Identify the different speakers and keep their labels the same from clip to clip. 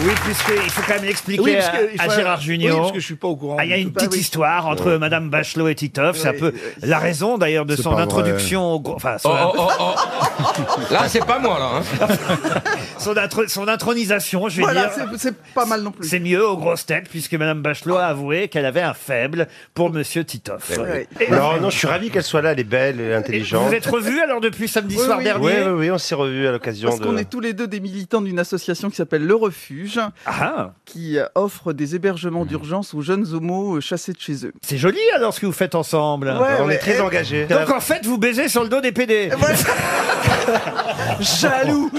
Speaker 1: Oui, puisqu'il faut quand même expliquer
Speaker 2: Oui, parce
Speaker 1: à,
Speaker 2: que il
Speaker 1: à
Speaker 2: faut-
Speaker 1: Gérard Junior.
Speaker 2: oui, parce que je suis pas au courant
Speaker 1: Ah, il y a
Speaker 2: du
Speaker 1: une
Speaker 2: tout.
Speaker 1: petite
Speaker 2: Ah oui.
Speaker 1: histoire entre Madame Bachelot et Titoff. C'est un peu la raison d'ailleurs de
Speaker 2: C'est
Speaker 1: son
Speaker 2: pas
Speaker 1: introduction au groupe. Enfin, son,
Speaker 3: Oh, oh, oh, oh. Là, c'est pas moi, là. hein.
Speaker 1: son intro- son intronisation, je vais
Speaker 4: Voilà,
Speaker 1: dire.
Speaker 4: c'est- c'est pas mal non plus.
Speaker 1: C'est mieux aux grosses têtes, puisque Madame Bachelot a avoué qu'elle avait un faible pour Monsieur Titoff.
Speaker 4: Ouais.
Speaker 1: Et-
Speaker 5: Non, non, je suis ravi qu'elle soit là, elle est belle, elle est intelligente.
Speaker 1: Vous êtes revus alors depuis samedi
Speaker 4: Oui,
Speaker 1: soir
Speaker 4: oui.
Speaker 5: Oui,
Speaker 1: dernier
Speaker 5: oui, oui, on s'est revus à l'occasion
Speaker 4: Parce
Speaker 5: de...
Speaker 4: qu'on est tous les deux des militants d'une association qui s'appelle Le Refuge,
Speaker 1: Ah,
Speaker 4: qui euh, offre des hébergements
Speaker 5: Mm.
Speaker 4: d'urgence aux jeunes homos euh, chassés de chez eux.
Speaker 1: c'est joli alors ce que vous faites ensemble.
Speaker 5: Ah, on
Speaker 4: Ouais,
Speaker 5: est très
Speaker 4: ouais.
Speaker 5: engagés.
Speaker 1: Donc en fait, vous baisez sur le dos des PD.
Speaker 4: Jaloux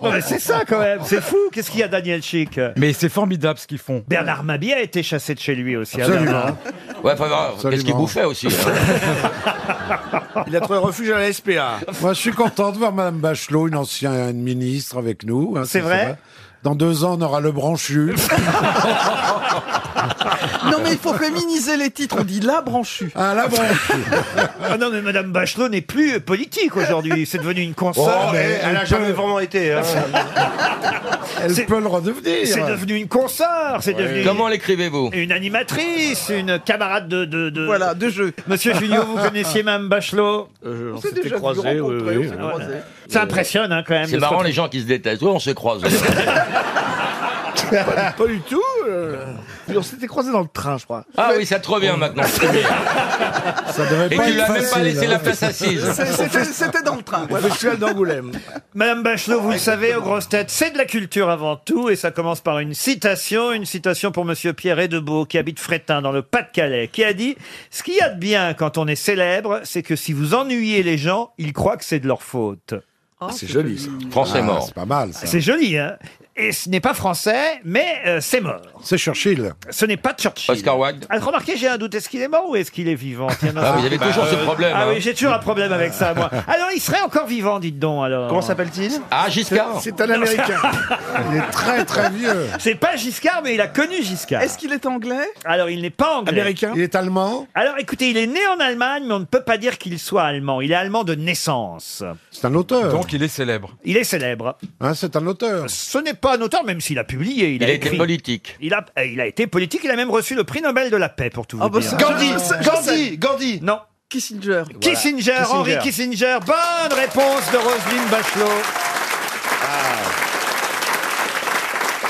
Speaker 1: Non, mais c'est ça quand même, c'est fou. Qu'est-ce qu'il y a Daniel Chic
Speaker 6: Mais c'est formidable ce qu'ils font.
Speaker 1: Bernard Mabie a été chassé de chez lui aussi. hein, Bernard.
Speaker 3: Ouais, enfin, voilà, qu'est-ce qu'il
Speaker 7: Absolument.
Speaker 3: bouffait aussi hein.
Speaker 2: Il a trouvé refuge à la SPA.
Speaker 7: Moi, je suis content de voir Madame Bachelot, une ancienne ministre, avec nous. hein,
Speaker 1: C'est
Speaker 7: ça,
Speaker 1: vrai
Speaker 7: Dans deux ans, on aura le branchu.
Speaker 4: Non mais il faut féminiser les titres, on dit la branchue.
Speaker 7: Ah, la branchu.
Speaker 1: Ah non, mais Madame Bachelot n'est plus euh, politique aujourd'hui. C'est devenu une
Speaker 5: Oh,
Speaker 1: console.
Speaker 7: mais
Speaker 5: elle, elle a
Speaker 7: elle
Speaker 5: jamais
Speaker 7: peut-
Speaker 5: vraiment été. hein.
Speaker 1: C'est-
Speaker 7: Elle peut le redevenir.
Speaker 1: C'est devenu une consoeur. C'est devenu
Speaker 3: Comment l'écrivez-vous
Speaker 1: une animatrice, une camarade de. de, de-
Speaker 4: Voilà, deux jeux.
Speaker 1: Monsieur Junio, vous connaissiez Mme Bachelot
Speaker 2: Euh, on
Speaker 4: s'est
Speaker 2: s'était
Speaker 4: déjà
Speaker 2: croisés, oui,
Speaker 4: rencontrés, on
Speaker 2: oui.
Speaker 4: s'est croisés.
Speaker 1: Ça impressionne hein, quand même.
Speaker 3: C'est
Speaker 1: de se
Speaker 3: marrant,
Speaker 1: retrouver-
Speaker 3: les gens qui se détestent. Ouais, on se croise.
Speaker 2: Pas du tout. euh. Puis on s'était croisés dans le train, je crois.
Speaker 3: Ah oui, ça te revient maintenant. c'est bien.
Speaker 7: Ça devait
Speaker 3: Et
Speaker 7: pas
Speaker 3: tu
Speaker 7: être
Speaker 3: lui as même pas
Speaker 7: facile,
Speaker 3: laissé
Speaker 7: hein.
Speaker 3: la place assise.
Speaker 4: C'est- C'était c'était dans le train.
Speaker 2: Au
Speaker 4: voilà.
Speaker 2: festival d'Angoulême.
Speaker 1: Madame Bachelot, vous le savez, aux grosses têtes, c'est de la culture avant tout, et ça commence par une citation, une citation pour Monsieur Pierre Edebeau, qui habite Frétin, dans le Pas-de-Calais, qui a dit « Ce qu'il y a de bien quand on est célèbre, c'est que si vous ennuyez les gens, ils croient que c'est de leur faute.
Speaker 2: c'est joli, ça.
Speaker 3: Français
Speaker 7: Ah,
Speaker 3: mort.
Speaker 7: C'est pas mal, ça.
Speaker 1: C'est joli, hein Et ce n'est pas français, mais euh, c'est mort.
Speaker 7: C'est Churchill.
Speaker 1: Ce n'est pas Churchill.
Speaker 3: Oscar Wilde.
Speaker 1: Ah, remarquez, j'ai un doute, est-ce qu'il est mort ou est-ce qu'il est vivant Tiens,
Speaker 3: Ah, vous avez
Speaker 1: ah,
Speaker 3: toujours ce problème.
Speaker 1: ah
Speaker 3: hein.
Speaker 1: oui, j'ai toujours un problème avec ça, moi. Alors, il serait encore vivant, dites donc, alors.
Speaker 5: Comment s'appelle-t-il
Speaker 3: Ah, Giscard.
Speaker 7: C'est un Américain. Il est très, très vieux.
Speaker 1: C'est pas Giscard, mais il a connu Giscard.
Speaker 4: Est-ce qu'il est anglais
Speaker 1: Alors, il n'est pas anglais.
Speaker 2: Américain.
Speaker 7: Il est allemand.
Speaker 1: Alors écoutez, il est né en Allemagne, mais on ne peut pas dire qu'il soit allemand. Il est allemand de naissance.
Speaker 7: C'est un auteur.
Speaker 6: Donc il est célèbre.
Speaker 1: Il est célèbre.
Speaker 7: Hein, c'est un auteur.
Speaker 1: Ce n'est pas un auteur, même s'il a publié, il,
Speaker 3: Il
Speaker 1: a,
Speaker 3: a été
Speaker 1: écrit.
Speaker 3: politique.
Speaker 1: il, a, euh, il a été politique, il a même reçu le prix Nobel de la paix, pour tout vous
Speaker 4: Ah bah
Speaker 1: dire.
Speaker 4: ça-
Speaker 5: Gandhi
Speaker 4: Je sais, je
Speaker 5: Gandhi Gandhi
Speaker 1: Non.
Speaker 4: Kissinger.
Speaker 1: Kissinger, Henri Kissinger. Bonne réponse de Roselyne Bachelot.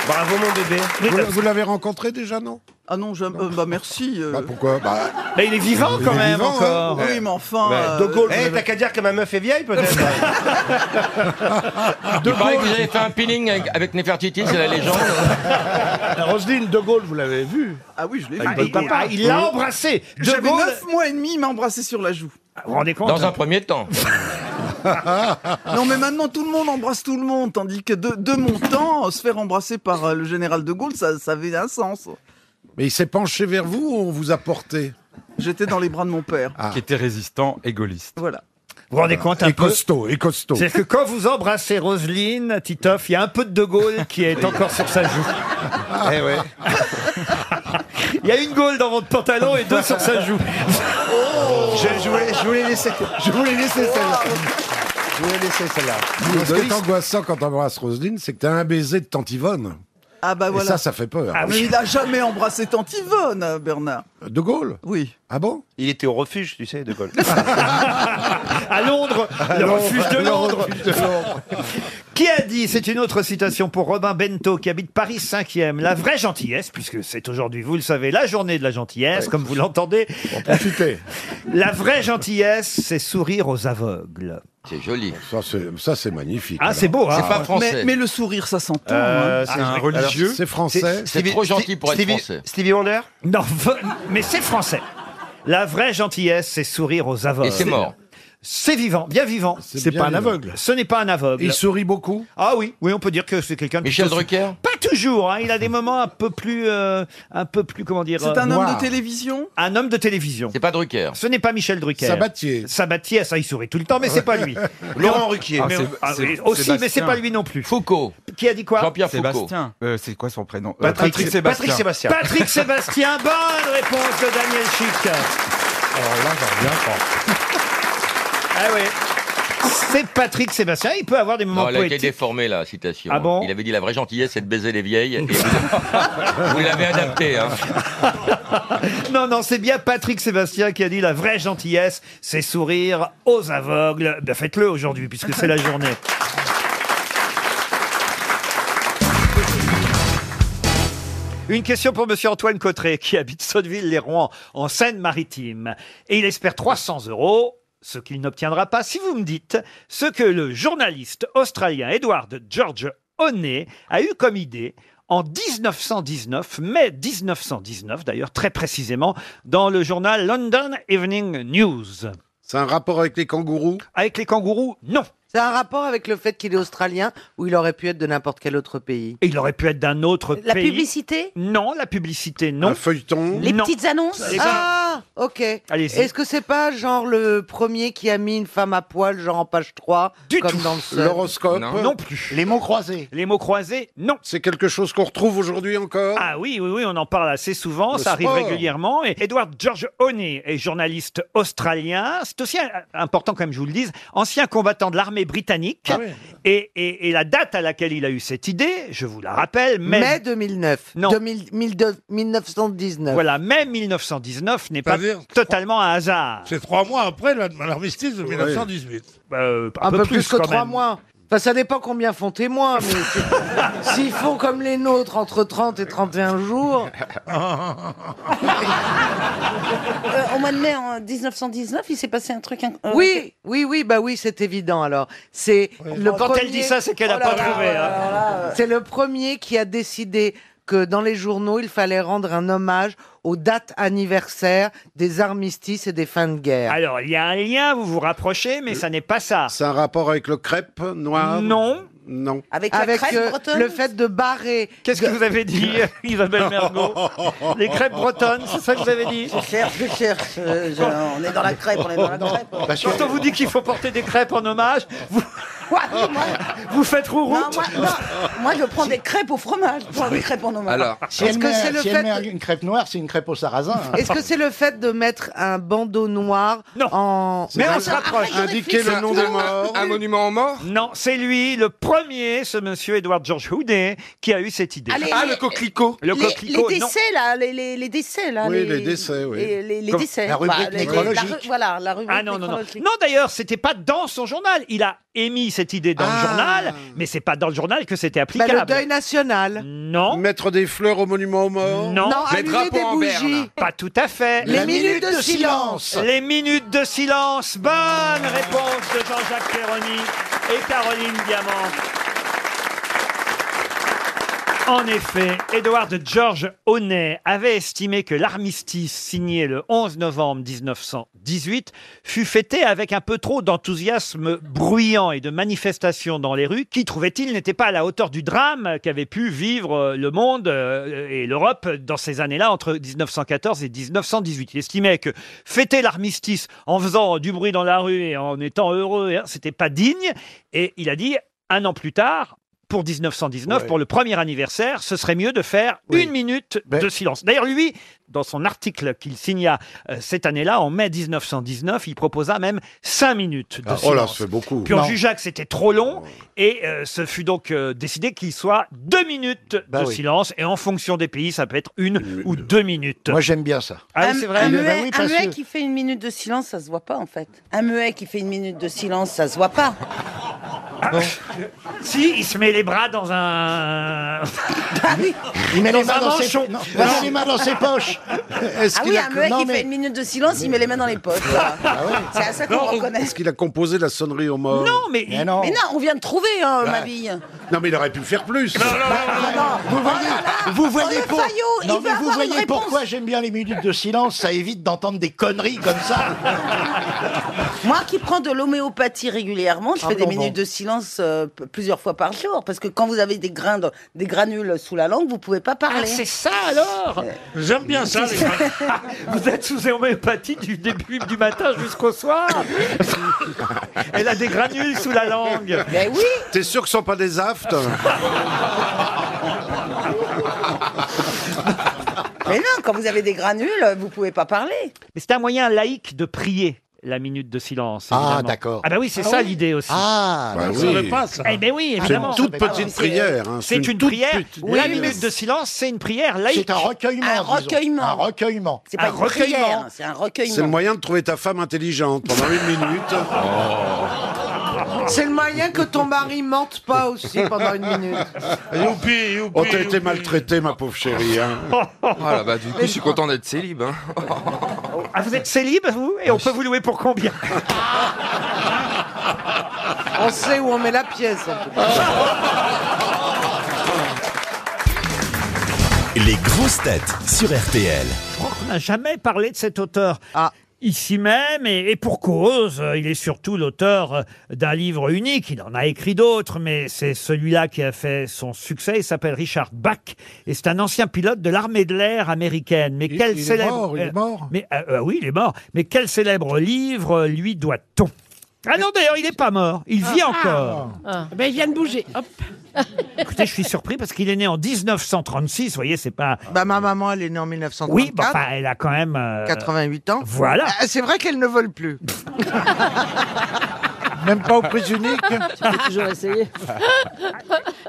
Speaker 5: Bravo mon bébé.
Speaker 7: Vous, vous l'avez rencontré déjà, non
Speaker 4: Ah non, je- euh, bah merci. euh.
Speaker 7: Bah, Pourquoi Bah,
Speaker 1: Mais il est vivant
Speaker 7: Il
Speaker 1: quand
Speaker 7: est
Speaker 1: même
Speaker 7: vivant,
Speaker 1: encore.
Speaker 4: Oui, mais enfin. euh,
Speaker 5: De Gaulle. hein. Eh, t'as qu'à dire que ma meuf est vieille peut-être
Speaker 3: Ah, Il paraît que vous avez fait un peeling avec, avec Nefertiti, c'est la légende.
Speaker 2: Ah, Roselyne de Gaulle, vous l'avez vu.
Speaker 4: Ah oui, je l'ai vu.
Speaker 1: Ah, il- ah, il l'a embrassé. De
Speaker 4: J'avais
Speaker 1: Gaulle.
Speaker 4: 9 mois et demi, il m'a embrassé sur la joue.
Speaker 1: Vous vous rendez compte
Speaker 3: Dans
Speaker 1: hein
Speaker 3: un premier temps.
Speaker 4: Non, mais maintenant tout le monde embrasse tout le monde, tandis que de, de mon temps, euh, se faire embrasser par euh, le général de Gaulle, ça, ça avait un sens.
Speaker 7: mais il s'est penché vers vous ou on vous a porté
Speaker 4: J'étais dans les bras de mon père.
Speaker 7: Ah.
Speaker 6: Qui était résistant et gaulliste.
Speaker 4: Voilà.
Speaker 1: Vous vous rendez compte un
Speaker 7: Et
Speaker 1: peu
Speaker 7: costaud, et costaud.
Speaker 1: C'est-à-dire que quand vous embrassez Roselyne, Titoff, il y a un peu de De Gaulle qui est encore sur sa joue.
Speaker 5: Eh ouais.
Speaker 1: Il y a une Gaulle dans votre pantalon et deux sur sa joue.
Speaker 5: Je, je voulais, je voulais laisser, je voulais laisser celle-là. Je voulais laisser celle-là.
Speaker 7: Ce qui est angoissant quand on embrasse Roselyne, c'est que t'as un baiser de tante Yvonne.
Speaker 4: Ah bah
Speaker 7: Et
Speaker 4: voilà.
Speaker 7: ça, ça fait peur.
Speaker 1: Ah
Speaker 4: Mais
Speaker 1: oui.
Speaker 4: il a jamais embrassé tante Yvonne, euh, Bernard.
Speaker 7: De Gaulle
Speaker 4: Oui.
Speaker 7: Ah bon
Speaker 5: Il était au refuge, tu sais, de Gaulle.
Speaker 1: À Londres, le refuge de Londres. Qui a dit, c'est une autre citation pour Robin Bento qui habite Paris 5e, la vraie gentillesse, puisque c'est aujourd'hui, vous le savez, la journée de la gentillesse, comme vous l'entendez.
Speaker 7: Profitez.
Speaker 1: La vraie gentillesse, c'est sourire aux aveugles.
Speaker 3: C'est joli.
Speaker 7: Ça, c'est- ça, c'est magnifique.
Speaker 1: Ah, c'est beau, hein
Speaker 3: C'est pas
Speaker 4: Mais,
Speaker 3: français.
Speaker 4: mais le sourire, ça s'entend.
Speaker 1: Euh,
Speaker 4: hein.
Speaker 6: C'est un religieux.
Speaker 7: C'est français.
Speaker 3: Ah, C'est trop gentil pour être
Speaker 5: Stevie,
Speaker 3: français.
Speaker 5: Stevie Wonder
Speaker 1: Non, mais c'est français. La vraie gentillesse, c'est sourire aux aveugles.
Speaker 3: Et c'est mort.
Speaker 1: C'est vivant, bien vivant.
Speaker 2: C'est
Speaker 7: bien
Speaker 2: pas un
Speaker 7: vivant.
Speaker 2: aveugle.
Speaker 1: Ce n'est pas un aveugle.
Speaker 7: Il sourit beaucoup.
Speaker 1: Ah oui, oui, on peut dire que c'est quelqu'un de
Speaker 3: Michel
Speaker 1: plutôt-
Speaker 3: Drucker
Speaker 1: Pas toujours, hein, il a des moments un peu plus, euh, un peu plus, comment dire,
Speaker 4: C'est
Speaker 1: euh,
Speaker 4: un homme
Speaker 7: Noir.
Speaker 4: de télévision
Speaker 1: un homme de télévision.
Speaker 3: C'est pas Drucker.
Speaker 1: Ce n'est pas Michel Drucker.
Speaker 7: Sabatier.
Speaker 1: Sabatier, ça il sourit tout le temps, mais c'est pas lui.
Speaker 5: Laurent Ruquier.
Speaker 6: Ah,
Speaker 1: Mais-
Speaker 6: c'est-
Speaker 1: ah,
Speaker 6: c'est-
Speaker 1: oui, aussi, mais c'est
Speaker 6: Sébastien.
Speaker 1: pas lui non plus.
Speaker 3: Foucault.
Speaker 1: Qui a dit quoi
Speaker 3: Jean-Pierre Foucault.
Speaker 6: Sébastien. Euh, c'est quoi son prénom Euh,
Speaker 5: Patrick,
Speaker 6: Patrick Sébastien.
Speaker 5: Patrick Sébastien.
Speaker 1: Patrick Sébastien, bonne réponse de Daniel Chic.
Speaker 6: Alors là, j'en reviens pas.
Speaker 1: Ah oui. C'est Patrick Sébastien. Il peut avoir des moments
Speaker 5: Non, elle a été
Speaker 1: poétiques.
Speaker 5: déformée, la citation.
Speaker 1: Ah bon
Speaker 5: Il avait dit la vraie gentillesse, c'est de baiser les vieilles. Et vous vous l'avez adapté. Hein.
Speaker 1: Non, non, c'est bien Patrick Sébastien qui a dit la vraie gentillesse, c'est sourire aux aveugles. Ben, faites-le aujourd'hui, puisque c'est la journée. Une question pour Monsieur Antoine Cotteret, qui habite Sotteville-les-Rouen, en Seine-Maritime. Et il espère 300 euros, ce qu'il n'obtiendra pas, si vous me dites ce que le journaliste australien Edward George Honey a eu comme idée en 1919, mai 1919 d'ailleurs, très précisément, dans le journal London Evening News.
Speaker 7: C'est un rapport avec les kangourous
Speaker 1: Avec les kangourous, non.
Speaker 8: C'est un rapport avec le fait qu'il est australien ou il aurait pu être de n'importe quel autre pays.
Speaker 1: Et il aurait pu être d'un autre
Speaker 9: La
Speaker 1: pays.
Speaker 9: publicité
Speaker 1: Non, la publicité, non.
Speaker 7: Un feuilleton
Speaker 9: Les
Speaker 1: Non.
Speaker 9: petites annonces
Speaker 1: Les- Eh ben-
Speaker 8: Ah, ok.
Speaker 1: Allez-y.
Speaker 8: Est-ce que c'est pas genre le premier qui a mis une femme à poil, genre en page 3,
Speaker 1: Du
Speaker 8: comme
Speaker 1: tout.
Speaker 8: dans le seul
Speaker 7: L'horoscope
Speaker 10: Non.
Speaker 1: Non plus.
Speaker 11: Les mots croisés.
Speaker 1: Les mots croisés, non.
Speaker 7: C'est quelque chose qu'on retrouve aujourd'hui encore
Speaker 1: Ah oui, oui, oui, on en parle assez souvent,
Speaker 7: Le
Speaker 1: ça arrive
Speaker 7: sport.
Speaker 1: régulièrement. Et Edward George Honey est journaliste australien. C'est aussi euh, important, comme je vous le dis, ancien combattant de l'armée britannique.
Speaker 7: Ah
Speaker 1: et, et- et la date à laquelle il a eu cette idée, je vous la rappelle, mai.
Speaker 8: Mai 2009.
Speaker 1: Non.
Speaker 8: 2000 mille- 1919.
Speaker 1: Voilà, mai 1919 n'est pas
Speaker 12: C'est-à-dire
Speaker 1: totalement un hasard.
Speaker 12: C'est trois mois après la- l'armistice de 1918.
Speaker 1: Euh,
Speaker 8: Un, peu, plus, que
Speaker 1: quand
Speaker 8: trois
Speaker 1: même.
Speaker 8: mois. Enfin, ça dépend combien font tes mois, mais c'est- s'ils font comme les nôtres entre 30 et 31 jours,
Speaker 9: Euh, Au mois de mai en 1919, il s'est passé un truc. inc- euh,
Speaker 8: oui, oui, oui, bah oui, c'est évident alors. C'est le
Speaker 1: Quand
Speaker 8: premier-
Speaker 1: elle dit ça, c'est qu'elle
Speaker 8: Oh
Speaker 1: n'a
Speaker 8: là
Speaker 1: pas
Speaker 8: là,
Speaker 1: trouvé.
Speaker 8: oh là
Speaker 1: hein.
Speaker 8: C'est le premier qui a décidé que dans les journaux, il fallait rendre un hommage aux dates anniversaires des armistices et des fins de guerre.
Speaker 1: Alors, il y a un lien, vous vous rapprochez, mais ça n'est pas ça.
Speaker 7: Ah. C'est un rapport avec le crêpe noir
Speaker 1: Non.
Speaker 7: Non.
Speaker 9: Avec,
Speaker 8: Avec
Speaker 9: la crêpe
Speaker 8: euh,
Speaker 9: bretonne
Speaker 8: le fait de barrer.
Speaker 1: Qu'est-ce que vous avez dit, euh, Isabelle Mergo Les crêpes bretonnes, c'est ça que vous avez dit
Speaker 9: Je cherche, je cherche. euh, je- on est dans la crêpe, on est dans la crêpe.
Speaker 11: Parce que-
Speaker 1: Quand on vous dit qu'il faut porter des crêpes en hommage, vous,
Speaker 9: Quoi, oui, moi,
Speaker 1: vous faites roue
Speaker 9: non, moi, non, moi, je prends des crêpes au fromage. Je prends des crêpes en hommage.
Speaker 10: Alors,
Speaker 11: Si elle
Speaker 8: Est-ce que
Speaker 11: met-
Speaker 8: c'est le
Speaker 11: si elle
Speaker 8: fait-
Speaker 11: met une crêpe noire, c'est une crêpe au sarrasin. hein.
Speaker 8: Est-ce que c'est le fait de mettre un bandeau noir
Speaker 1: Non.
Speaker 8: en.
Speaker 1: Mais on se rapproche.
Speaker 7: Indiquer le nom des morts
Speaker 10: un monument aux morts
Speaker 1: Non, c'est lui, le premier, ce monsieur Edward George Houdet, qui a eu cette idée.
Speaker 9: Allez,
Speaker 10: Ah,
Speaker 9: les-
Speaker 10: le coquelicot
Speaker 1: le
Speaker 9: les,
Speaker 1: coquelicot,
Speaker 9: les
Speaker 1: non.
Speaker 9: décès, là, les, les, les décès, là.
Speaker 7: Oui, les décès, oui.
Speaker 9: et Les, les
Speaker 10: Comme
Speaker 9: décès. Bah,
Speaker 11: la rubrique
Speaker 9: les- les-
Speaker 11: nécrologique.
Speaker 9: la ru- voilà, la rubrique
Speaker 1: Ah non, non, non.
Speaker 9: nécrologique.
Speaker 1: Non, d'ailleurs, c'était pas dans son journal. Il a émis cette idée dans le journal, mais c'est pas dans le journal que c'était
Speaker 8: Ah. Bah,
Speaker 1: applicable.
Speaker 8: le deuil national.
Speaker 1: Non,
Speaker 7: Mettre des fleurs au monument aux morts
Speaker 1: non,
Speaker 10: Les
Speaker 8: allumer
Speaker 10: drapeaux
Speaker 8: des
Speaker 10: en berne.
Speaker 8: bougies.
Speaker 1: pas tout à fait.
Speaker 8: Les minutes de silence.
Speaker 1: Les minutes de silence. Bonne réponse de Jean-Jacques Perroni et Caroline Diamant. En effet, Edward George Honey avait estimé que l'armistice signé le 11 novembre 1918 fut fêté avec un peu trop d'enthousiasme bruyant et de manifestations dans les rues qui, trouvait-il, n'étaient pas à la hauteur du drame qu'avait pu vivre euh, le monde euh, et l'Europe dans ces années-là entre 1914 et 1918. Il estimait que fêter l'armistice en faisant du bruit dans la rue et en étant heureux, hein, c'était pas digne. Et il a dit, un an plus tard, pour 1919, pour le premier anniversaire, ce serait mieux de faire une minute de silence. D'ailleurs, lui, dans son article qu'il signa euh, cette année-là, en mai 1919, il proposa même cinq minutes de
Speaker 7: Ah,
Speaker 1: silence.
Speaker 7: Oh là, ça fait beaucoup.
Speaker 1: Puis on jugea que c'était trop long et euh, ce fut donc euh, décidé qu'il soit deux minutes
Speaker 11: Bah
Speaker 1: de
Speaker 11: oui.
Speaker 1: silence et en fonction des pays, ça peut être une ou deux minutes.
Speaker 11: Moi, j'aime bien ça.
Speaker 1: Ah oui,
Speaker 9: un,
Speaker 1: c'est vrai.
Speaker 9: un
Speaker 11: Bah
Speaker 9: muet,
Speaker 11: oui,
Speaker 9: un
Speaker 11: parce
Speaker 9: muet
Speaker 11: que-
Speaker 9: qui fait une minute de silence, ça se voit pas en fait. Un muet qui fait une minute de silence, ça se voit pas.
Speaker 1: Si, il se met les bras dans un...
Speaker 11: Il met, les mains,
Speaker 1: un
Speaker 11: dans ses...
Speaker 1: manchon.
Speaker 11: non, il met les mains dans ses poches. Est-ce
Speaker 9: Ah
Speaker 11: qu'il
Speaker 9: oui,
Speaker 11: a-
Speaker 9: un muet
Speaker 11: non,
Speaker 9: qui
Speaker 11: mais- Ah
Speaker 9: fait une minute de silence, il met les mains dans les poches.
Speaker 7: Ah.
Speaker 9: voilà. Ah. C'est à ça qu'on reconnaît.
Speaker 7: Est-ce qu'il a composé la sonnerie aux morts
Speaker 1: Non, mais...
Speaker 11: Mais non. Bah,
Speaker 9: Mais non, on vient de trouver, hein, ma bille.
Speaker 7: Non, mais il aurait pu faire plus. Bah,
Speaker 11: Vous
Speaker 9: Oh
Speaker 11: voyez, vous voyez,
Speaker 9: le faillot, il
Speaker 11: non,
Speaker 9: veut
Speaker 11: mais vous
Speaker 9: avoir une
Speaker 11: voyez
Speaker 9: réponse.
Speaker 11: pourquoi j'aime bien les minutes de silence, ça évite d'entendre des conneries comme ça.
Speaker 9: Moi qui prends de l'homéopathie régulièrement, je
Speaker 11: Ah
Speaker 9: fais des
Speaker 11: bon,
Speaker 9: minutes
Speaker 11: bon.
Speaker 9: de silence euh, p- plusieurs fois par jour. Parce que quand vous avez des, grains de- des granules sous la langue, vous pouvez
Speaker 13: Ah,
Speaker 9: pas parler. Euh,
Speaker 1: ça alors
Speaker 12: J'aime bien ça, les gars.
Speaker 1: Vous êtes sous homéopathie du début du matin jusqu'au soir Elle a des granules sous la langue
Speaker 9: Mais oui
Speaker 7: T'es sûr que ce sont pas des aftes
Speaker 9: Mais non, quand vous avez des granules, vous pouvez pas parler.
Speaker 1: Mais c'est un moyen laïque de prier. la minute de silence.
Speaker 5: Ah,
Speaker 1: évidemment.
Speaker 5: d'accord.
Speaker 1: Ah bah oui, c'est
Speaker 5: Ah
Speaker 1: ça
Speaker 5: oui.
Speaker 1: l'idée aussi.
Speaker 5: Ah, Bah bah oui. on savait pas,
Speaker 14: hein.
Speaker 5: ça.
Speaker 1: Eh ben oui,
Speaker 5: C'est une
Speaker 1: évidemment.
Speaker 5: toute petite
Speaker 1: C'est-
Speaker 5: prière, hein,
Speaker 1: C'est
Speaker 5: c'est une
Speaker 1: une
Speaker 5: toute
Speaker 1: prière.
Speaker 5: petite-
Speaker 1: La
Speaker 5: Oui, oui.
Speaker 1: minute de silence, c'est une prière laïque.
Speaker 5: C'est un recueillement. Un disons. recueillement. Un
Speaker 1: recueillement.
Speaker 5: C'est pas une prière,
Speaker 9: c'est un
Speaker 5: C'est le moyen de trouver ta femme intelligente pendant une minute.
Speaker 9: Oh.
Speaker 15: C'est le moyen que ton mari mente pas aussi pendant une minute.
Speaker 12: Youpi, youpi.
Speaker 5: Oh, t'as été maltraitée, ma pauvre chérie. Hein.
Speaker 7: Ah,
Speaker 14: Voilà, bah, du coup, je suis content d'être célib. hein.
Speaker 1: Ah, vous êtes célib, vous Et on peut vous louer pour combien
Speaker 15: On sait où on met la pièce. en tout cas.
Speaker 8: Les grosses têtes sur RTL.
Speaker 1: Je crois qu'on n'a jamais parlé de cet auteur. Ici même, et, et pour cause, Euh, il est surtout l'auteur euh, d'un livre unique, il en a écrit d'autres, mais c'est celui-là qui a fait son succès, il s'appelle Richard Bach, et c'est un ancien pilote de l'armée de l'air américaine. Mais quel
Speaker 7: il est
Speaker 1: célèbre...
Speaker 7: mort, il est
Speaker 1: euh, Mais, euh, euh, oui, il est mort, mais quel célèbre livre euh, lui doit-on Ah non, d'ailleurs, il n'est pas mort, il
Speaker 9: Ah.
Speaker 13: Ah,
Speaker 1: vit encore
Speaker 7: Ah.
Speaker 13: Ben, il vient de bouger. Hop.
Speaker 1: Écoutez, je suis surpris parce qu'il est né en 1936, vous voyez, c'est pas...
Speaker 15: Bah, ma maman, elle est née en 1934.
Speaker 1: Oui, bah, enfin, elle a quand même... euh,
Speaker 15: 88 ans.
Speaker 1: Voilà.
Speaker 15: Ah, C'est vrai qu'elle ne vole plus.
Speaker 1: Même pas aux prises uniques
Speaker 13: toujours essayer.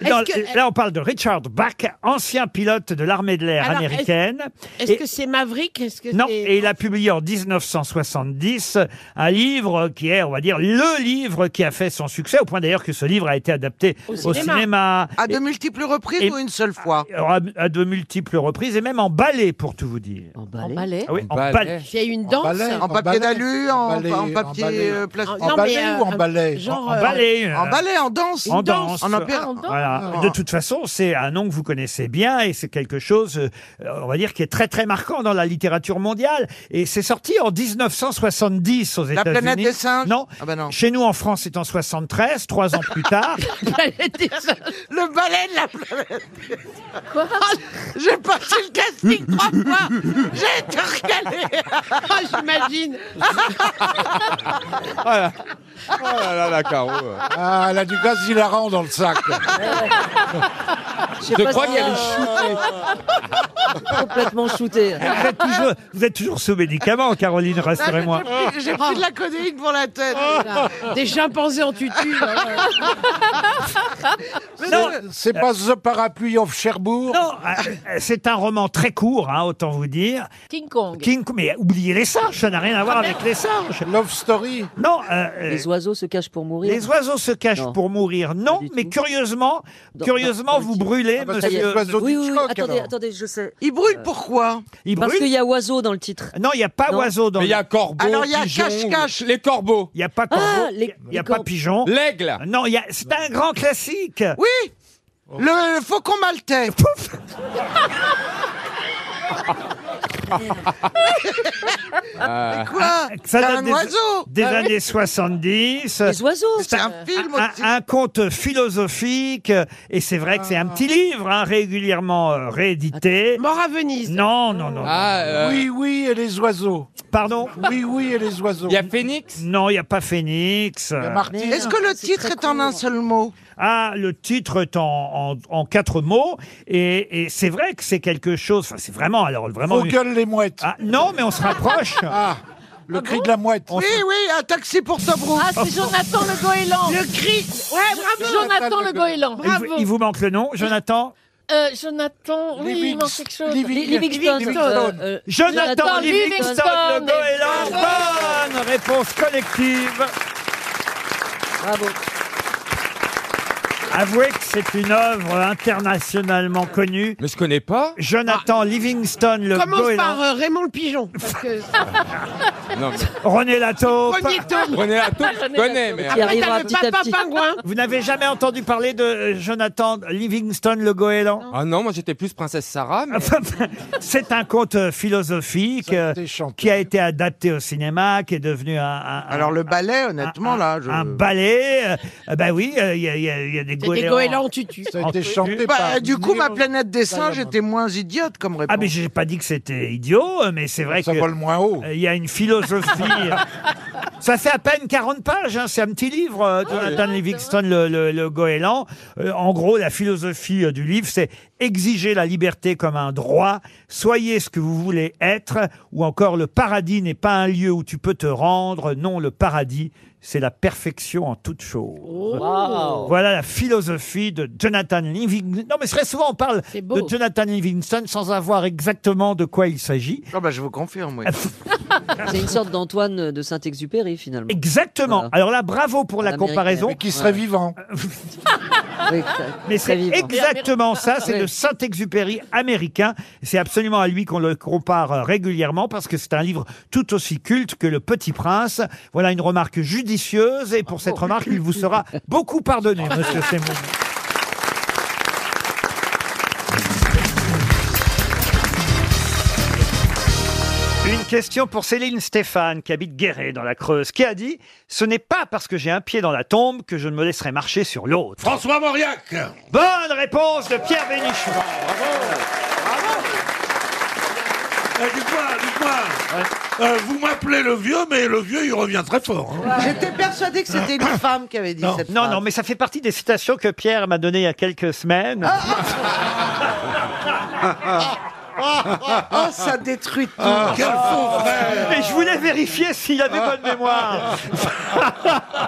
Speaker 1: Dans-
Speaker 13: Est-ce que-
Speaker 1: Là, on parle de Richard Bach, ancien pilote de l'armée de l'air
Speaker 13: Alors,
Speaker 1: américaine.
Speaker 13: Est-ce
Speaker 1: Et-
Speaker 13: que c'est Maverick Est-ce que
Speaker 1: non,
Speaker 13: c'est-
Speaker 1: et il a publié en 1970 un livre qui est, on va dire, le livre qui a fait son succès, au point d'ailleurs que ce livre a été adapté au cinéma.
Speaker 15: À de multiples reprises
Speaker 1: et-
Speaker 15: ou une seule fois
Speaker 1: à, à de multiples reprises, et même en ballet, pour tout vous dire. En
Speaker 13: En ballet
Speaker 15: Ah
Speaker 1: oui, en ballet.
Speaker 13: Il y a eu une danse
Speaker 15: En papier d'alu, en, en papier euh, plastique.
Speaker 13: Non, mais, euh, un- genre,
Speaker 1: En
Speaker 13: euh,
Speaker 1: ballet. euh,
Speaker 15: En ballet, en danse.
Speaker 1: En danse.
Speaker 15: En opéra.
Speaker 1: Voilà. De toute façon, c'est un nom que vous connaissez bien et c'est quelque chose, euh, on va dire, qui est très très marquant dans la littérature mondiale. Et c'est sorti en 1970 aux États-Unis.
Speaker 15: planète des singes
Speaker 1: Non.
Speaker 15: Ah ben non.
Speaker 1: Chez nous en France, c'est en 73, trois ans plus tard.
Speaker 15: Le balai de la planète. Quoi J'ai passé le casting trois fois. J'ai été recalé.
Speaker 13: J'imagine.
Speaker 7: Ah là là, la Caro. Ah, elle a du gaz hilarant dans le sac.
Speaker 13: Je crois qu'elle est Complètement shootée.
Speaker 1: vous, êtes
Speaker 15: Ah,
Speaker 1: toujours, vous êtes toujours sous médicament, Caroline, rassurez-moi.
Speaker 15: J'ai pris de la codéine pour la tête.
Speaker 13: Ah. Des chimpanzés en tutu. hein. là.
Speaker 7: Non, c'est pas The Parapluie of Cherbourg.
Speaker 1: Non, euh, c'est un roman très court, hein, autant vous dire.
Speaker 13: King Kong.
Speaker 1: King, mais oubliez les singes, ça n'a rien à voir avec les singes.
Speaker 7: Love Story.
Speaker 1: Non, euh,
Speaker 13: Les oiseaux se cachent pour mourir.
Speaker 1: Les oiseaux se cachent pour mourir, non, mais curieusement,
Speaker 13: Dans-
Speaker 1: curieusement,
Speaker 13: dans- dans le
Speaker 1: vous
Speaker 13: titre.
Speaker 1: brûlez,
Speaker 13: Ah bah, ça y est.
Speaker 1: monsieur.
Speaker 13: Oui, oui, oui, attendez, attendez, je sais.
Speaker 15: Il brûle pourquoi
Speaker 1: Il
Speaker 13: Parce
Speaker 1: brûle
Speaker 13: qu'il y a oiseau dans le titre.
Speaker 1: Non, il n'y a pas
Speaker 13: Non.
Speaker 1: oiseau dans
Speaker 14: Mais il y a corbeau,
Speaker 15: Alors, il y a
Speaker 14: pigeon,
Speaker 15: cache-cache.
Speaker 14: Les corbeaux.
Speaker 1: Il n'y a pas corbeau,
Speaker 13: Ah,
Speaker 1: il
Speaker 13: les-
Speaker 1: n'y a
Speaker 13: les
Speaker 1: pas
Speaker 13: cor-
Speaker 1: pigeon.
Speaker 14: L'aigle.
Speaker 1: Non, il y a- c'est un grand classique.
Speaker 15: Oui le, faucon maltais. Quoi
Speaker 1: Ah. Ça
Speaker 15: C'est
Speaker 1: date
Speaker 15: un
Speaker 1: des,
Speaker 15: oiseau
Speaker 1: des
Speaker 7: Bah
Speaker 15: Ah oui.
Speaker 1: années 70.
Speaker 13: Les oiseaux.
Speaker 15: C'est un film
Speaker 1: Un,
Speaker 15: aussi.
Speaker 1: un conte philosophique, et c'est vrai que c'est
Speaker 7: Ah.
Speaker 1: un petit livre hein, régulièrement euh, réédité.
Speaker 13: Mort à Venise.
Speaker 1: Non, non, non.
Speaker 14: Ah, euh,
Speaker 7: Oui, oui, et les oiseaux.
Speaker 1: Pardon
Speaker 7: Oui, oui, et les oiseaux.
Speaker 14: Il y a Phoenix.
Speaker 1: Non, il n'y a pas Phénix.
Speaker 7: Il y
Speaker 1: Euh,
Speaker 7: a Martine.
Speaker 15: Est-ce que le titre est en un seul mot
Speaker 1: Ah, le titre est en, en- en quatre mots. Et, et c'est vrai que c'est quelque chose. Enfin, c'est vraiment. Alors, vraiment.
Speaker 7: Au gueule les mouettes.
Speaker 1: Ah, non, mais on se rapproche.
Speaker 7: Ah, le cri de la mouette.
Speaker 15: Oui, oui, un taxi pour Tobruk.
Speaker 13: Ah, c'est Jonathan le goéland.
Speaker 15: Le cri
Speaker 13: Ouais, bravo. Jonathan le goéland.
Speaker 1: il, vous-
Speaker 13: Bravo.
Speaker 1: il vous manque le nom, Jonathan
Speaker 13: Euh, Jonathan, oui, il
Speaker 7: Livings-
Speaker 13: manque quelque chose.
Speaker 7: Living-
Speaker 13: Livingston.
Speaker 7: Livingstone.
Speaker 13: Euh, euh,
Speaker 1: Jonathan, Livingston, le Goéland.
Speaker 13: Bravo.
Speaker 1: Bonne réponse collective.
Speaker 13: Bravo.
Speaker 1: Avouez que c'est une œuvre internationalement connue.
Speaker 14: Mais je connais pas.
Speaker 1: Jonathan Livingston, le
Speaker 13: Commence par
Speaker 1: Goéland.
Speaker 13: euh, Raymond le pigeon. Parce que
Speaker 14: Non, mais...
Speaker 1: René Lataupe.
Speaker 13: premier tome.
Speaker 14: Prenez la taupe, je connais, mais.
Speaker 13: Après,
Speaker 16: arrivera
Speaker 13: t'as le
Speaker 16: petit à
Speaker 13: papa
Speaker 16: petit.
Speaker 13: pingouin.
Speaker 1: Vous n'avez jamais entendu parler de euh, Jonathan Livingston, le Goéland
Speaker 14: Ah non, moi j'étais plus princesse Sarah, mais.
Speaker 1: C'est un conte euh, philosophique
Speaker 7: Ça a
Speaker 1: euh,
Speaker 7: été chanté.
Speaker 1: qui a été adapté au cinéma, qui est devenu un, un-
Speaker 15: Alors le ballet,
Speaker 1: un-
Speaker 15: honnêtement,
Speaker 1: un-
Speaker 15: là, je...
Speaker 1: un ballet. euh, euh, bah oui, euh, il y, a- il y a- il y a des
Speaker 13: C'est des
Speaker 1: goélands.
Speaker 13: goélands en tutu.
Speaker 7: Ça a été
Speaker 1: en-
Speaker 7: chanté
Speaker 15: Bah,
Speaker 7: par.
Speaker 15: du coup, ma planète des
Speaker 7: Diamond.
Speaker 15: singes était moins idiote comme réponse.
Speaker 1: Ah mais j'ai pas dit que c'était idiot, euh, mais c'est vrai
Speaker 7: Ça
Speaker 1: que
Speaker 7: vole moins haut.
Speaker 1: euh, il y a une philosophie. Ça fait à peine 40 pages, hein, c'est un petit livre, euh,
Speaker 15: Ah
Speaker 1: Jonathan Livingston, le, le- le goéland. Euh, en gros, la philosophie euh, du livre, c'est exiger la liberté comme un droit, soyez ce que vous voulez être, ou encore le paradis n'est pas un lieu où tu peux te rendre, non, le paradis, c'est la perfection en toute chose.
Speaker 13: Wow.
Speaker 1: Voilà la philosophie de Jonathan Livingston. Non, mais très souvent, on parle
Speaker 13: C'est beau.
Speaker 1: de Jonathan Livingston sans avoir exactement de quoi il s'agit.
Speaker 16: Ah bah je vous confirme, oui. C'est une sorte d'Antoine de Saint-Exupéry finalement.
Speaker 1: Exactement. Alors là, bravo pour la
Speaker 16: L'américaine.
Speaker 1: comparaison. Euh,
Speaker 16: Mais qui serait Ouais.
Speaker 1: vivant. Mais c'est exactement ça, c'est le Saint-Exupéry américain. C'est absolument à lui qu'on le compare euh, régulièrement parce que c'est un livre tout aussi culte que Le Petit Prince. Voilà une remarque judicieuse et pour cette remarque, il vous sera beaucoup pardonné, monsieur Seymour. Une question pour Céline Stéphane, qui habite Guéret, dans la Creuse, qui a dit « Ce n'est pas parce que j'ai un pied dans la tombe que je ne me laisserai marcher sur l'autre. »
Speaker 12: François Mauriac
Speaker 1: Bonne réponse de Pierre Bénichou.
Speaker 12: Eh, Dites-moi, dites-moi. Euh, vous m'appelez le vieux, mais le vieux, il revient très fort. hein.
Speaker 15: J'étais persuadé que c'était une femme qui avait dit
Speaker 1: Non,
Speaker 15: cette
Speaker 1: non,
Speaker 15: phrase.
Speaker 1: non, mais ça fait partie des citations que Pierre m'a données il y a quelques semaines.
Speaker 15: Ah
Speaker 12: Ah.
Speaker 15: Oh, ça détruit tout.
Speaker 1: Ah. Quel faux frère. Mais je voulais vérifier s'il avait
Speaker 12: Ah.
Speaker 1: bonne mémoire.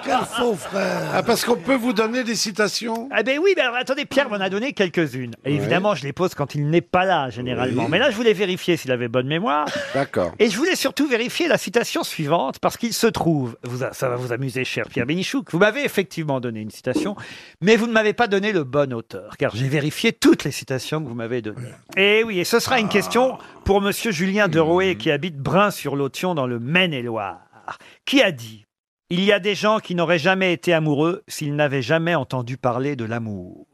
Speaker 7: Quel faux frère ah, Parce qu'on peut vous donner des citations
Speaker 1: Ah ben oui, ben alors attendez, Pierre m'en a donné quelques-unes. Et évidemment, je les pose quand il n'est pas là, généralement.
Speaker 7: Oui.
Speaker 1: Mais là, je voulais vérifier s'il avait bonne mémoire.
Speaker 7: D'accord.
Speaker 1: Et je voulais surtout vérifier la citation suivante, parce qu'il se trouve, vous, ça va vous amuser, cher Pierre Bénichouk, vous m'avez effectivement donné une citation, mais vous ne m'avez pas donné le bon auteur, car j'ai vérifié toutes les citations que vous m'avez données. Et oui, et ce sera une question pour Monsieur Julien Derouet, qui habite Brun-sur-Lotion, dans le Maine-et-Loire, qui a dit « Il y a des gens qui n'auraient jamais été amoureux s'ils n'avaient jamais entendu parler de l'amour. »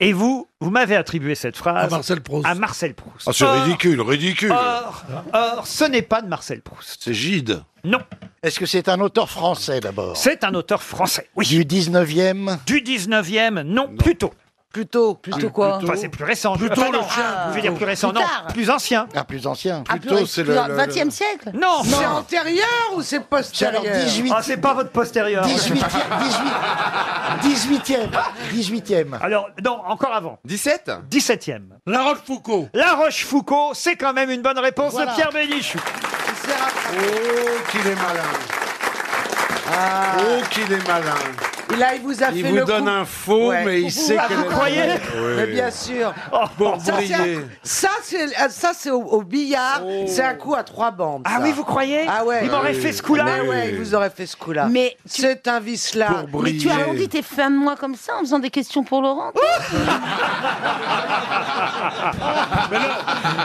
Speaker 1: Et vous, vous m'avez attribué cette phrase
Speaker 12: À Marcel Proust.
Speaker 1: à Marcel Proust.
Speaker 7: Ah, c'est
Speaker 1: Or-
Speaker 7: ridicule, ridicule.
Speaker 1: Or, or, ce n'est pas de Marcel Proust.
Speaker 7: C'est Gide.
Speaker 1: Non.
Speaker 5: Est-ce que c'est un auteur français d'abord
Speaker 1: C'est un auteur français, oui.
Speaker 5: Du 19e
Speaker 1: Du 19e, non, plutôt. Ah,
Speaker 5: Plutôt
Speaker 1: Plutôt quoi Enfin, c'est plus récent.
Speaker 5: Plutôt
Speaker 1: Enfin,
Speaker 5: le
Speaker 1: non,
Speaker 5: chien,
Speaker 1: Je
Speaker 5: plutôt.
Speaker 1: veux dire plus récent,
Speaker 5: Plus
Speaker 1: non.
Speaker 5: tard.
Speaker 1: Plus ancien.
Speaker 5: Ah, plus ancien.
Speaker 1: Ah, plutôt, c'est le- le- le-
Speaker 9: siècle
Speaker 1: Non,
Speaker 15: C'est
Speaker 1: non.
Speaker 15: antérieur ou c'est postérieur
Speaker 1: Ah, c'est pas votre postérieur.
Speaker 5: 18e. 18e.
Speaker 1: Alors, non, encore avant.
Speaker 14: 17
Speaker 1: 17e.
Speaker 12: La Rochefoucauld.
Speaker 1: La Rochefoucauld, c'est quand même une bonne réponse
Speaker 5: Voilà.
Speaker 1: de Pierre Bénichou.
Speaker 7: Oh, qu'il est malin.
Speaker 9: Ah.
Speaker 7: Oh, qu'il est malin.
Speaker 15: Et là, il vous a
Speaker 7: Il
Speaker 15: fait
Speaker 7: vous
Speaker 15: le
Speaker 7: donne
Speaker 15: coup.
Speaker 7: un faux, mais il
Speaker 15: Vous-
Speaker 7: sait
Speaker 15: ah,
Speaker 7: qu'elle
Speaker 15: vous
Speaker 7: est-
Speaker 15: croyez
Speaker 7: Oui.
Speaker 15: Mais bien sûr.
Speaker 1: Oh.
Speaker 7: Pour
Speaker 15: ça, c'est un-
Speaker 7: briller.
Speaker 15: ça, c'est ah, ça, c'est au, au billard.
Speaker 7: Oh.
Speaker 15: C'est un coup à trois bandes. Ah
Speaker 1: oui, vous croyez
Speaker 15: Ah ouais.
Speaker 1: Il m'aurait
Speaker 15: Oui.
Speaker 1: fait ce coup-là
Speaker 15: Mais ouais, il vous aurait fait ce coup-là.
Speaker 17: Mais
Speaker 15: c'est un vice là.
Speaker 17: Mais tu arrondis tes fins de mois comme ça en faisant des questions pour Laurent toi
Speaker 12: Mais non,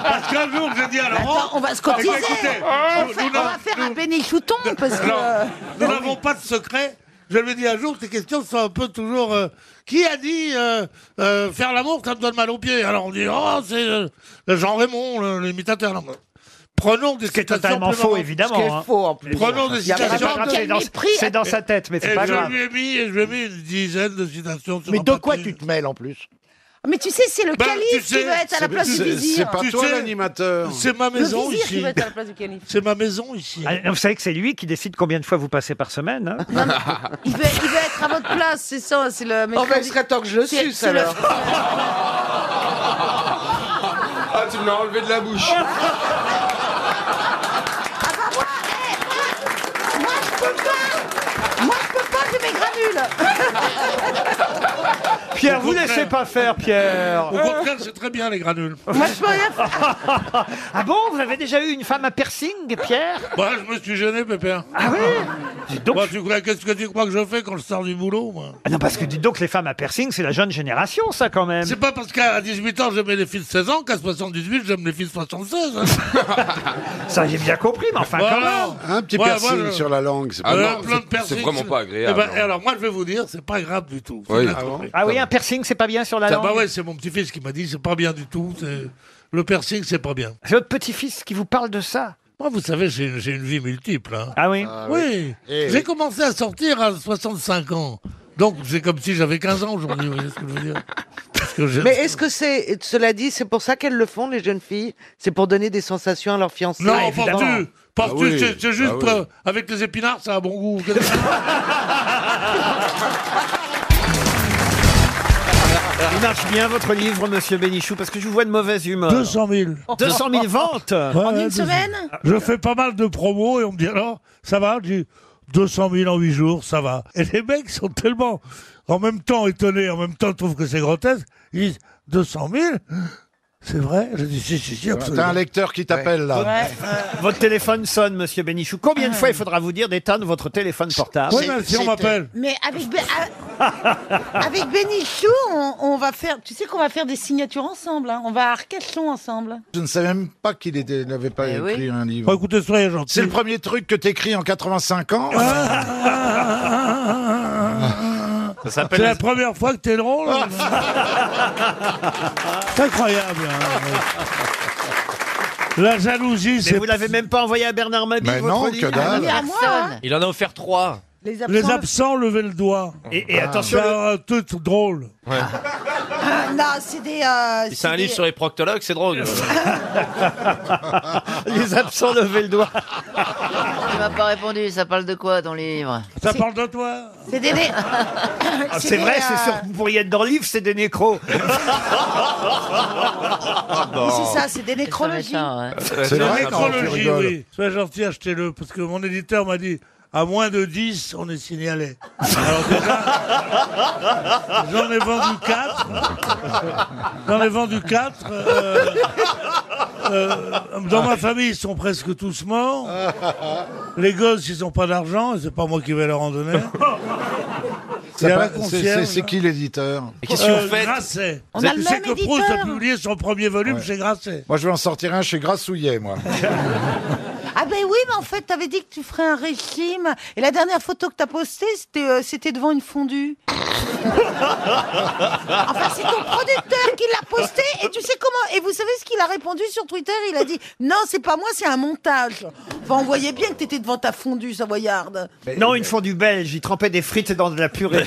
Speaker 12: parce qu'un jour, j'ai dit à Laurent.
Speaker 17: Attends, on va se cotiser.
Speaker 12: Eh ben, écoutez,
Speaker 17: Oh, on,
Speaker 12: nous-
Speaker 17: va faire,
Speaker 12: nous
Speaker 17: on va
Speaker 12: n'a-
Speaker 17: faire un bénichouton parce que. euh,
Speaker 12: Non, nous n'avons pas de secret. Je lui ai dit un jour, tes questions sont un peu toujours. euh, qui a dit euh, euh, faire l'amour, ça me donne mal aux pieds Alors on dit, oh, c'est euh, le Jean Raymond, le- l'imitateur. Non, mais Prenons des citations.
Speaker 1: totalement
Speaker 12: plus
Speaker 1: faux,
Speaker 12: marrantes.
Speaker 1: évidemment, Ce qui est hein. faux, en plus.
Speaker 12: Prenons des
Speaker 1: Il y a pas
Speaker 12: citations.
Speaker 1: de rattrapé, Quel dans- mépris. c'est dans sa tête, mais c'est
Speaker 12: Et
Speaker 1: pas
Speaker 12: je
Speaker 1: grave.
Speaker 12: Lui ai mis, et je lui ai mis une dizaine de citations sur
Speaker 5: Mais
Speaker 12: un
Speaker 5: de quoi
Speaker 12: papier.
Speaker 5: tu te mêles en plus
Speaker 17: Mais tu sais, c'est le
Speaker 12: Ben,
Speaker 17: calife
Speaker 12: tu
Speaker 17: qui
Speaker 12: sais,
Speaker 17: veut être à la
Speaker 12: c'est-
Speaker 17: place du
Speaker 12: c'est-
Speaker 17: vizir.
Speaker 12: c'est pas
Speaker 17: Tu
Speaker 12: toi
Speaker 17: sais,
Speaker 7: l'animateur.
Speaker 12: C'est ma
Speaker 17: Le
Speaker 12: maison
Speaker 17: vizir qui
Speaker 12: ici.
Speaker 17: veut être à la place du calife.
Speaker 12: C'est ma maison ici.
Speaker 1: Ah, Vous savez que c'est lui qui décide combien de fois vous passez par semaine. hein
Speaker 17: Il veut, il veut être à votre place, c'est ça, c'est le.
Speaker 15: Oh, ben, il serait temps que je le
Speaker 17: C'est-
Speaker 15: suce
Speaker 17: c'est le-
Speaker 15: alors.
Speaker 14: Ah, tu me l'as enlevé de la bouche.
Speaker 17: Moi, je peux pas Moi, je peux pas, j'ai mes granules
Speaker 1: Pierre,
Speaker 12: Au
Speaker 1: vous
Speaker 12: contraire.
Speaker 1: laissez pas faire, Pierre.
Speaker 12: Au
Speaker 17: Euh.
Speaker 12: contraire, c'est très bien les granules.
Speaker 1: Moi, je peux rien faire. ah bon Vous avez déjà eu une femme à piercing, Pierre
Speaker 12: Moi, Bah, je me suis gêné, Pépère.
Speaker 1: Ah oui donc...
Speaker 12: tu crois, qu'est-ce que tu crois que je fais quand je sors du boulot, moi
Speaker 1: Ah Non, parce que dites donc, les femmes à piercing, c'est la jeune génération, ça, quand même.
Speaker 12: C'est pas parce qu'à 18 ans, j'aimais les filles de 16 ans qu'à 78, j'aime les filles de 76. hein. Bah,
Speaker 1: Ça, j'ai bien compris, mais enfin,
Speaker 12: Voilà.
Speaker 1: quand même.
Speaker 7: Un petit
Speaker 12: Ouais,
Speaker 7: piercing
Speaker 12: voilà.
Speaker 7: sur la langue, c'est pas
Speaker 12: Ah
Speaker 7: mal.
Speaker 12: non, plein de piercings.
Speaker 6: c'est vraiment pas agréable,
Speaker 12: Eh ben,
Speaker 6: non.
Speaker 12: et alors, moi, je vais vous dire, c'est pas grave du tout.
Speaker 6: Oui.
Speaker 12: C'est
Speaker 6: Ah bon
Speaker 12: naturel.
Speaker 1: Ah oui, un piercing, c'est pas bien sur la
Speaker 12: Ah
Speaker 1: langue
Speaker 12: bah ouais, c'est mon petit-fils qui m'a dit, c'est pas bien du tout. c'est- Le piercing, c'est pas bien.
Speaker 1: C'est votre petit-fils qui vous parle de ça
Speaker 12: Moi, vous savez, j'ai j'ai une vie multiple. hein.
Speaker 1: Ah oui
Speaker 12: Oui.
Speaker 1: Eh
Speaker 12: J'ai
Speaker 1: oui.
Speaker 12: commencé à sortir à 65 ans. Donc, c'est comme si j'avais 15 ans aujourd'hui, vous voyez ce que je veux dire Parce que je-
Speaker 15: Mais est-ce que c'est, cela dit, c'est pour ça qu'elles le font, les jeunes filles C'est pour donner des sensations à leurs fiancés
Speaker 12: Non, penses-tu Parce
Speaker 8: Ah
Speaker 12: que
Speaker 8: oui,
Speaker 12: c'est- c'est juste
Speaker 8: ah oui.
Speaker 12: pour- avec les épinards, ça a bon goût.
Speaker 1: Il marche bien votre livre, monsieur Bénichou, parce que je vous vois de mauvaise humeur.
Speaker 12: 200 000.
Speaker 1: 200 000 ventes
Speaker 12: Ouais, ouais, 200 000. Je fais pas mal de promos et on me dit alors, ça va Je dis, 200 000 en 8 jours, ça va. Et les mecs sont tellement en même temps étonnés, en même temps trouvent que c'est grotesque. Ils disent 200 000 C'est vrai Je dis si, si, si, absolument.
Speaker 7: T'as un lecteur qui t'appelle là.
Speaker 1: Votre téléphone sonne, monsieur Bénichou. Combien de fois il faudra vous dire d'éteindre votre téléphone portable
Speaker 12: Ah. Oui, mais si on m'appelle.
Speaker 9: Mais avec, Bé-
Speaker 17: ah,
Speaker 9: à- avec Bénichou, on, on va faire. Tu sais qu'on va faire des signatures ensemble. hein. On va à Arcachon ensemble.
Speaker 7: Je ne savais même pas qu'il était- n'avait pas
Speaker 9: Eh oui.
Speaker 7: écrit un livre.
Speaker 12: Bon, Bah, écoutez, soyez Ah, gentil.
Speaker 7: C'est le premier truc que t'écris en 85 ans.
Speaker 1: Ça
Speaker 12: C'est la première fois que t'es drôle. hein. c'est incroyable. hein. La jalousie,
Speaker 1: Mais
Speaker 12: c'est
Speaker 1: vous l'avez même pas envoyé à Bernard Mabie,
Speaker 12: Mais
Speaker 1: votre
Speaker 12: non,
Speaker 1: livre
Speaker 12: que dalle. Ah, mais à moi.
Speaker 5: Il en a offert trois.
Speaker 17: Les
Speaker 12: les absents lever le doigt. Ah.
Speaker 1: Et- et attention,
Speaker 12: C'est un truc drôle.
Speaker 17: Ah, non, c'est des. euh,
Speaker 5: C'est un
Speaker 17: des-
Speaker 5: livre sur les proctologues, c'est drôle.
Speaker 1: Les absents levaient le doigt.
Speaker 18: Tu m'as pas répondu, ça parle de quoi dans les livres
Speaker 12: Ça parle de toi
Speaker 18: C'est des nés.
Speaker 1: Ah, c'est vrai, c'est sûr que vous pourriez être dans le livre, c'est des nécros.
Speaker 17: Oui, c'est ça, c'est des nécrologies.
Speaker 12: C'est
Speaker 7: vrai,
Speaker 12: la
Speaker 7: non, tu
Speaker 12: nécrologie,
Speaker 7: rigoles.
Speaker 12: oui. Sois gentil, achetez-le, parce que mon éditeur m'a dit, à moins de 10, on est signalé. Alors déjà, j'en ai vendu 4. J'en ai vendu 4. dans ma famille, ils sont presque tous morts. Les gosses, ils n'ont pas d'argent, et c'est pas moi qui vais leur en donner.
Speaker 7: Ça
Speaker 12: Il y a la
Speaker 7: pa- c'est-
Speaker 12: concierge.
Speaker 7: c'est- C'est qui l'éditeur
Speaker 12: Euh, Grasset.
Speaker 7: On a
Speaker 12: tu
Speaker 7: le
Speaker 12: sais
Speaker 7: même
Speaker 12: que Proust a
Speaker 7: éditeur.
Speaker 12: publié son premier volume
Speaker 7: Ouais.
Speaker 12: chez Grasset.
Speaker 7: Moi, je vais en sortir un chez Grassouillet, moi.
Speaker 9: Ah ben oui, mais en fait, t'avais dit que tu ferais un régime. Et la dernière photo que t'as postée, c'était euh, c'était devant une fondue. Enfin, c'est ton producteur qui l'a posté. Et tu sais comment Et vous savez ce qu'il a répondu sur Twitter Il a dit non, c'est pas moi, c'est un montage. Enfin, on voyait bien que t'étais devant ta fondue savoyarde.
Speaker 1: non, une fondue belge, il trempait des frites dans de la purée.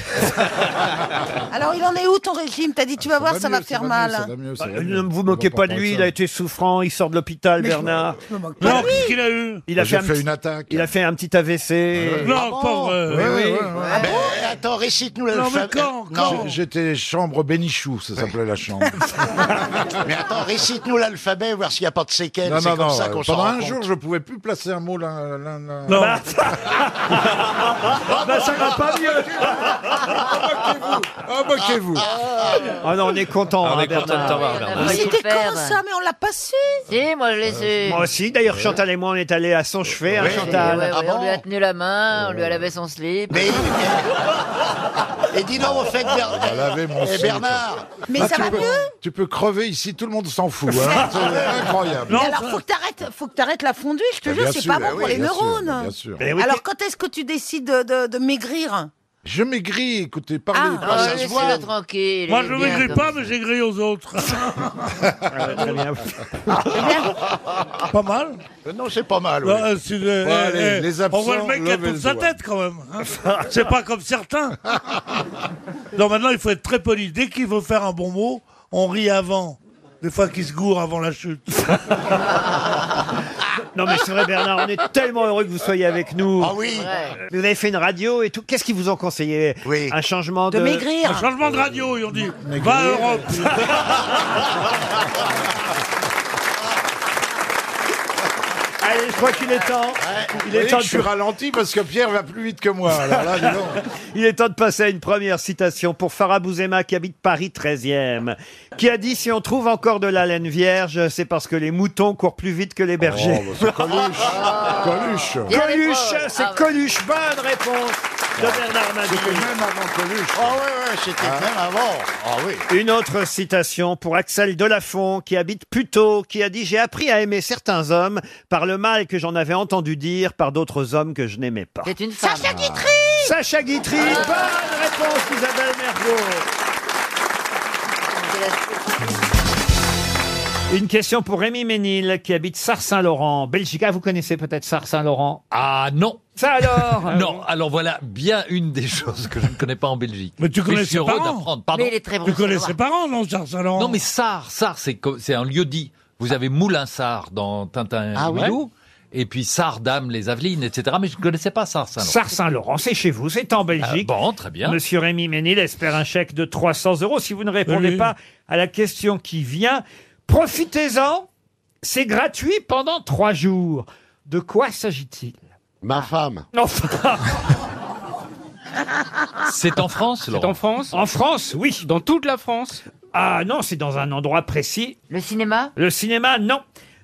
Speaker 9: Alors, il en est où ton régime T'as dit tu vas voir, ça va faire mal.
Speaker 1: Bah, ne vous moquez
Speaker 7: va
Speaker 1: pas
Speaker 7: pas
Speaker 1: de
Speaker 7: parler
Speaker 1: lui,
Speaker 7: de
Speaker 1: il
Speaker 7: ça.
Speaker 1: a été souffrant, il sort de l'hôpital, Bernard.
Speaker 9: je me moque
Speaker 12: pas
Speaker 11: Ah
Speaker 12: Non, de lui. qu'est-ce qu'il a eu
Speaker 1: Il a
Speaker 7: J'ai
Speaker 1: fait, un
Speaker 7: fait
Speaker 1: petit-
Speaker 7: une attaque.
Speaker 1: Il a fait un petit
Speaker 11: Euh,
Speaker 1: AVC.
Speaker 11: ah
Speaker 12: Non, pauvre. euh, Ah
Speaker 1: Oui, oui.
Speaker 11: Attends, récite-nous la
Speaker 12: Non, mais
Speaker 11: fa-
Speaker 12: quand,
Speaker 11: Non.
Speaker 7: J'ai- J'étais chambre Bénichou, ça s'appelait la chambre.
Speaker 11: Mais attends, récite-nous l'alphabet, voir s'il n'y a pas de séquelles.
Speaker 7: Non,
Speaker 11: C'est
Speaker 7: non,
Speaker 11: comme
Speaker 7: non,
Speaker 12: euh,
Speaker 11: ça qu'on s'en
Speaker 7: pendant
Speaker 11: rend
Speaker 7: un
Speaker 11: compte.
Speaker 7: jour, je pouvais plus placer un mot l'un. l'un- l'un-
Speaker 12: Non.
Speaker 1: bah, ça va pas mieux.
Speaker 7: Ah, moquez-vous.
Speaker 1: Ah non, on est content.
Speaker 5: Ah, on
Speaker 1: hein,
Speaker 5: est content de
Speaker 1: Bernard.
Speaker 5: t'avoir, Bernard.
Speaker 1: On est
Speaker 9: C'était
Speaker 1: content.
Speaker 9: quand ça Mais on l'a pas su.
Speaker 18: euh, Si, moi je l'ai su.
Speaker 1: Euh, Moi aussi, d'ailleurs, Chantal et moi, on est allés à son chevet, hein,
Speaker 18: Oui,
Speaker 1: Chantal.
Speaker 11: Ah
Speaker 18: ouais, ouais, on lui a tenu la main, on lui a lavé son slip.
Speaker 11: Et dis donc, au fait, Ber-
Speaker 7: Ah, lavez mon
Speaker 11: eh,
Speaker 7: slip.
Speaker 11: Bernard.
Speaker 9: Mais
Speaker 7: Ah,
Speaker 9: ça
Speaker 7: tu
Speaker 9: va
Speaker 7: peux-
Speaker 9: mieux
Speaker 7: Tu peux crever ici, tout le monde s'en fout. hein. C'est incroyable.
Speaker 9: Mais alors, faut que t'arrêtes, faut que t'arrêtes la fondue. Je te
Speaker 7: Bah,
Speaker 9: jure,
Speaker 7: bien
Speaker 9: c'est
Speaker 7: sûr,
Speaker 9: pas
Speaker 7: bah
Speaker 9: bon
Speaker 7: oui,
Speaker 9: pour les
Speaker 7: bien sûr,
Speaker 9: neurones.
Speaker 7: bah, bien sûr. Mais oui,
Speaker 9: Alors, quand est-ce que tu décides de, de- de maigrir
Speaker 7: Je maigris, écoutez, parlez.
Speaker 9: Ah,
Speaker 7: pas, ça
Speaker 18: oh,
Speaker 7: se
Speaker 18: laissez-le
Speaker 7: voit.
Speaker 18: tranquille.
Speaker 12: Moi,
Speaker 18: il est
Speaker 12: je ne
Speaker 18: bien
Speaker 12: maigris
Speaker 18: comme
Speaker 12: pas, mais j'ai grillé aux autres. Ah, pas mal
Speaker 11: Euh, Non, c'est pas mal.
Speaker 12: Non,
Speaker 11: oui.
Speaker 12: euh, c'est, euh,
Speaker 11: Bon,
Speaker 12: eh,
Speaker 11: allez,
Speaker 12: eh,
Speaker 11: les
Speaker 12: On voit le
Speaker 11: absents,
Speaker 12: mec qui a
Speaker 11: levez
Speaker 12: toute
Speaker 11: le
Speaker 12: sa
Speaker 11: doigt.
Speaker 12: tête quand même. hein. C'est pas comme certains. Non, maintenant, il faut être très poli. Dès qu'il veut faire un bon mot, on rit avant. Des fois qu'il se gourre avant la chute.
Speaker 1: Non, mais c'est vrai, Bernard, on est tellement heureux que vous soyez avec nous. Ah oui Vous avez fait une radio et tout. Qu'est-ce qu'ils vous ont conseillé Un changement de.
Speaker 12: Un changement de radio, ils ont dit. Va à Europe.
Speaker 1: Allez, je crois qu'il est temps. Il est
Speaker 7: Vous voyez
Speaker 1: temps
Speaker 7: que je suis
Speaker 1: de...
Speaker 7: ralenti parce que Pierre va plus vite que moi. Alors là, dis donc.
Speaker 1: Il est temps de passer à une première citation pour Farah Bouzema qui habite Paris 13e, qui a dit si on trouve encore de la laine vierge, c'est parce que les moutons courent plus vite que les bergers.
Speaker 7: Oh, bah, c'est Coluche. Coluche.
Speaker 1: Coluche, c'est Coluche, bonne réponse de Bernard Mabille.
Speaker 7: C'était même avant Coluche.
Speaker 1: Oh,
Speaker 11: Ah ouais, ouais, c'était même avant. Ah oui.
Speaker 1: Une autre citation pour Axel Delafont, qui habite Puteaux, qui a dit J'ai appris à aimer certains hommes par le mal que j'en avais entendu dire par d'autres hommes que je n'aimais pas.
Speaker 18: C'est une femme. Sacha Guitry
Speaker 1: Sacha Guitry, bonne réponse d'Isabelle Mergo. Une question pour Rémi Ménil, qui habite Sars-Saint-Laurent, Belgique. Ah, vous connaissez peut-être Sars-Saint-Laurent
Speaker 5: Ah non
Speaker 1: Ça alors
Speaker 5: Non, alors voilà bien une des choses que je ne connais pas en Belgique.
Speaker 12: Mais tu connais
Speaker 5: je suis
Speaker 12: ses
Speaker 5: heureux
Speaker 9: Oh.
Speaker 12: parents.
Speaker 5: d'apprendre, pardon.
Speaker 12: Tu connais ses parents, non, Charles Salon
Speaker 5: Non mais Sar, Sar c'est co- c'est un lieu dit. Vous avez Moulin Sar dans Tintin et
Speaker 11: Ah oui
Speaker 5: Milou,
Speaker 19: et puis Sardame, les Avelines, etc. Mais je ne connaissais pas Sars-Saint-Laurent.
Speaker 1: Sars-Saint-Laurent, c'est chez vous, c'est en Belgique.
Speaker 19: Ah, bon, très bien.
Speaker 1: Monsieur Rémi Ménil espère un chèque de 300 euros. Si vous ne répondez
Speaker 19: Oui.
Speaker 1: pas à la question qui vient, profitez-en. C'est gratuit pendant trois jours. De quoi s'agit-il Ma femme.
Speaker 18: Ah.
Speaker 19: C'est en France, Laurent
Speaker 1: en France En France, oui. Dans toute la France Ah non, c'est dans un endroit précis. Le cinéma Le cinéma, non.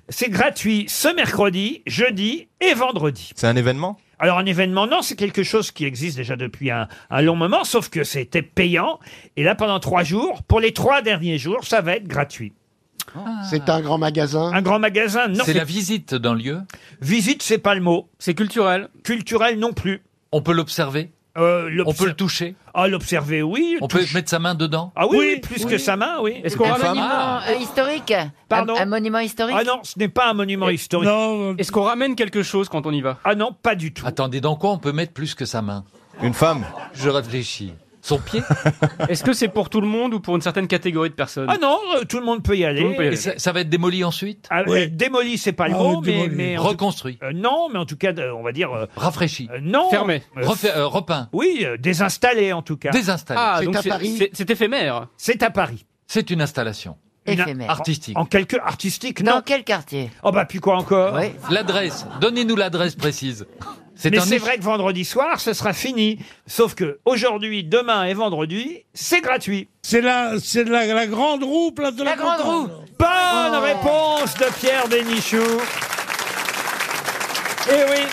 Speaker 1: C'est gratuit ce mercredi, jeudi et vendredi. C'est un événement alors un événement, non, c'est quelque chose qui existe déjà depuis un, un long moment, sauf que c'était payant. Et là, pendant trois jours, pour les trois derniers jours, ça va être gratuit. C'est un grand magasin Un grand magasin, non.
Speaker 19: C'est la visite d'un lieu
Speaker 1: Visite, c'est pas le mot. C'est culturel Culturel non plus. Euh,
Speaker 19: On peut l'observer On peut le toucher
Speaker 1: Ah, l'observer, oui.
Speaker 19: On peut mettre sa main dedans
Speaker 1: Ah oui, oui, plus que sa main, oui. Ah,
Speaker 18: un monument euh, historique
Speaker 1: Pardon
Speaker 18: un, un monument historique euh,
Speaker 1: Ah non, ce n'est pas un monument historique. Est-ce qu'on ramène quelque chose quand on y va Ah non, pas du tout.
Speaker 19: Attendez, dans quoi on peut mettre plus que sa main
Speaker 6: Une femme
Speaker 19: Je réfléchis. Son pied
Speaker 20: Est-ce que c'est pour tout le monde ou pour une certaine catégorie de personnes
Speaker 1: Ah non, euh, tout le monde peut y aller.
Speaker 20: Tout le monde peut y aller.
Speaker 19: Et ça, ça va être démoli ensuite
Speaker 1: Ah, euh, démoli, c'est pas le
Speaker 19: Ah,
Speaker 1: mot,
Speaker 19: oui,
Speaker 1: mais,
Speaker 19: démoli.
Speaker 1: mais en tout-
Speaker 19: Reconstruit.
Speaker 1: Euh, non, mais en tout cas, euh, on va dire euh,
Speaker 19: rafraîchi.
Speaker 1: euh, non.
Speaker 19: Fermé.
Speaker 1: Euh,
Speaker 19: Refait- euh, repeint.
Speaker 1: Oui, euh, désinstallé en tout cas.
Speaker 19: Désinstallé. Ah, donc c'est- c'est-
Speaker 1: éphémère. C'est à Paris.
Speaker 19: C'est une installation.
Speaker 1: Une-
Speaker 18: Éphémère.
Speaker 19: Artistique.
Speaker 1: En, en quelque artistique, non.
Speaker 18: Dans quel quartier
Speaker 1: Oh bah puis quoi encore
Speaker 19: L'adresse. Donnez-nous l'adresse précise. C'est
Speaker 1: Mais
Speaker 19: un
Speaker 1: c'est
Speaker 19: éche-
Speaker 1: vrai que vendredi soir, ce sera fini. Sauf que aujourd'hui, demain et vendredi, c'est gratuit.
Speaker 12: C'est la, c'est la, la grande roue, place de la,
Speaker 1: grande
Speaker 12: Concorde.
Speaker 1: Bonne réponse de Pierre Bénichou. Eh oui.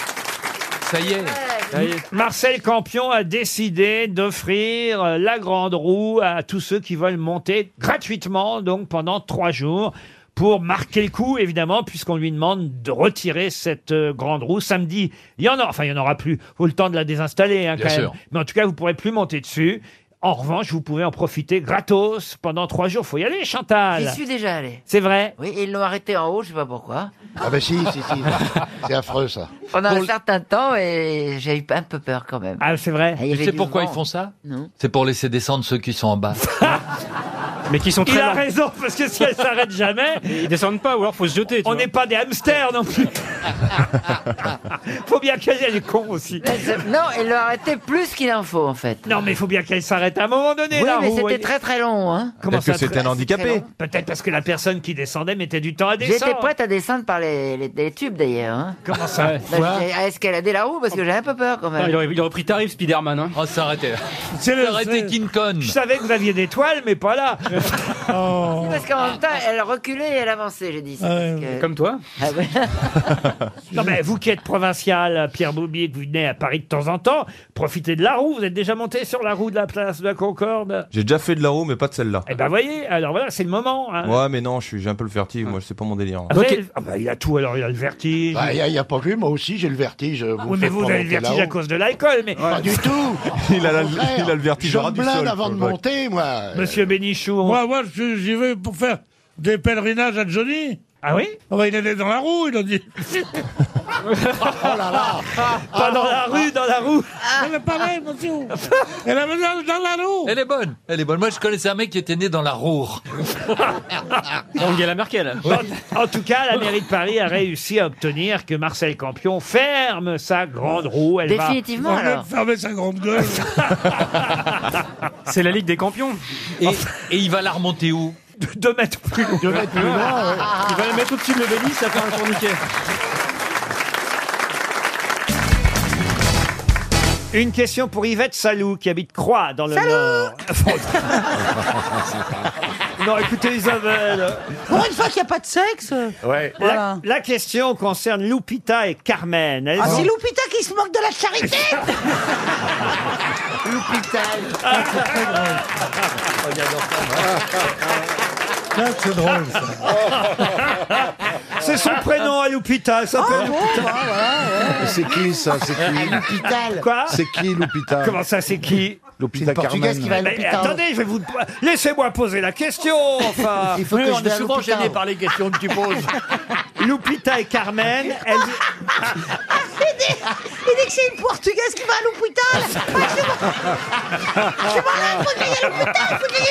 Speaker 19: Ça y est. Ça y est.
Speaker 1: Marcel Campion a décidé d'offrir euh, la grande roue à tous ceux qui veulent monter gratuitement, donc pendant trois jours, pour marquer le coup, évidemment, puisqu'on lui demande de retirer cette euh, grande roue. Samedi, il y en a, enfin, il n'y en aura plus. Faut le temps de la désinstaller, hein,
Speaker 19: Bien
Speaker 1: quand même.
Speaker 19: sûr.
Speaker 1: Mais en tout cas, vous pourrez plus monter dessus. En revanche, vous pouvez en profiter gratos pendant trois jours. Faut y aller, Chantal.
Speaker 18: J'y suis déjà allé.
Speaker 1: C'est vrai
Speaker 18: Oui, et ils l'ont arrêté en haut, je sais pas pourquoi.
Speaker 5: Ah bah si, si, si. C'est affreux ça.
Speaker 18: Pendant un certain temps, et j'ai eu un peu peur quand même.
Speaker 1: Ah, c'est vrai
Speaker 19: Tu sais pourquoi ils font ça
Speaker 18: Non.
Speaker 19: C'est pour laisser descendre ceux qui sont en bas.
Speaker 20: Mais qui sont très
Speaker 1: Il a
Speaker 20: lents.
Speaker 1: raison, parce que si elle s'arrête jamais.
Speaker 20: Ils descendent pas ou alors faut se jeter.
Speaker 1: On n'est pas des hamsters non plus. faut bien qu'elle elle est con aussi.
Speaker 18: Non, ils l'ont arrêté plus qu'il en faut en fait.
Speaker 1: Non, mais il faut bien qu'elle s'arrête à un moment donné.
Speaker 18: Oui,
Speaker 1: la
Speaker 18: mais
Speaker 1: roue,
Speaker 18: c'était
Speaker 1: voyez.
Speaker 18: très très long. Hein.
Speaker 1: Comment ça, très-
Speaker 18: Très long.
Speaker 1: Peut-être parce que la personne qui descendait mettait du temps à descendre.
Speaker 18: J'étais prête à descendre par les, les- les tubes d'ailleurs. hein.
Speaker 1: Comment ça Ah,
Speaker 18: Bah, j'ai- à escalader la roue parce que j'ai un peu peur quand même.
Speaker 20: il, aurait, il aurait pris tarif Spider-Man. Hein.
Speaker 19: Oh, s'arrêter.
Speaker 20: S'arrêter
Speaker 19: King Kong.
Speaker 1: Je savais que vous aviez des toiles, mais pas là.
Speaker 18: Parce qu'en même temps, elle reculait et elle avançait, j'ai dit. ça, Oh. parce que-
Speaker 20: Comme toi
Speaker 18: Ah ouais.
Speaker 1: Non, mais vous qui êtes provincial, Pierre Boubier, que vous venez à Paris de temps en temps, profitez de la roue. Vous êtes déjà monté sur la roue de la place de la Concorde.
Speaker 21: J'ai déjà fait de la roue, mais pas de celle-là.
Speaker 1: Eh ben, voyez, alors voilà, c'est le moment.
Speaker 4: Ah.
Speaker 1: hein.
Speaker 21: Ouais, mais non, je suis j'ai un peu le vertige, moi, c'est pas mon délire.
Speaker 1: Après, il- ah bah, il y a tout, alors il y a le vertige.
Speaker 5: Bah, il n'y a, pas vu, moi aussi j'ai le vertige. Vous
Speaker 1: oui, mais
Speaker 5: faites
Speaker 1: vous
Speaker 5: pas
Speaker 1: avez le
Speaker 5: monter
Speaker 1: vertige à
Speaker 5: là-haut.
Speaker 1: cause de l'alcool. Mais...
Speaker 5: Pas du tout
Speaker 21: Il a, la-
Speaker 5: Au contraire,
Speaker 21: il a le vertige
Speaker 5: je
Speaker 21: ras
Speaker 5: me
Speaker 21: du
Speaker 5: blinde
Speaker 21: sol.
Speaker 5: avant de
Speaker 21: Jacques.
Speaker 5: monter, moi.
Speaker 1: Monsieur Bénichou. on-
Speaker 12: Euh, Moi, moi, je- j'y vais pour faire des pèlerinages à Johnny.
Speaker 1: Ah oui
Speaker 12: bah, Il est allé dans la roue, il a dit.
Speaker 5: Oh
Speaker 1: Pas dans
Speaker 5: Ah.
Speaker 1: la rue, dans la roue.
Speaker 9: Ah.
Speaker 12: Elle est pareil, monsieur. Elle est dans, dans la roue.
Speaker 19: Elle est bonne. Elle est bonne. Moi, je connaissais un mec qui était né dans la Roure.
Speaker 20: Angela Merkel.
Speaker 1: En, en tout cas, la mairie de Paris a réussi à obtenir que Marcel Campion ferme sa grande roue. Elle va-
Speaker 18: Définitivement,
Speaker 12: On vient de fermer sa grande gueule.
Speaker 20: C'est la Ligue des Campions.
Speaker 19: Et, et il va la remonter où
Speaker 1: Deux mètres plus loin.
Speaker 20: Il va la mettre au-dessus de l'obélisque, ça fait un tourniquet.
Speaker 1: Une question pour Yvette Salou qui habite Croix dans le Nord.
Speaker 5: Ah,
Speaker 1: non, écoutez Isabelle.
Speaker 17: Pour une fois qu'il n'y a pas de sexe.
Speaker 1: Ouais. La, la question concerne Lupita et Carmen. Elles
Speaker 17: Ah,
Speaker 1: ont-
Speaker 17: c'est Loupita qui se moque de la charité
Speaker 1: c'est drôle C'est son prénom à Lupita, elle s'appelle Lupita.
Speaker 5: C'est qui ça C'est qui
Speaker 7: Euh,
Speaker 1: L'hôpital. Quoi
Speaker 5: C'est qui l'hôpital
Speaker 1: Comment ça, c'est qui
Speaker 5: L'hôpital Carmen.
Speaker 1: Mais attendez, je vais vous laissez-moi poser la question. Enfin,
Speaker 5: Il faut que Oui, je on vais est à souvent l'hôpital. gêné
Speaker 1: par les questions que tu poses. Lupita et Carmen, elles,
Speaker 9: Il dit que c'est une Portugaise qui va à l'hôpital. Ah, je je m'en vais, faut que j'aille à l'hôpital, faut que j'aille à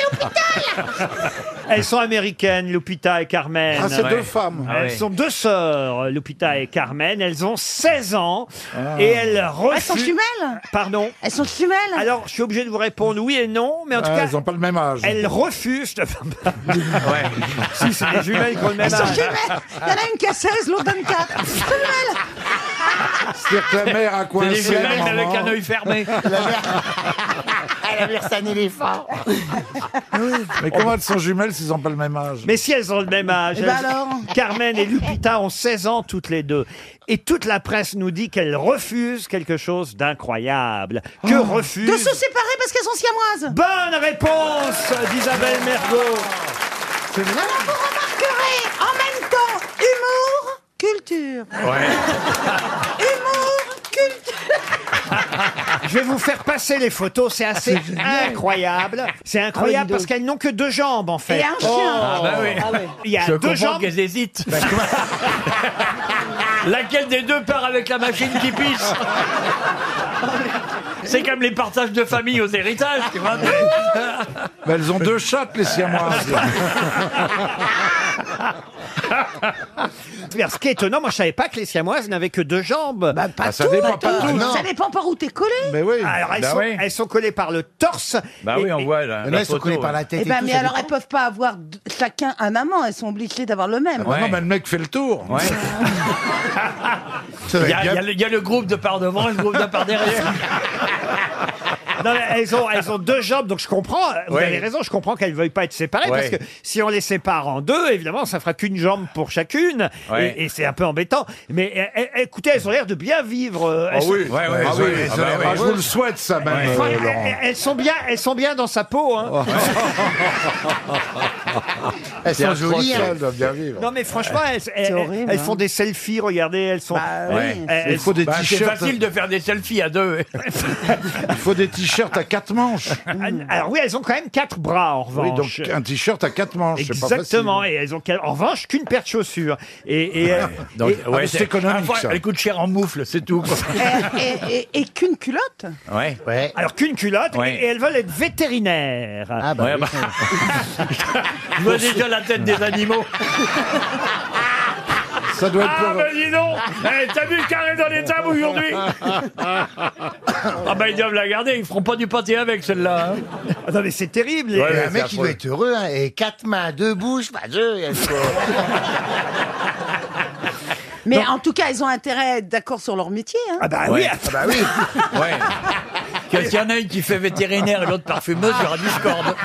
Speaker 9: l'hôpital.
Speaker 1: Elles sont américaines, Lupita et Carmen.
Speaker 22: Ah, c'est Ah ouais. deux femmes. Ah
Speaker 1: elles
Speaker 22: ouais.
Speaker 1: sont deux sœurs, Lupita et Carmen. Elles ont 16 ans
Speaker 7: Ah.
Speaker 1: et elles refusent.
Speaker 9: Ah, Elles sont jumelles
Speaker 1: Pardon
Speaker 9: Elles sont jumelles
Speaker 1: Alors, je suis obligé de vous répondre oui et non, mais en tout
Speaker 7: Ah,
Speaker 1: cas.
Speaker 7: elles ont pas le même âge.
Speaker 1: Elles refusent. de- si, c'est des jumelles qui ont le même
Speaker 9: Elles sont
Speaker 1: âge.
Speaker 9: jumelles. Il y en a une qui a 16, l'autre 24. Jumelles.
Speaker 7: C'est-à-dire que la mère a coincé.
Speaker 15: les jumelles, mais avec
Speaker 7: maman.
Speaker 15: un œil fermé.
Speaker 7: La mère-
Speaker 18: Elle a versé un éléphant.
Speaker 7: Mais comment elles sont jumelles s'ils n'ont pas le même âge
Speaker 1: Mais si elles ont le même âge.
Speaker 7: Eh ben
Speaker 1: elles-
Speaker 7: alors
Speaker 1: Carmen et Lupita ont 16 ans toutes les deux. Et toute la presse nous dit qu'elles refusent quelque chose d'incroyable. Que refusent
Speaker 9: De se séparer parce qu'elles sont siamoises.
Speaker 1: Bonne réponse d'Isabelle Mergot.
Speaker 9: C'est vrai. Alors vous remarquerez en même temps humour, culture. Humour,
Speaker 1: Je vais vous faire passer les photos, c'est assez incroyable. C'est
Speaker 15: Ah oui,
Speaker 1: incroyable
Speaker 15: dis donc.
Speaker 1: parce qu'elles n'ont que deux jambes en fait. Oh.
Speaker 15: Et un chien. Ah bah oui. Ah ouais.
Speaker 1: Il y a
Speaker 15: Je
Speaker 1: deux
Speaker 15: comprends
Speaker 1: jambes. Ben,
Speaker 15: qu'elles hésitent. Laquelle des deux part avec la machine qui pisse C'est comme les partages de famille aux héritages, tu vois.
Speaker 7: Bah, elles ont deux chattes, les siamoises.
Speaker 1: Ah, C'est-à-dire, Ce qui est étonnant, moi je savais pas que les siamoises n'avaient que deux jambes.
Speaker 7: pas ça toutes. dépend pas toutes.
Speaker 9: Ça dépend par où t'es collé. Eh
Speaker 1: Mais oui. Ah, Alors elles,
Speaker 7: Bah
Speaker 1: sont,
Speaker 7: oui.
Speaker 1: elles sont collées par le torse.
Speaker 23: Bah oui, on voit, là, Mais là, la elles sont photo, collées par la ouais.
Speaker 9: Eh ben, mais alors, elles peuvent pas avoir d- chacun un amant. Elles sont obligées d'avoir le même.
Speaker 7: Ah bah Non, mais le mec fait le tour.
Speaker 15: Il y, a- il y a le- il y a le groupe de par devant et le groupe de par derrière.
Speaker 1: Non, mais elles, ont, elles ont deux jambes, donc je comprends. Vous
Speaker 15: Ouais.
Speaker 1: avez raison, je comprends qu'elles ne veuillent pas être séparées,
Speaker 15: Ouais.
Speaker 1: parce que si on les sépare en deux, évidemment, ça fera qu'une jambe pour chacune,
Speaker 15: Ouais.
Speaker 1: et, et c'est un peu embêtant. Mais eh, eh, écoutez, elles ont l'air de bien vivre. euh, elles sont-
Speaker 7: Ah oui, ça- ah, je vous le souhaite, ça, même,
Speaker 1: Enfin,
Speaker 7: euh,
Speaker 1: eh,
Speaker 7: Laurent.
Speaker 1: eh, elles sont bien, elles sont bien dans sa peau. hein.
Speaker 7: Elles
Speaker 1: Bien
Speaker 7: sont jolies.
Speaker 1: croquées.
Speaker 7: hein. Elles doivent bien vivre.
Speaker 1: Non mais franchement, elles, elles-
Speaker 15: horrible,
Speaker 1: elles
Speaker 15: hein.
Speaker 1: font des selfies. Regardez, elles sont. Eh,
Speaker 7: oui.
Speaker 1: elles-
Speaker 7: Il faut des
Speaker 15: Bah, C'est
Speaker 7: t-shirts.
Speaker 15: facile de faire des selfies à deux.
Speaker 7: Il faut des t-shirts à quatre manches.
Speaker 1: Ah, Alors oui, elles ont quand même quatre bras en
Speaker 7: Oui,
Speaker 1: revanche.
Speaker 7: donc un t-shirt à quatre manches. c'est pas facile.
Speaker 1: Exactement, et elles ont qu'à- en revanche qu'une paire de chaussures. Et, et,
Speaker 15: Donc,
Speaker 1: et-
Speaker 15: ouais, Ah, c'est-
Speaker 7: économique,
Speaker 15: un fois,
Speaker 7: ça.
Speaker 15: Elle coûte cher en moufle, c'est tout. quoi.
Speaker 9: Et, et- et- et qu'une culotte.
Speaker 15: ouais.
Speaker 1: Alors qu'une culotte,
Speaker 15: Ouais.
Speaker 1: et, et elles veulent être vétérinaires. Ah
Speaker 15: bah Ouais, oui. bah. Je vois déjà la tête des animaux.
Speaker 7: Ça doit être
Speaker 15: Ah,
Speaker 7: pour- euh,
Speaker 15: bah dis donc Eh, T'as vu le carré dans les tables aujourd'hui Ah, bah ils doivent la garder, ils feront pas du pâté avec celle-là. hein.
Speaker 1: Ah, non, mais c'est terrible.
Speaker 15: les-
Speaker 11: un mec qui doit être heureux, hein, et quatre mains, deux bouches, pas deux. elles sont-
Speaker 9: Mais en tout cas, elles ont intérêt à être d'accord sur leur métier. hein.
Speaker 1: Ah bah
Speaker 15: Ouais. Ah bah oui. Ouais. Que s'il y en a une qui fait vétérinaire et l'autre parfumeuse, il y aura discorde.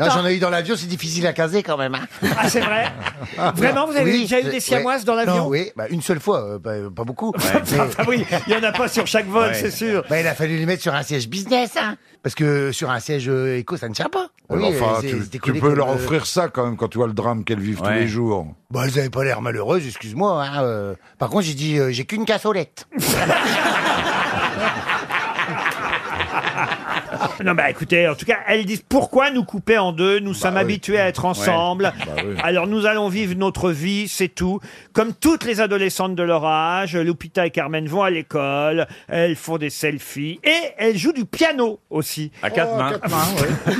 Speaker 11: Non, J'en ai eu dans l'avion, c'est difficile à caser quand même. hein.
Speaker 1: Ah, c'est vrai Vraiment, vous avez
Speaker 11: Oui,
Speaker 1: déjà eu
Speaker 11: c'est-
Speaker 1: des siamoises
Speaker 11: ouais.
Speaker 1: dans l'avion
Speaker 11: Non, Oui, bah, une seule fois, euh, pas, pas beaucoup.
Speaker 1: Ah oui, il n'y en a pas sur chaque vol, c'est sûr.
Speaker 11: Bah, il a fallu les mettre sur un siège business, hein. parce que sur un siège euh, éco, ça ne tient pas.
Speaker 7: Oui,
Speaker 11: Oui,
Speaker 7: mais enfin,
Speaker 11: euh, c'est-
Speaker 7: tu,
Speaker 11: c'est
Speaker 7: tu
Speaker 11: décollé
Speaker 7: peux
Speaker 11: comme,
Speaker 7: leur
Speaker 11: euh,
Speaker 7: offrir ça quand même quand tu vois le drame qu'elles vivent tous les jours.
Speaker 11: Bah, elles n'avaient pas l'air malheureuses, excuse-moi. hein, euh. Par contre, j'ai dit, euh, j'ai qu'une cassolette.
Speaker 1: Non, bah écoutez, en tout cas, elles disent pourquoi nous couper en deux Nous sommes habitués à être ensemble.
Speaker 15: Bah oui.
Speaker 1: Alors nous allons vivre notre vie, c'est tout. Comme toutes les adolescentes de leur âge, Lupita et Carmen vont à l'école, elles font des selfies et elles jouent du piano aussi.
Speaker 11: À quatre Oh, à mains. quatre mains,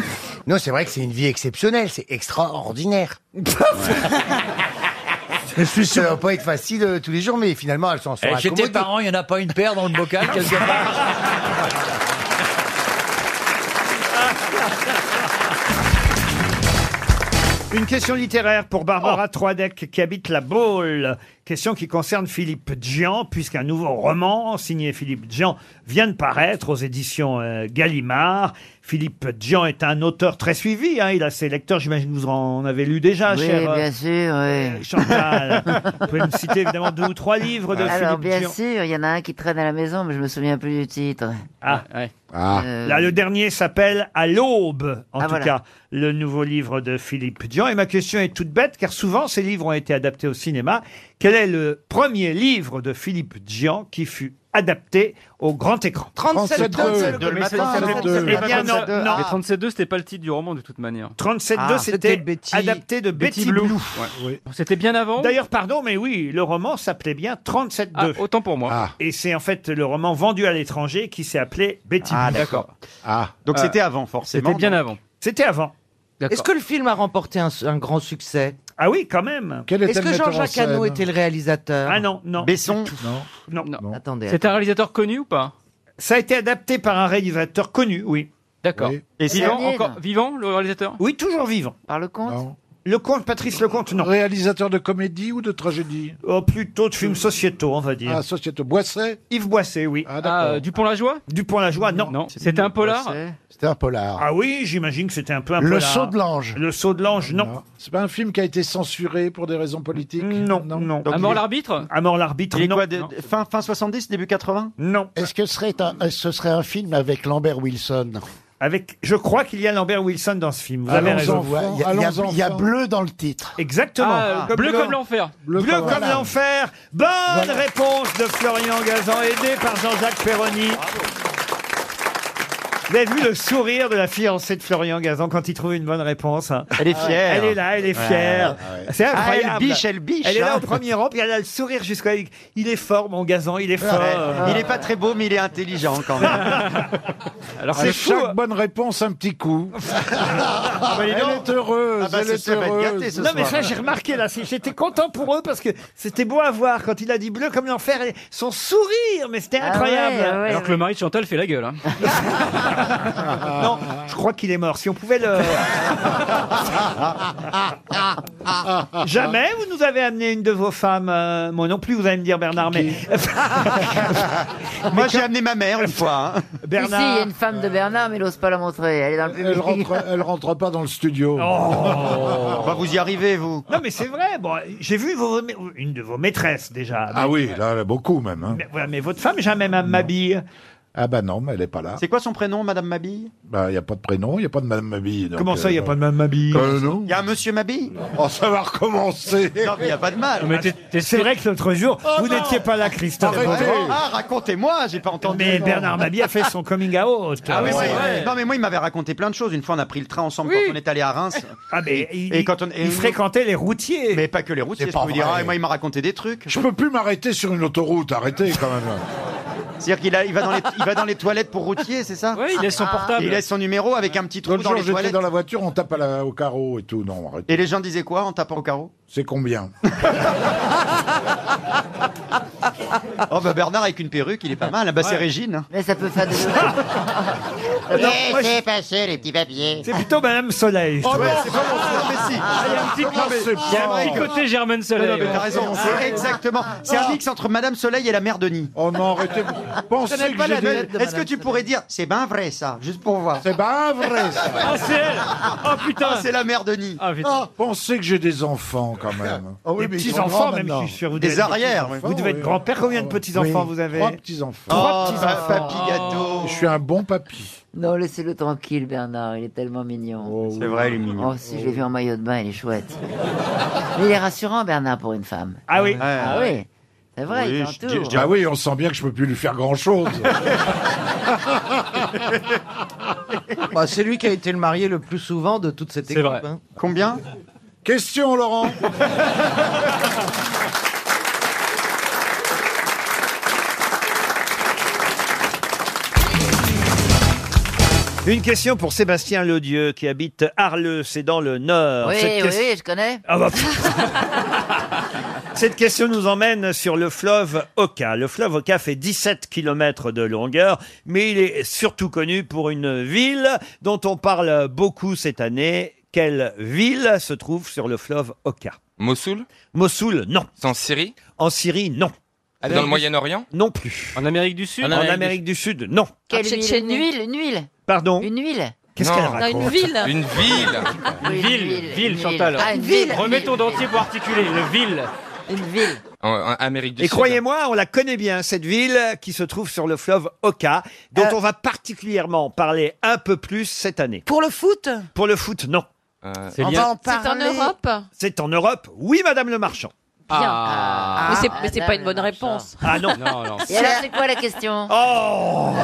Speaker 11: non, c'est vrai que c'est une vie exceptionnelle, c'est extraordinaire. Je suis sûr. Ça va pas être facile euh, tous les jours, mais finalement, elles s'en sont
Speaker 15: Eh, Chez tes
Speaker 11: accommodées.
Speaker 15: parents, il n'y en a pas une paire dans le bocal quelque part
Speaker 1: Une question littéraire pour Barbara Troidec qui habite la Baule. Question qui concerne Philippe Gian, puisqu'un nouveau roman signé Philippe Gian vient de paraître aux éditions euh, Gallimard. Philippe Gian est un auteur très suivi. hein. Il a ses lecteurs, j'imagine que vous en avez lu déjà,
Speaker 18: Oui,
Speaker 1: cher, euh,
Speaker 18: bien sûr, oui.
Speaker 1: Chantal. vous pouvez me citer évidemment deux ou trois livres de
Speaker 18: Alors,
Speaker 1: Philippe
Speaker 18: bien
Speaker 1: Gian.
Speaker 18: sûr, il y en a un qui traîne à la maison, mais je me souviens plus du titre.
Speaker 1: Ah,
Speaker 18: Euh,
Speaker 1: Là, le dernier s'appelle À l'aube, en
Speaker 18: Ah,
Speaker 1: tout
Speaker 18: voilà.
Speaker 1: cas, le nouveau livre de Philippe Dian. Et ma question est toute bête, car souvent ces livres ont été adaptés au cinéma. Quel est le premier livre de Philippe Dian qui fut adapté au grand écran.
Speaker 24: 37 37 le matin.
Speaker 1: Eh bien, non, non.
Speaker 24: Mais 37-2, c'était pas le titre du roman de toute manière.
Speaker 1: 37-2,
Speaker 15: Ah,
Speaker 1: c'était adapté de Betty, Blue. C'était bien avant. D'ailleurs, pardon, mais oui, le roman s'appelait bien 37-2. autant pour moi. Et c'est en fait le roman vendu à l'étranger qui s'est appelé Betty
Speaker 6: Ah,
Speaker 1: Blue.
Speaker 6: d'accord. Ah, donc c'était avant, forcément, C'était bien donc. avant.
Speaker 1: C'était avant.
Speaker 15: Est-ce que le film a remporté un, un grand succès
Speaker 1: Ah oui, quand même.
Speaker 6: Quel était
Speaker 15: Est-ce
Speaker 6: le
Speaker 15: que
Speaker 6: metteur en
Speaker 15: Jean-Jacques
Speaker 6: scène
Speaker 15: Hano était le réalisateur
Speaker 1: Ah non, non.
Speaker 6: Besson
Speaker 1: Non.
Speaker 15: Attendez.
Speaker 24: C'est un réalisateur connu ou pas
Speaker 1: Ça a été adapté par un réalisateur connu, oui.
Speaker 24: D'accord. Et vivant, encore, vivant, le réalisateur
Speaker 1: Oui, toujours vivant.
Speaker 24: Par le compte
Speaker 1: Le comte, Patrice Lecomte, non.
Speaker 7: Réalisateur de comédie ou de tragédie
Speaker 1: Oh, plutôt de films sociétaux, on va dire.
Speaker 7: Ah, sociétaux. Boisset
Speaker 1: Yves Boisset, oui.
Speaker 7: Ah,
Speaker 24: Ah,
Speaker 7: d'accord.
Speaker 24: euh, Dupont-Lajoie
Speaker 1: Dupont-Lajoie, non.
Speaker 24: Non. C'était un polar
Speaker 7: C'était un polar.
Speaker 1: Ah oui, j'imagine que c'était un peu un
Speaker 7: Le
Speaker 1: polar.
Speaker 7: saut de l'ange.
Speaker 1: Le saut de l'ange, non.
Speaker 7: C'est pas un film qui a été censuré pour des raisons politiques
Speaker 1: Non, non. Ah,
Speaker 7: Donc,
Speaker 1: À
Speaker 7: il est-
Speaker 24: l'arbitre
Speaker 1: À mort l'arbitre,
Speaker 7: Il est
Speaker 1: non.
Speaker 7: quoi, de- de-
Speaker 1: fin, 70, début 80 Non.
Speaker 11: Est-ce que ce serait un, est-ce que ce serait un film avec Lambert Wilson
Speaker 1: Avec, je crois qu'il y a Lambert Wilson dans ce film. Vous
Speaker 11: Allons
Speaker 1: avez raison.
Speaker 11: enfants, Il y a- il y a- allons il y a enfants. bleu dans le titre.
Speaker 1: Exactement.
Speaker 24: Ah, bleu comme l'enfer.
Speaker 1: Bleu,
Speaker 24: Bleu
Speaker 1: comme
Speaker 24: comme l'enfer.
Speaker 1: l'enfer. Bonne
Speaker 24: Voilà.
Speaker 1: réponse de Florian Gazan, aidé par Jean-Jacques Perroni. Vous avez vu le sourire de la fiancée de Florian Gazan quand il trouve une bonne réponse. hein.
Speaker 5: Elle est fière.
Speaker 1: Elle est là, elle est fière.
Speaker 5: Ouais, ouais, ouais.
Speaker 1: C'est
Speaker 5: Ah,
Speaker 1: incroyable.
Speaker 5: elle biche, elle biche,
Speaker 1: Elle est là
Speaker 5: hein.
Speaker 1: au premier rang, puis elle a le sourire jusqu'à. Il est fort, mon Gazan, il est fort.
Speaker 5: Ouais. Il est pas très beau, mais il est intelligent quand même.
Speaker 7: Alors
Speaker 1: c'est Ah,
Speaker 7: c'est
Speaker 1: fou,
Speaker 7: Ah, chaque
Speaker 1: hein.
Speaker 7: bonne réponse un petit coup.
Speaker 1: Elle
Speaker 7: est heureuse,
Speaker 1: Ah bah,
Speaker 7: elle
Speaker 1: ce
Speaker 7: est
Speaker 1: soir va être
Speaker 7: heureuse.
Speaker 1: gâtée, ce non, mais ça,
Speaker 7: soir.
Speaker 1: j'ai remarqué, là. c'est- J'étais content pour eux parce que c'était beau à voir quand il a dit bleu comme l'enfer et son sourire, mais c'était
Speaker 24: Ah
Speaker 1: incroyable.
Speaker 24: ouais, ouais, Alors que le mari de Chantal fait la gueule. hein.
Speaker 1: Non, je crois qu'il est mort. Si on pouvait le. Jamais vous nous avez amené une de vos femmes. euh, moi non plus, vous allez me dire, Bernard, mais.
Speaker 5: Moi, j'ai amené ma mère une fois.
Speaker 1: Bernard.
Speaker 18: Ici, il y a une femme de Bernard, mais il n'ose pas la montrer. Elle est dans le public.
Speaker 7: Elle rentre, elle rentre pas dans le studio.
Speaker 1: Bah, vous y arrivez, vous. Non, mais c'est vrai. Bon, j'ai vu vos- une de vos maîtresses déjà.
Speaker 7: Ah oui, là, là, beaucoup même. hein.
Speaker 1: Mais, ouais, mais votre femme, jamais, Mme Mabille.
Speaker 7: Ah bah non, mais elle est pas là.
Speaker 5: C'est quoi son prénom, Madame Mabille
Speaker 7: Bah, il n'y a pas de prénom, il n'y a pas de Madame Mabille. donc,
Speaker 1: Comment ça, il n'y a
Speaker 7: euh,
Speaker 1: pas de Mme Mabille
Speaker 7: Euh, non.
Speaker 5: Il y a un Monsieur Mabille
Speaker 7: Oh, ça va recommencer.
Speaker 5: Non, mais il n'y a pas de mal.
Speaker 1: C'est vrai que l'autre jour,
Speaker 5: Oh
Speaker 1: vous
Speaker 5: non
Speaker 1: n'étiez pas là, Christophe.
Speaker 5: Arrêtez.
Speaker 1: Beaugrand.
Speaker 5: Ah, racontez-moi, j'ai pas entendu.
Speaker 1: Mais Bernard Mabille a fait son coming out.
Speaker 5: Ah oui,
Speaker 1: Euh,
Speaker 5: c'est vrai. Non, mais moi, il m'avait raconté plein de choses. Une fois, on a pris le train ensemble quand on est allé à Reims.
Speaker 1: Ah, mais il-
Speaker 5: quand on,
Speaker 1: il fréquentait les routiers.
Speaker 5: Mais pas que les routiers,
Speaker 7: C'est
Speaker 5: je
Speaker 7: pas
Speaker 5: peux vous dire.
Speaker 7: vrai.
Speaker 5: Ah, et moi, il m'a raconté des trucs.
Speaker 7: Je peux plus m'arrêter sur une autoroute, arrêtez quand même.
Speaker 5: C'est-à-dire qu'il a- il va, dans les, il va dans les toilettes pour routier, c'est ça
Speaker 7: Oui, il laisse son portable.
Speaker 5: Il laisse son numéro avec un petit trou
Speaker 7: L'autre
Speaker 5: dans
Speaker 7: jour,
Speaker 5: les
Speaker 7: j'étais
Speaker 5: toilettes.
Speaker 7: dans la voiture, on tape à la- au carreau et tout. Non, arrêtez.
Speaker 5: Et les gens disaient quoi en tapant au carreau
Speaker 7: C'est combien
Speaker 5: Oh, bah Bernard avec une perruque, il est pas mal. Ah, Bah, c'est
Speaker 18: Ouais.
Speaker 5: Régine.
Speaker 18: Mais ça peut faire des.
Speaker 1: Laissez
Speaker 18: passer les petits papiers.
Speaker 1: C'est plutôt Madame Soleil. je
Speaker 5: Oh
Speaker 1: trouvais.
Speaker 5: non, c'est pas mon frère, mais si.
Speaker 24: Ah, il y a un petit-
Speaker 5: Non, mais-
Speaker 24: il y a un
Speaker 5: c'est
Speaker 24: petit
Speaker 5: vrai que-
Speaker 24: côté Germaine Soleil,
Speaker 5: Non, non, mais
Speaker 24: ouais.
Speaker 5: t'as raison, c'est exactement. C'est un mix entre Madame Soleil et la mère Denis.
Speaker 7: Oh non, arrêtez. Pensez
Speaker 5: Est-ce
Speaker 7: que j'ai des-
Speaker 5: que tu pourrais dire c'est ben vrai ça, juste pour voir
Speaker 7: C'est ben vrai ça.
Speaker 5: Ah, c'est elle Oh putain C'est la mère Denis
Speaker 7: Ah, pensez que j'ai des enfants quand même.
Speaker 5: Ah oui,
Speaker 1: des
Speaker 5: mais ils sont
Speaker 1: petits-enfants,
Speaker 5: grands
Speaker 1: même,
Speaker 5: maintenant.
Speaker 1: je suis sûr. Vous
Speaker 5: Des
Speaker 1: devez être
Speaker 5: arrières,
Speaker 1: petits-enfants.
Speaker 5: oui.
Speaker 1: Vous devez être
Speaker 5: Oui.
Speaker 1: grand-père. Combien de petits-enfants
Speaker 7: Oui.
Speaker 1: vous avez
Speaker 7: Trois petits-enfants.
Speaker 1: Trois
Speaker 7: Oh,
Speaker 1: petits-enfants.
Speaker 5: Papy gâteau
Speaker 7: Je suis un bon papy.
Speaker 18: Non, laissez-le tranquille, Bernard. Il est tellement mignon.
Speaker 5: C'est vrai, il est mignon.
Speaker 18: Oh, si je l'ai vu en maillot de bain, il est chouette. Mais il est rassurant, Bernard, pour une femme.
Speaker 1: Ah oui.
Speaker 18: Ah oui. C'est vrai, il t'entoure.
Speaker 7: Ah oui, on sent bien que je peux plus lui faire grand chose.
Speaker 15: Bah, c'est lui qui a été le marié le plus souvent de toute cette équipe.
Speaker 24: vrai.
Speaker 25: hein.
Speaker 5: Combien
Speaker 7: Question, Laurent.
Speaker 1: Une question pour Sébastien Ledieu qui habite Arleux, c'est dans le Nord.
Speaker 18: Oui,
Speaker 1: Cette
Speaker 18: oui,
Speaker 1: question-
Speaker 18: je connais.
Speaker 1: Ah bah, pff. Cette question nous emmène sur le fleuve Oka. Le fleuve Oka fait 17 km de longueur, mais il est surtout connu pour une ville dont on parle beaucoup cette année. Quelle ville se trouve sur le fleuve Oka
Speaker 26: Mossoul
Speaker 1: Mossoul, non.
Speaker 26: C'est en Syrie
Speaker 1: En Syrie, non.
Speaker 26: C'est dans le Moyen-Orient
Speaker 1: Non plus.
Speaker 24: En Amérique du Sud
Speaker 1: En Amérique du Sud, non.
Speaker 18: Quelle huile, une huile, une huile.
Speaker 1: Pardon
Speaker 18: Une huile.
Speaker 1: Qu'est-ce qu'elle raconte
Speaker 26: Une ville
Speaker 18: Oui,
Speaker 24: Ville, ville, Chantal.
Speaker 18: Ah, une ville.
Speaker 24: Remets ton dentier pour articuler. Le ville.
Speaker 18: Une ville.
Speaker 26: en, en Amérique du
Speaker 1: Et
Speaker 26: Sud.
Speaker 1: croyez-moi, on la connaît bien, cette ville qui se trouve sur le fleuve Oka, dont on va particulièrement parler un peu plus cette année.
Speaker 17: Pour le foot
Speaker 1: Pour le foot, non.
Speaker 17: On va en parler.
Speaker 1: C'est en Europe, oui, Madame le Marchand.
Speaker 18: Ah.
Speaker 1: Mais c'est-
Speaker 18: mais c'est pas une bonne réponse.
Speaker 1: Ah non.
Speaker 18: Et alors, c'est quoi la question
Speaker 1: Oh.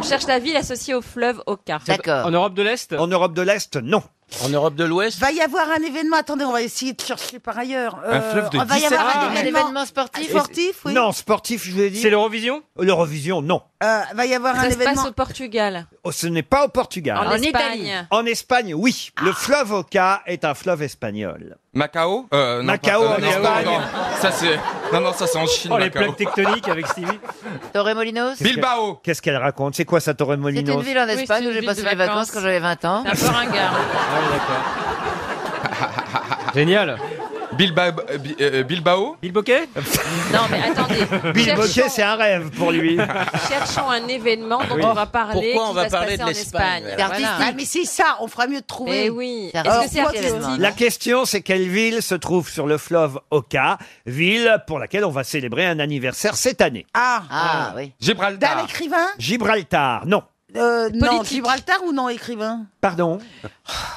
Speaker 18: On cherche la ville associée au fleuve au car.
Speaker 1: En Europe de l'Est En Europe de l'Est, non. En Europe de l'Ouest
Speaker 9: Va y avoir un événement. Attendez, on va essayer de chercher par ailleurs. Euh,
Speaker 1: Un fleuve de
Speaker 9: on va y
Speaker 1: 17
Speaker 9: avoir
Speaker 1: Ah,
Speaker 9: un,
Speaker 1: un
Speaker 9: événement,
Speaker 18: événement sportif
Speaker 9: Sportif, oui.
Speaker 1: Non, sportif, je vous l'ai dit. C'est l'Eurovision L'Eurovision, non.
Speaker 9: Euh, va y avoir
Speaker 18: Ça
Speaker 9: un
Speaker 18: se
Speaker 9: événement.
Speaker 18: passe au Portugal.
Speaker 1: Oh, ce n'est pas au Portugal.
Speaker 18: En En Espagne. Ah. Italie.
Speaker 1: En Espagne, oui. Le fleuve Oca est un fleuve espagnol.
Speaker 5: Macao Euh, non,
Speaker 1: Macao,
Speaker 5: pas-
Speaker 1: en
Speaker 5: non,
Speaker 1: Espagne.
Speaker 5: non, ça c'est. Non, non, ça c'est en Chine.
Speaker 1: Oh, les
Speaker 5: Macao.
Speaker 1: plaques tectoniques avec
Speaker 5: Stevie.
Speaker 18: Torremolinos
Speaker 1: Qu'est-ce qu'elle- Qu'est-ce qu'elle raconte C'est quoi ça,
Speaker 18: C'est
Speaker 1: Torremolinos
Speaker 18: une ville en
Speaker 27: Oui,
Speaker 18: Espagne
Speaker 27: c'est
Speaker 18: où
Speaker 27: une
Speaker 18: j'ai
Speaker 27: ville
Speaker 18: passé
Speaker 27: de
Speaker 18: mes
Speaker 27: vacances.
Speaker 18: vacances quand j'avais 20 ans.
Speaker 27: C'est un peu ringard.
Speaker 1: Ah,
Speaker 5: Génial. Bilbao. euh, Bi- euh, Bilbao Bilboquet
Speaker 18: Non, mais attendez.
Speaker 1: Bill
Speaker 18: Cherchons-
Speaker 1: Bocquet, c'est un rêve pour lui.
Speaker 18: Cherchons un événement dont
Speaker 1: Oui.
Speaker 18: on va parler.
Speaker 1: Pourquoi
Speaker 18: qui
Speaker 1: on va
Speaker 18: va se
Speaker 1: parler
Speaker 18: passer
Speaker 1: de
Speaker 18: en
Speaker 1: l'Espagne,
Speaker 18: Espagne
Speaker 1: voilà.
Speaker 9: Ah, mais c'est ça, on fera mieux de trouver.
Speaker 18: Mais oui.
Speaker 9: Ça
Speaker 18: Est-ce que
Speaker 9: reste
Speaker 18: c'est
Speaker 9: quoi que-
Speaker 18: artistique
Speaker 1: La question, c'est quelle ville se trouve sur le fleuve Oka, ville pour laquelle on va célébrer un anniversaire cette année
Speaker 9: Ah,
Speaker 18: Ah, oui.
Speaker 9: D'un
Speaker 1: Gibraltar.
Speaker 9: écrivain
Speaker 1: Gibraltar, non.
Speaker 9: Euh, Non,
Speaker 1: Politique.
Speaker 9: Gibraltar ou non écrivain
Speaker 1: Pardon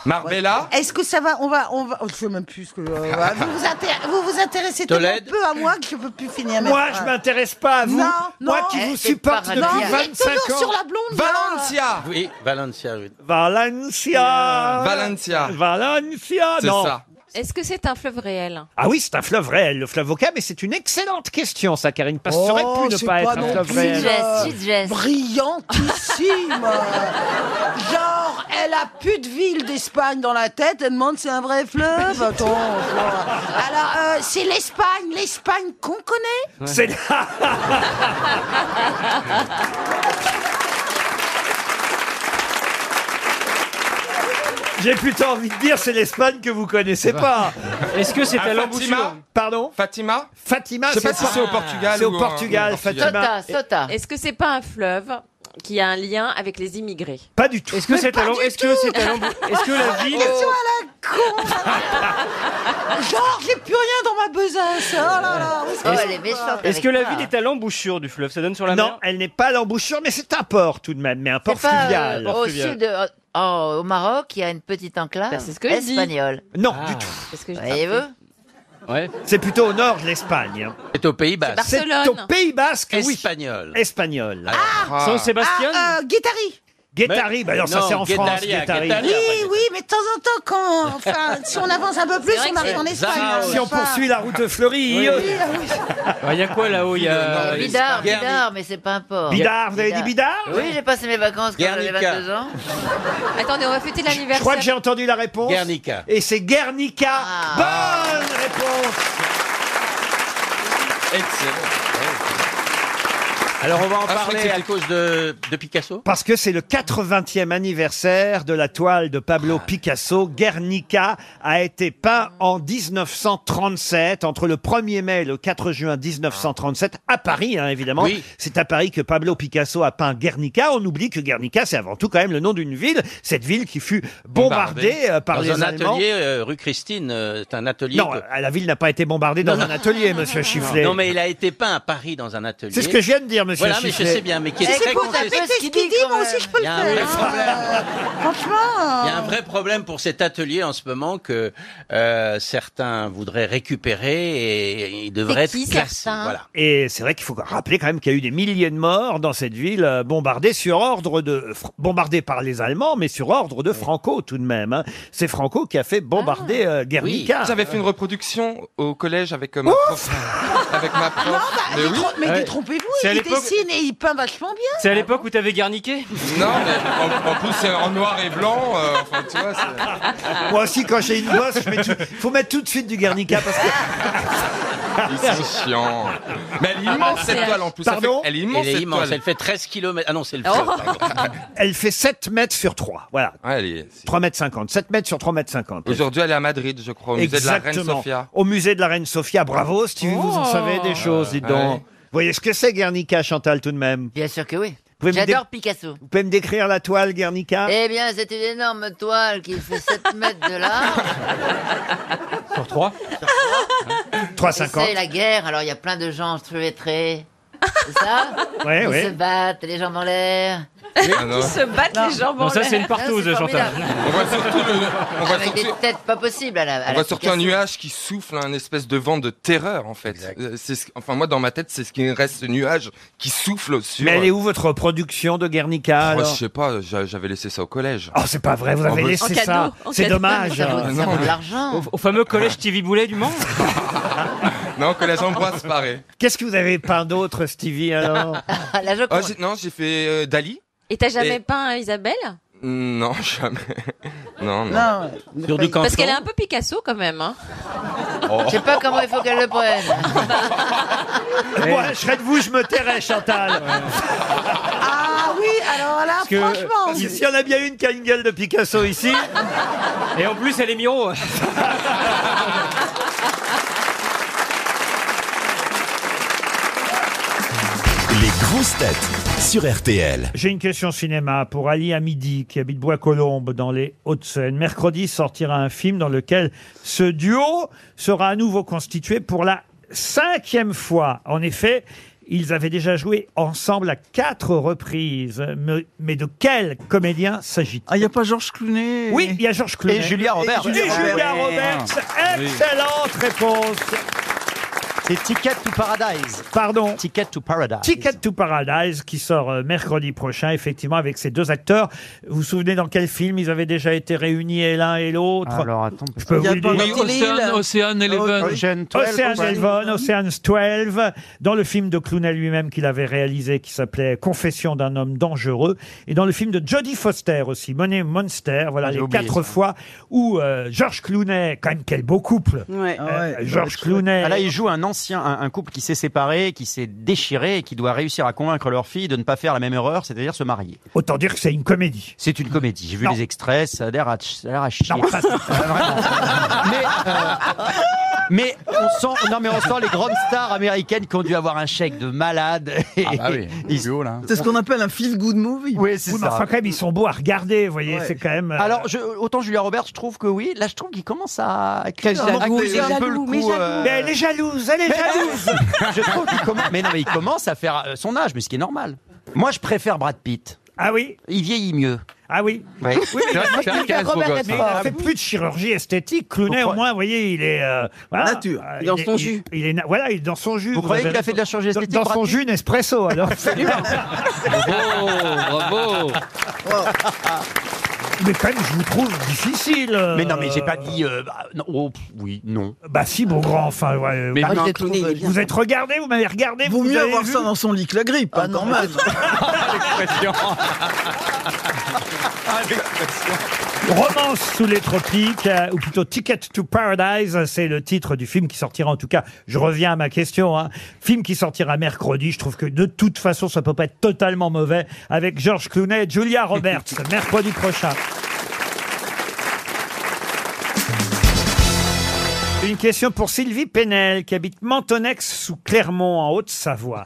Speaker 5: Marbella
Speaker 9: Est-ce que ça va On va, on va. oh, Je sais même plus ce que. euh, voilà. vous, vous intér- vous vous intéressez tellement
Speaker 1: Tolède
Speaker 9: peu à moi que je peux plus finir. mes
Speaker 1: Moi, je
Speaker 9: phrases.
Speaker 1: m'intéresse pas à vous.
Speaker 9: Non,
Speaker 1: Moi
Speaker 9: non.
Speaker 1: qui
Speaker 9: Eh,
Speaker 1: vous
Speaker 9: c'est
Speaker 1: supporte
Speaker 9: pas
Speaker 1: depuis
Speaker 9: grave. Non,
Speaker 1: 25
Speaker 9: toujours
Speaker 1: ans.
Speaker 9: sur la blonde, là.
Speaker 5: Valencia
Speaker 17: Oui, Valencia, oui.
Speaker 1: Valencia.
Speaker 5: euh, Valencia.
Speaker 1: Valencia.
Speaker 5: C'est
Speaker 1: non.
Speaker 5: ça.
Speaker 18: Est-ce que c'est un fleuve réel
Speaker 1: Ah oui, c'est un fleuve réel, le fleuve Oka, mais c'est une excellente question, ça, Karine. Parce que ça aurait
Speaker 9: Oh,
Speaker 1: pu ne
Speaker 9: c'est
Speaker 1: pas être un
Speaker 9: non
Speaker 1: fleuve
Speaker 9: plus,
Speaker 1: réel.
Speaker 9: euh, Brillantissime Genre, elle a plus de ville d'Espagne dans la tête, elle demande c'est un vrai fleuve. Attends, genre. Alors, euh, c'est l'Espagne, l'Espagne qu'on connaît
Speaker 1: C'est J'ai plutôt envie de dire, c'est l'Espagne que vous connaissez pas.
Speaker 5: Est-ce que c'est à
Speaker 1: Fatima
Speaker 5: l'embouchure
Speaker 1: Pardon
Speaker 5: Ah, Fatima
Speaker 1: Fatima,
Speaker 5: Je sais pas
Speaker 1: c'est
Speaker 5: si
Speaker 1: ça.
Speaker 5: c'est au Portugal
Speaker 1: C'est au
Speaker 5: ou en-
Speaker 1: Portugal,
Speaker 5: au
Speaker 1: Fatima.
Speaker 18: Sota, Sota. Est-ce que c'est pas un fleuve qui a un lien avec les immigrés
Speaker 1: Pas du tout.
Speaker 18: Est-ce
Speaker 5: que c'est à l'em- est-ce que c'est à
Speaker 18: l'embouchure
Speaker 5: est-ce que la ville-
Speaker 9: Question à la con Genre, j'ai plus rien dans ma besace Oh là là où est-ce que
Speaker 27: Oh,
Speaker 9: ça
Speaker 27: elle est
Speaker 9: va
Speaker 27: méchante
Speaker 1: Est-ce
Speaker 27: avec
Speaker 1: que la
Speaker 27: toi.
Speaker 1: ville
Speaker 5: est à l'embouchure du fleuve Ça donne sur
Speaker 1: la non, mer Non, elle n'est pas à l'embouchure, mais c'est un port tout de même, mais un port
Speaker 18: C'est pas, euh,
Speaker 1: fluvial.
Speaker 18: au sud, de- en- au Maroc, il y a une petite enclave
Speaker 1: Ah, c'est
Speaker 18: Ben, c'est
Speaker 1: ce
Speaker 18: ce
Speaker 1: que je dis. Ah.
Speaker 18: espagnole.
Speaker 1: Non, du tout.
Speaker 18: Voyez-vous
Speaker 1: C'est plutôt au nord de l'Espagne. hein.
Speaker 17: C'est au Pays Basque.
Speaker 1: C'est au Pays Basque, oui.
Speaker 17: Espagnol.
Speaker 1: Espagnol.
Speaker 17: Ah San-Sébastien
Speaker 9: Ah, euh, Guétari
Speaker 1: Guétari, bah alors ça
Speaker 17: Non,
Speaker 1: c'est en France,
Speaker 17: Guétari, à
Speaker 1: Guétari.
Speaker 17: Guétari.
Speaker 9: Oui, oui, mais de temps en temps, quand, enfin, si on avance un peu plus, on arrive en Espagne. hein,
Speaker 1: Si on
Speaker 9: enfin.
Speaker 1: poursuit la route fleurie.
Speaker 9: Oui, ah oui.
Speaker 17: Il y a quoi là-haut Il y
Speaker 5: Euh,
Speaker 17: a.
Speaker 18: Bidar, Bidar, mais c'est pas un port.
Speaker 1: Bidar, Euh, vous avez dit Bidar
Speaker 18: Oui, j'ai passé mes vacances quand j'avais
Speaker 1: Guernica.
Speaker 18: 22 ans. Attendez, on va fêter l'anniversaire.
Speaker 1: Je crois que j'ai entendu la réponse.
Speaker 17: Guernica.
Speaker 1: Et c'est Guernica.
Speaker 27: Ah.
Speaker 1: Bonne réponse.
Speaker 17: Alors on va
Speaker 1: Ah, je
Speaker 17: en
Speaker 1: crois que
Speaker 17: parler
Speaker 1: c'est
Speaker 17: à cause de, de Picasso
Speaker 1: Parce que c'est le 80e anniversaire de la toile de Pablo
Speaker 17: Ah.
Speaker 1: Picasso. Guernica a été peint en 1937, entre le 1er mai et le 4 juin 1937, à Paris, hein, évidemment.
Speaker 17: Oui.
Speaker 1: C'est à Paris que Pablo Picasso a peint Guernica. On oublie que Guernica, c'est avant tout quand même le nom d'une ville, cette ville qui fut bombardée euh, par
Speaker 17: Dans
Speaker 1: les
Speaker 17: un
Speaker 1: Allemands.
Speaker 17: atelier, euh, rue Christine, euh, c'est un atelier.
Speaker 1: Non,
Speaker 17: que-
Speaker 1: euh, la ville n'a pas été bombardée dans
Speaker 17: Non,
Speaker 1: un
Speaker 17: non.
Speaker 1: atelier, monsieur Chifflet.
Speaker 17: Non, mais il a été peint à Paris dans un atelier.
Speaker 1: C'est ce que je viens de dire, monsieur
Speaker 17: Voilà, mais
Speaker 1: Chifflet.
Speaker 17: je sais bien, mais qui est
Speaker 9: Eh,
Speaker 17: très
Speaker 9: écoute,
Speaker 17: contesté.
Speaker 9: répétez ce qu'il dit, moi aussi je peux le
Speaker 17: Il y a un vrai
Speaker 9: faire. hein, euh, Franchement.
Speaker 17: Il y a un vrai problème pour cet atelier en ce moment que euh, certains voudraient récupérer et il devrait être
Speaker 1: qui,
Speaker 17: classé.
Speaker 1: certains
Speaker 17: Voilà.
Speaker 1: Et c'est vrai qu'il faut rappeler quand même qu'il y a eu des milliers de morts dans cette ville, euh, bombardée sur ordre de, fr- bombardée par les Allemands, mais sur ordre de Franco tout de même. hein. C'est Franco qui a fait bombarder
Speaker 18: Ah.
Speaker 1: euh, Guernica.
Speaker 5: J'avais fait une reproduction au collège avec euh, ma prof. avec ma prof. mais oui.
Speaker 9: Ah bah, Mais détrompez-vous,
Speaker 5: C'est à
Speaker 9: il
Speaker 5: l'époque-
Speaker 9: dessine et il peint vachement bien.
Speaker 28: C'est à l'époque où t'avais garniqué
Speaker 5: Non, mais en, en plus, c'est en noir et blanc. euh, enfin, tu vois, c'est-
Speaker 1: Moi aussi, quand j'ai une bosse, je mets tout- faut mettre tout de suite du Guernica parce que
Speaker 5: Ils sont chiants. Mais elle est immense, cette toile, en plus. Ça fait-
Speaker 1: Pardon
Speaker 17: Elle est immense, elle, fait 13 km. Ah non, c'est le
Speaker 1: Oh.
Speaker 17: fleuve. pardon.
Speaker 1: elle fait 7 mètres sur 3. Voilà. 3 mètres 50. 7 mètres sur 3 mètres 50.
Speaker 5: Aujourd'hui, elle est à Madrid, je crois, au musée de la Reine
Speaker 1: Exactement.
Speaker 5: Sofia.
Speaker 1: Au musée de la Reine Sofia. Bravo, Stevie, vous en
Speaker 5: Oh.
Speaker 1: savez des choses, dis donc.
Speaker 5: Ouais.
Speaker 1: Vous voyez ce que c'est Guernica, Chantal, tout de même
Speaker 18: Bien sûr que oui.
Speaker 1: Vous pouvez me
Speaker 18: J'adore
Speaker 1: dé-
Speaker 18: Picasso.
Speaker 1: Vous pouvez me décrire la toile, Guernica
Speaker 18: Eh bien, c'est une énorme toile qui fait 7 mètres de large.
Speaker 1: Sur 3
Speaker 18: Et
Speaker 1: 3,50.
Speaker 18: C'est la guerre, alors il y a plein de gens enchevêtrés. C'est ça
Speaker 1: Ouais,
Speaker 18: Ils
Speaker 1: ouais.
Speaker 18: se battent, les jambes en l'air. Ils se battent les jambes en l'air.
Speaker 4: partouze,
Speaker 18: formidable.
Speaker 4: On voit surtout, le- on voit
Speaker 29: Avec des
Speaker 4: surtout-
Speaker 29: têtes pas possibles à la. à
Speaker 4: on
Speaker 29: la
Speaker 4: voit surtout un
Speaker 29: Picasso.
Speaker 4: nuage qui souffle, un espèce de vent de terreur en fait. Euh, c'est ce- enfin moi dans ma tête c'est ce qui reste, ce nuage qui souffle sur. euh,
Speaker 1: Mais elle
Speaker 30: euh,
Speaker 1: est où votre production de Guernica
Speaker 4: Moi,
Speaker 1: alors
Speaker 4: je sais pas, j'a- j'avais laissé ça au collège.
Speaker 1: Oh, c'est pas vrai, vous avez
Speaker 4: bah,
Speaker 1: laissé En cadeau, ça. en C'est cadeau. dommage. Ça vaut- ça
Speaker 4: Non,
Speaker 1: vaut de
Speaker 4: mais-
Speaker 18: Ah.
Speaker 1: l'argent.
Speaker 4: Au, au fameux collège TV Boulet du monde Non, collège Ambroise Paré.
Speaker 1: Qu'est-ce que vous avez peint d'autre, Stevie alors
Speaker 18: La Joconde.
Speaker 4: Ah, j'ai- non, j'ai fait euh, Dali mm,
Speaker 18: Et t'as jamais peint Isabelle
Speaker 4: Non, jamais. Non, non.
Speaker 31: Non,
Speaker 4: Sur du
Speaker 18: Parce qu'elle est un peu Picasso quand même. hein.
Speaker 4: Oh.
Speaker 29: Je sais pas comment il faut qu'elle le prenne.
Speaker 1: Eh, Moi, je serais de vous, je me tairais, Chantal.
Speaker 32: Ah oui, alors là,
Speaker 1: Parce que-
Speaker 32: franchement.
Speaker 1: parce que s'il y en a bien une qui a une gueule de Picasso ici.
Speaker 30: Et en plus, elle est miro.
Speaker 33: Les grosses têtes sur RTL.
Speaker 1: J'ai une question cinéma pour Ali Hamidi, qui habite Bois-Colombes, dans les Hauts-de-Seine. Mercredi sortira un film dans lequel ce duo sera à nouveau constitué pour la cinquième fois. En effet, ils avaient déjà joué ensemble à quatre reprises. Mais, mais de quel comédien s'agit-il Ah, il n'y a pas Georges Clooney Oui, il y a Georges Clooney.
Speaker 5: Et Julia Roberts.
Speaker 1: Et Julia
Speaker 5: Ouais.
Speaker 1: Roberts.
Speaker 5: Oui.
Speaker 1: Excellente réponse
Speaker 5: C'est Ticket to Paradise.
Speaker 1: Pardon
Speaker 5: Ticket to Paradise.
Speaker 1: Ticket to Paradise qui sort euh, mercredi prochain, effectivement, avec ces deux acteurs. Vous vous souvenez dans quel film ils avaient déjà été réunis et l'un et l'autre
Speaker 5: Alors,
Speaker 1: Ah, attends. Je peux vous le dire.
Speaker 17: Oui, Ocean, Ocean Eleven.
Speaker 1: Ocean Eleven, Ocean's 12, dans le film de Clooney lui-même qu'il avait réalisé, qui s'appelait Confession d'un homme dangereux, et dans le film de Jodie Foster aussi, Money Monster, voilà
Speaker 5: Ah, j'ai
Speaker 1: les
Speaker 5: oublié
Speaker 1: quatre fois où euh, George Clooney, quand même quel beau couple, Euh, George Clooney,
Speaker 5: Ah là, il joue un ancien, un, un couple qui s'est séparé, qui s'est déchiré et qui doit réussir à convaincre leur fille de ne pas faire la même erreur, c'est-à-dire se marier.
Speaker 1: autant dire que c'est une comédie.
Speaker 5: C'est une comédie. J'ai vu
Speaker 1: Non.
Speaker 5: les extraits, ça a l'air à, ch- ça a l'air à chier.
Speaker 1: ça,
Speaker 5: mais, euh, mais on sent, non mais on sent les grandes stars américaines qui ont dû avoir un chèque de malade.
Speaker 1: Ah bah oui,
Speaker 5: C'est ce qu'on
Speaker 1: appelle un feel-good movie. Oui, c'est
Speaker 5: ça.
Speaker 1: enfin, quand même, ils sont beaux à regarder, vous voyez,
Speaker 5: Ouais.
Speaker 1: c'est quand même... euh,
Speaker 5: Alors, je- autant Julia Roberts, je trouve que oui. Là, je trouve qu'il commence à
Speaker 1: jaloux,
Speaker 5: à accuser
Speaker 1: il est
Speaker 5: un peu le
Speaker 1: jaloux,
Speaker 5: coup, euh,
Speaker 1: mais jaloux. Mais elle est jalouse, elle est
Speaker 5: Mais-
Speaker 1: jalouse.
Speaker 5: je trouve qu'il commence. Mais non, mais il commence à faire euh, son âge, mais ce qui est normal. Moi, je préfère Brad Pitt.
Speaker 1: Ah oui.
Speaker 5: Il vieillit mieux.
Speaker 1: Ah oui.
Speaker 5: Oui.
Speaker 1: Oui, mais il a- il a- mais il a fait plus de chirurgie esthétique. Clooney, au moins, vous voyez, il est. euh, voilà,
Speaker 5: Nature.
Speaker 1: euh,
Speaker 5: Il est dans
Speaker 1: est-
Speaker 5: son jus.
Speaker 1: Il, est, na- voilà, il est dans son jus.
Speaker 5: Vous croyez
Speaker 1: avez
Speaker 5: qu'il a fait de la chirurgie
Speaker 1: Dans-
Speaker 5: esthétique
Speaker 1: Dans son
Speaker 5: Brad Pitt
Speaker 1: jus Nespresso, alors.
Speaker 17: bravo.
Speaker 1: mais quand même, je vous trouve difficile. euh,
Speaker 5: Mais non, mais j'ai pas dit. euh, bah, non, oh, pff, oui, non.
Speaker 1: Bah si, bon grand, enfin. ouais,
Speaker 5: Mais
Speaker 1: bah,
Speaker 5: non,
Speaker 1: vous,
Speaker 5: Clooney, il est
Speaker 1: êtes,
Speaker 5: bien.
Speaker 1: vous êtes regardé, vous m'avez regardé.
Speaker 34: Vaut
Speaker 1: vous
Speaker 34: mieux
Speaker 1: avez
Speaker 34: avoir
Speaker 1: vu Ah
Speaker 34: ça dans son lit que la grippe, hein, quand même.
Speaker 17: Ah,
Speaker 1: Romance sous les tropiques, euh, ou plutôt Ticket to Paradise, c'est le titre du film qui sortira. En tout cas, je reviens à ma question. Hein. Film qui sortira mercredi. Je trouve que de toute façon, ça peut pas être totalement mauvais avec George Clooney et Julia Roberts mercredi prochain. Une question pour Sylvie Pénel, qui habite Mentonex sous Clermont, en Haute-Savoie.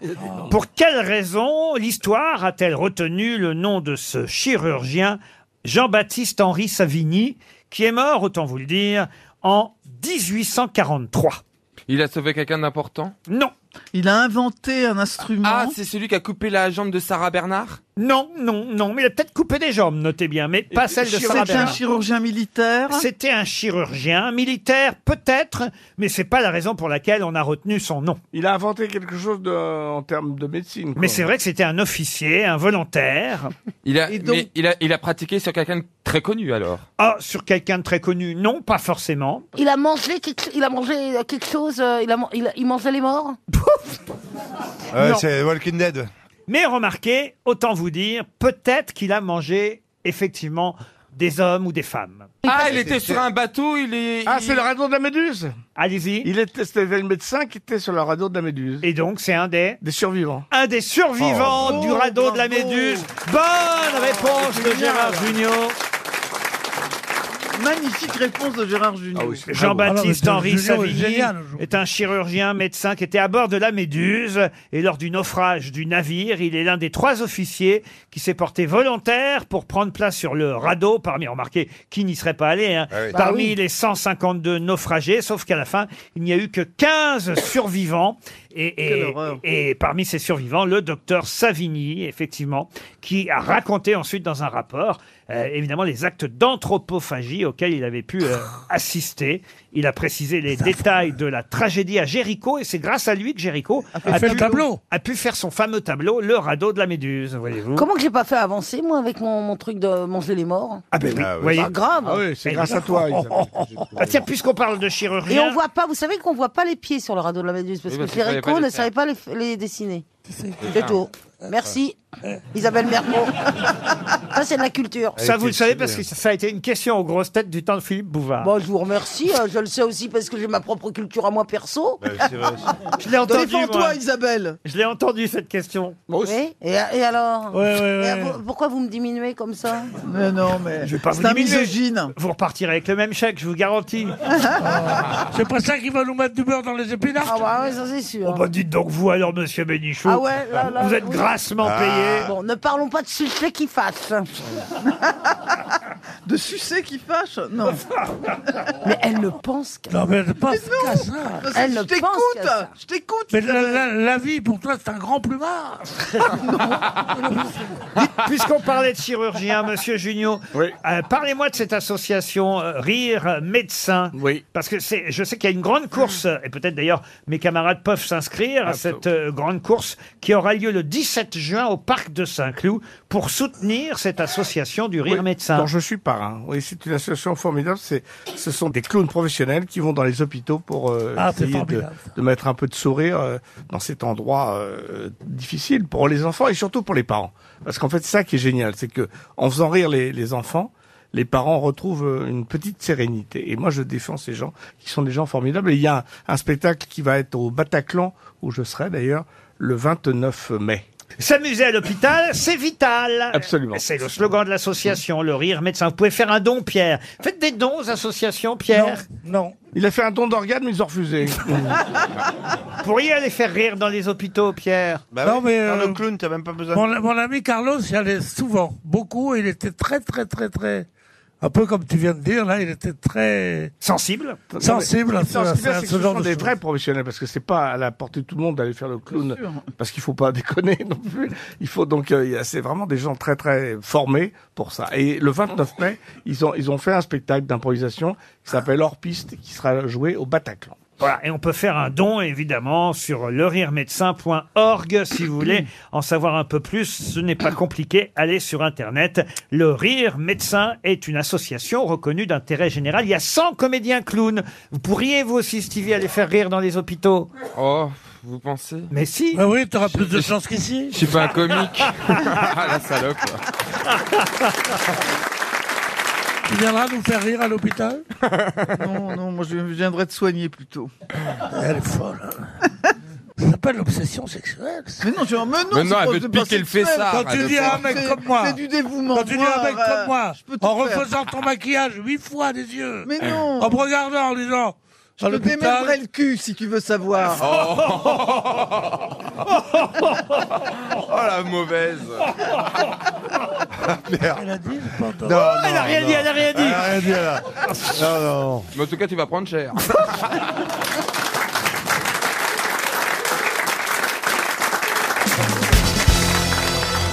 Speaker 1: Pour quelle raison l'histoire a-t-elle retenu le nom de ce chirurgien, Jean-Baptiste Henri Savigny, qui est mort, autant vous le dire, en 1843
Speaker 4: Il a sauvé quelqu'un d'important
Speaker 1: Non.
Speaker 34: Il a inventé un instrument.
Speaker 4: Ah, c'est celui qui a coupé la jambe de Sarah Bernard
Speaker 1: Non, non, non, mais il a peut-être coupé des jambes, notez bien, mais pas celle de Sarah
Speaker 34: C'est un
Speaker 1: Bernard.
Speaker 34: chirurgien militaire.
Speaker 1: C'était un chirurgien militaire, peut-être, mais c'est pas la raison pour laquelle on a retenu son nom.
Speaker 2: Il a inventé quelque chose de- en termes de médecine. quoi.
Speaker 1: Mais c'est vrai que c'était un officier, un volontaire.
Speaker 4: il a,
Speaker 1: Et donc-
Speaker 4: mais il, a, il a pratiqué sur quelqu'un de très connu alors.
Speaker 1: Ah, sur quelqu'un de très connu, non, pas forcément.
Speaker 9: Il a mangé quelque, il a mangé quelque chose, euh, il, a, man- il, a- il mangeait les morts
Speaker 1: Hmm.
Speaker 35: Ouais,
Speaker 1: Non.
Speaker 35: c'est Walking Dead.
Speaker 1: Mais remarquez, autant vous dire, peut-être qu'il a mangé effectivement des hommes ou des femmes.
Speaker 4: Ah, il était sur un bateau, il est.
Speaker 2: Ah,
Speaker 4: il-
Speaker 2: c'est le radeau de la Méduse
Speaker 1: Allez-y.
Speaker 2: Il était, c'était le médecin qui était sur le radeau de la Méduse.
Speaker 1: Et donc, c'est un des
Speaker 2: Des survivants.
Speaker 1: Un des
Speaker 2: Oh.
Speaker 1: survivants du radeau
Speaker 2: Ah,
Speaker 1: de la Méduse. Bonne réponse de Gérard Junior.
Speaker 4: Magnifique réponse de Gérard Junior.
Speaker 1: Jean-Baptiste
Speaker 36: Ah
Speaker 1: Henri Savigny
Speaker 4: génial.
Speaker 1: est un chirurgien médecin qui était à bord de la Méduse et lors du naufrage du navire, il est l'un des trois officiers qui s'est porté volontaire pour prendre place sur le radeau parmi remarquez qui n'y serait pas allé hein,
Speaker 36: oui.
Speaker 1: parmi
Speaker 36: Bah oui.
Speaker 1: les 152 naufragés sauf qu'à la fin, il n'y a eu que 15 survivants et, et- et parmi ces survivants, le docteur Savigny, effectivement, qui a raconté ensuite dans un rapport, euh, évidemment, les actes d'anthropophagie auxquels il avait pu euh, assister. Il a précisé les détails de la tragédie à Jéricho, et c'est grâce à lui que Jéricho
Speaker 9: pu faire Ah, le tableau.
Speaker 1: a pu faire son fameux tableau, le radeau de la Méduse, voyez-vous.
Speaker 9: Comment que j'ai pas fait avancer, moi, avec mon, mon truc de manger les morts
Speaker 1: Ah ben oui,
Speaker 9: C'est
Speaker 1: voyez.
Speaker 9: pas grave.
Speaker 1: Eh oui. Ah tiens, puisqu'on parle de
Speaker 9: Et
Speaker 1: chirurgien,
Speaker 9: on voit pas, vous savez qu'on voit pas les pieds sur le radeau de la Méduse, parce
Speaker 1: Oui,
Speaker 9: que
Speaker 1: parce qu'on savait pas
Speaker 9: Ferrico
Speaker 1: les
Speaker 9: ne
Speaker 1: faire.
Speaker 9: savait pas les, les dessiner. C'est
Speaker 1: ça.
Speaker 9: tout. Merci, Isabelle Merco. ça, c'est de la culture.
Speaker 1: ça vous le savez parce que ça ça a été une question aux grosses têtes du temps de Philippe Bouvard.
Speaker 9: Bon, je vous remercie, euh, je le sais aussi parce que j'ai ma propre culture à moi perso.
Speaker 1: Bah, Je l'ai entendu, moi.
Speaker 9: Isabelle.
Speaker 1: Je l'ai entendu cette question.
Speaker 9: Oui, Eh, et, et alors
Speaker 1: Ouais, ouais, ouais.
Speaker 9: Et à- vous- Pourquoi vous me diminuez comme ça
Speaker 4: Mais non, mais.
Speaker 1: Je vais pas vous
Speaker 4: C'est un
Speaker 1: diminuer.
Speaker 4: misogyne.
Speaker 1: Vous repartirez avec le même chèque, je vous garantis.
Speaker 9: Oh.
Speaker 12: C'est pas ça qui va nous mettre du beurre dans les épinards
Speaker 9: Ah bah ouais, ça c'est sûr.
Speaker 1: Oh bah dites donc vous alors, monsieur Bénichou.
Speaker 9: Ah ouais, là, là,
Speaker 1: vous êtes
Speaker 9: oui.
Speaker 1: grassement payé.
Speaker 9: Bon, ne parlons pas de succès qui fâche.
Speaker 4: De sucer qui fâche Non.
Speaker 9: mais elle ne pense qu'à
Speaker 12: Non, mais elle pense
Speaker 4: non,
Speaker 12: qu'à ça.
Speaker 4: parce que
Speaker 12: Elle
Speaker 4: je
Speaker 12: ne pense
Speaker 4: t'écoute,
Speaker 12: qu'à ça.
Speaker 4: je t'écoute.
Speaker 12: Mais la, la- la vie, pour toi, c'est un grand plumard.
Speaker 1: Puisqu'on parlait de chirurgien, monsieur Junio, euh, parlez-moi de cette association euh, Rire Médecin. Oui. Parce que c'est, je sais qu'il y a une grande course, et peut-être d'ailleurs mes camarades peuvent s'inscrire à cette euh, grande course qui aura lieu le 17 juin au parc de Saint-Cloud pour soutenir cette association du Rire
Speaker 2: Oui,
Speaker 1: Médecin.
Speaker 2: dont je suis parrain. Oui, c'est une association formidable. C'est, ce sont des clowns professionnels qui vont dans les hôpitaux pour euh,
Speaker 12: Ah, c'est
Speaker 2: essayer de,
Speaker 12: formidable,
Speaker 2: de mettre un peu de sourire euh, dans cet endroit euh, difficile pour les enfants et surtout pour les parents. Parce qu'en fait, c'est ça qui est génial, c'est que en faisant rire les, les enfants, les parents retrouvent euh, une petite sérénité. Et moi, je défends ces gens qui sont des gens formidables. Et il y a un, un spectacle qui va être au Bataclan, où je serai d'ailleurs, le 29 mai.
Speaker 1: S'amuser à l'hôpital, c'est vital.
Speaker 2: Absolument.
Speaker 1: C'est le slogan de l'association, le rire médecin. Vous pouvez faire un don, Pierre. Faites des dons aux associations, Pierre.
Speaker 2: Non. Il a fait un don d'organes, mais ils ont refusé.
Speaker 1: Vous pourriez aller faire rire dans les hôpitaux, Pierre.
Speaker 12: non, mais. euh,
Speaker 1: clown, t'as même pas besoin.
Speaker 12: mon, mon ami Carlos y allait souvent, beaucoup, et il était très, très, très, très. Un peu comme tu viens de dire, là, il était très.
Speaker 1: Sensible
Speaker 12: Sensible à ce,
Speaker 2: Non, ce qui est bien,
Speaker 12: à
Speaker 2: c'est que
Speaker 12: ce genre
Speaker 2: sont
Speaker 12: de
Speaker 2: des
Speaker 12: choses.
Speaker 2: vrais professionnels parce que c'est pas à la portée de tout le monde d'aller faire le clown parce qu'il faut pas déconner non plus. Il faut donc euh, il y a- c'est vraiment des gens très très formés pour ça. Et le 29 mai, ils ont ils ont fait un spectacle d'improvisation qui s'appelle Hors piste qui sera joué au Bataclan.
Speaker 1: Voilà, et on peut faire un don, évidemment, sur leriremedecin.org, si vous voulez en savoir un peu plus. Ce n'est pas compliqué, allez sur Internet. Le Rire Médecin est une association reconnue d'intérêt général. Il y a 100 comédiens clowns. Vous pourriez, vous aussi, Stevie, aller faire rire dans les hôpitaux
Speaker 17: Oh, vous pensez
Speaker 1: Mais si
Speaker 12: Bah oui, t'auras plus de chance qu'ici.
Speaker 17: Je suis pas un comique. Ah, la salope.
Speaker 12: Tu viendras nous faire rire à l'hôpital
Speaker 4: Non, non, moi je viendrais te soigner plutôt.
Speaker 12: Elle est folle. Ça s'appelle l'obsession sexuelle.
Speaker 4: Mais non, je mais non,
Speaker 12: Mais non,
Speaker 4: c'est
Speaker 12: elle
Speaker 4: pas-
Speaker 12: veut te
Speaker 4: c'est pas
Speaker 12: piquer le
Speaker 4: sexuel.
Speaker 12: fessard, Quand tu elle dis veut à un
Speaker 4: C'est-
Speaker 12: mec comme moi.
Speaker 4: C'est du dévouement.
Speaker 12: Quand tu dis à un mec
Speaker 4: noir, euh,
Speaker 12: comme moi,
Speaker 4: je peux tout
Speaker 12: en
Speaker 4: faire.
Speaker 12: refaisant ton maquillage huit fois des yeux,
Speaker 4: Mais non.
Speaker 12: en me regardant en disant, oh,
Speaker 4: Je te démêlerai le cul si tu veux savoir.
Speaker 17: Oh la mauvaise.
Speaker 12: Elle a dit, je pense.
Speaker 17: Non,
Speaker 12: elle a rien dit, elle a rien dit.
Speaker 17: Elle a rien dit, elle a-
Speaker 7: Ah,
Speaker 17: Non, non. Mais en tout cas, tu vas prendre cher.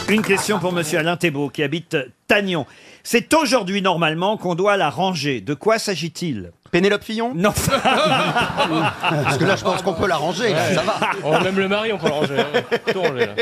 Speaker 1: Une question pour Monsieur Alain Thébault qui habite Tagnon. C'est aujourd'hui normalement qu'on doit la ranger. De quoi s'agit-il Pénélope Fillon Non. Parce
Speaker 5: que là, je pense qu'on peut la ranger, Ouais. ça va. Oh, même le mari, on peut le ranger, hein. Tournez, là.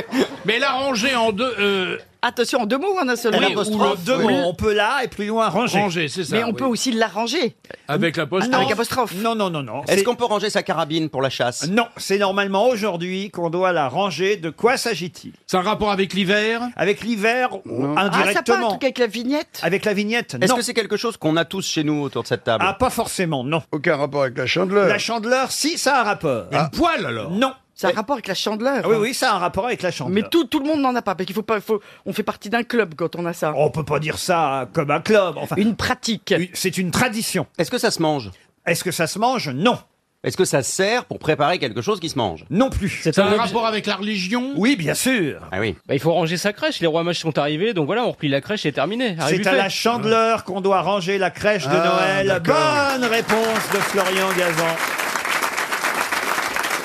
Speaker 1: Mais la ranger en deux. euh,
Speaker 37: Attention, en deux mots ou en un seul
Speaker 1: Oui,
Speaker 37: mot
Speaker 1: ou en deux mots. On peut là et plus loin ranger.
Speaker 5: Ranger, c'est ça,
Speaker 37: Mais on
Speaker 5: oui.
Speaker 37: peut aussi l'arranger.
Speaker 5: Avec l'apostrophe.
Speaker 37: Avec apostrophe.
Speaker 1: Non, non, non, non.
Speaker 5: Est-ce qu'on peut ranger sa carabine pour la chasse
Speaker 1: Non, c'est normalement aujourd'hui qu'on doit la ranger. De quoi s'agit-il C'est un rapport avec l'hiver Avec l'hiver, Hein.
Speaker 37: Ah, ça parle un
Speaker 1: indirectement.
Speaker 37: truc avec la vignette
Speaker 1: avec la vignette,
Speaker 5: Est-ce
Speaker 1: non.
Speaker 5: que c'est quelque chose qu'on a tous chez nous autour de cette
Speaker 36: Ah
Speaker 5: table
Speaker 1: Ah, pas forcément, non.
Speaker 36: Aucun rapport avec la chandeleur.
Speaker 1: La chandeleur, si, ça a un rapport.
Speaker 36: Une
Speaker 1: poêle alors Non.
Speaker 9: C'est un rapport avec la chandeleur. hein.
Speaker 1: Ah oui, oui, ça a un rapport avec la chandeleur.
Speaker 9: Mais tout, tout le monde n'en a pas, parce qu'il faut pas, faut, on fait partie d'un club quand on a ça.
Speaker 1: On peut pas dire ça comme un club. Enfin,
Speaker 9: une pratique.
Speaker 1: C'est une tradition.
Speaker 3: Est-ce que ça se mange
Speaker 1: Est-ce que ça se mange Non.
Speaker 3: Est-ce que ça sert pour préparer quelque chose qui se mange
Speaker 1: Non plus.
Speaker 3: C'est
Speaker 5: Ça a un rapport avec la religion
Speaker 1: Oui, bien sûr.
Speaker 3: Ah oui.
Speaker 5: Bah, il faut ranger sa crèche. Les rois mages sont arrivés, donc voilà, on replie la crèche et terminé. Arrêt
Speaker 1: C'est
Speaker 5: du
Speaker 1: à
Speaker 5: fait.
Speaker 1: la chandeleur qu'on doit ranger la crèche de
Speaker 5: Ah,
Speaker 1: Noël.
Speaker 5: d'accord.
Speaker 1: Bonne réponse de Florian Gazan.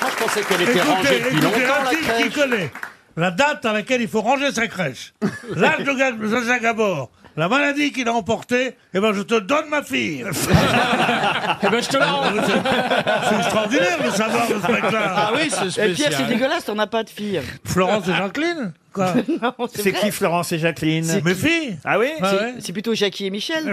Speaker 3: Moi, Ah, je pensais qu'elle
Speaker 12: Écoutez,
Speaker 3: était rangée depuis
Speaker 12: écoutez,
Speaker 3: longtemps,
Speaker 12: un
Speaker 3: la
Speaker 12: type qui
Speaker 3: crèche.
Speaker 12: connaît la date à laquelle il faut ranger sa crèche, l'âge de Ga- de Jacques Gabor, la maladie qu'il a emportée, eh ben je te donne ma fille. eh ben je te la rends. C'est c'est extraordinaire de savoir de ce mec-là.
Speaker 5: Ah
Speaker 9: Et Pierre, c'est dégueulasse, t'en as pas de fille.
Speaker 12: Florence et Jacqueline Quoi
Speaker 9: Non,
Speaker 1: C'est
Speaker 9: vrai.
Speaker 1: qui Florence et Jacqueline
Speaker 9: C'est
Speaker 12: Mes
Speaker 9: qui
Speaker 12: filles
Speaker 1: Ah oui
Speaker 12: Ah
Speaker 9: C'est-
Speaker 12: ouais.
Speaker 9: C'est plutôt Jackie et Michel.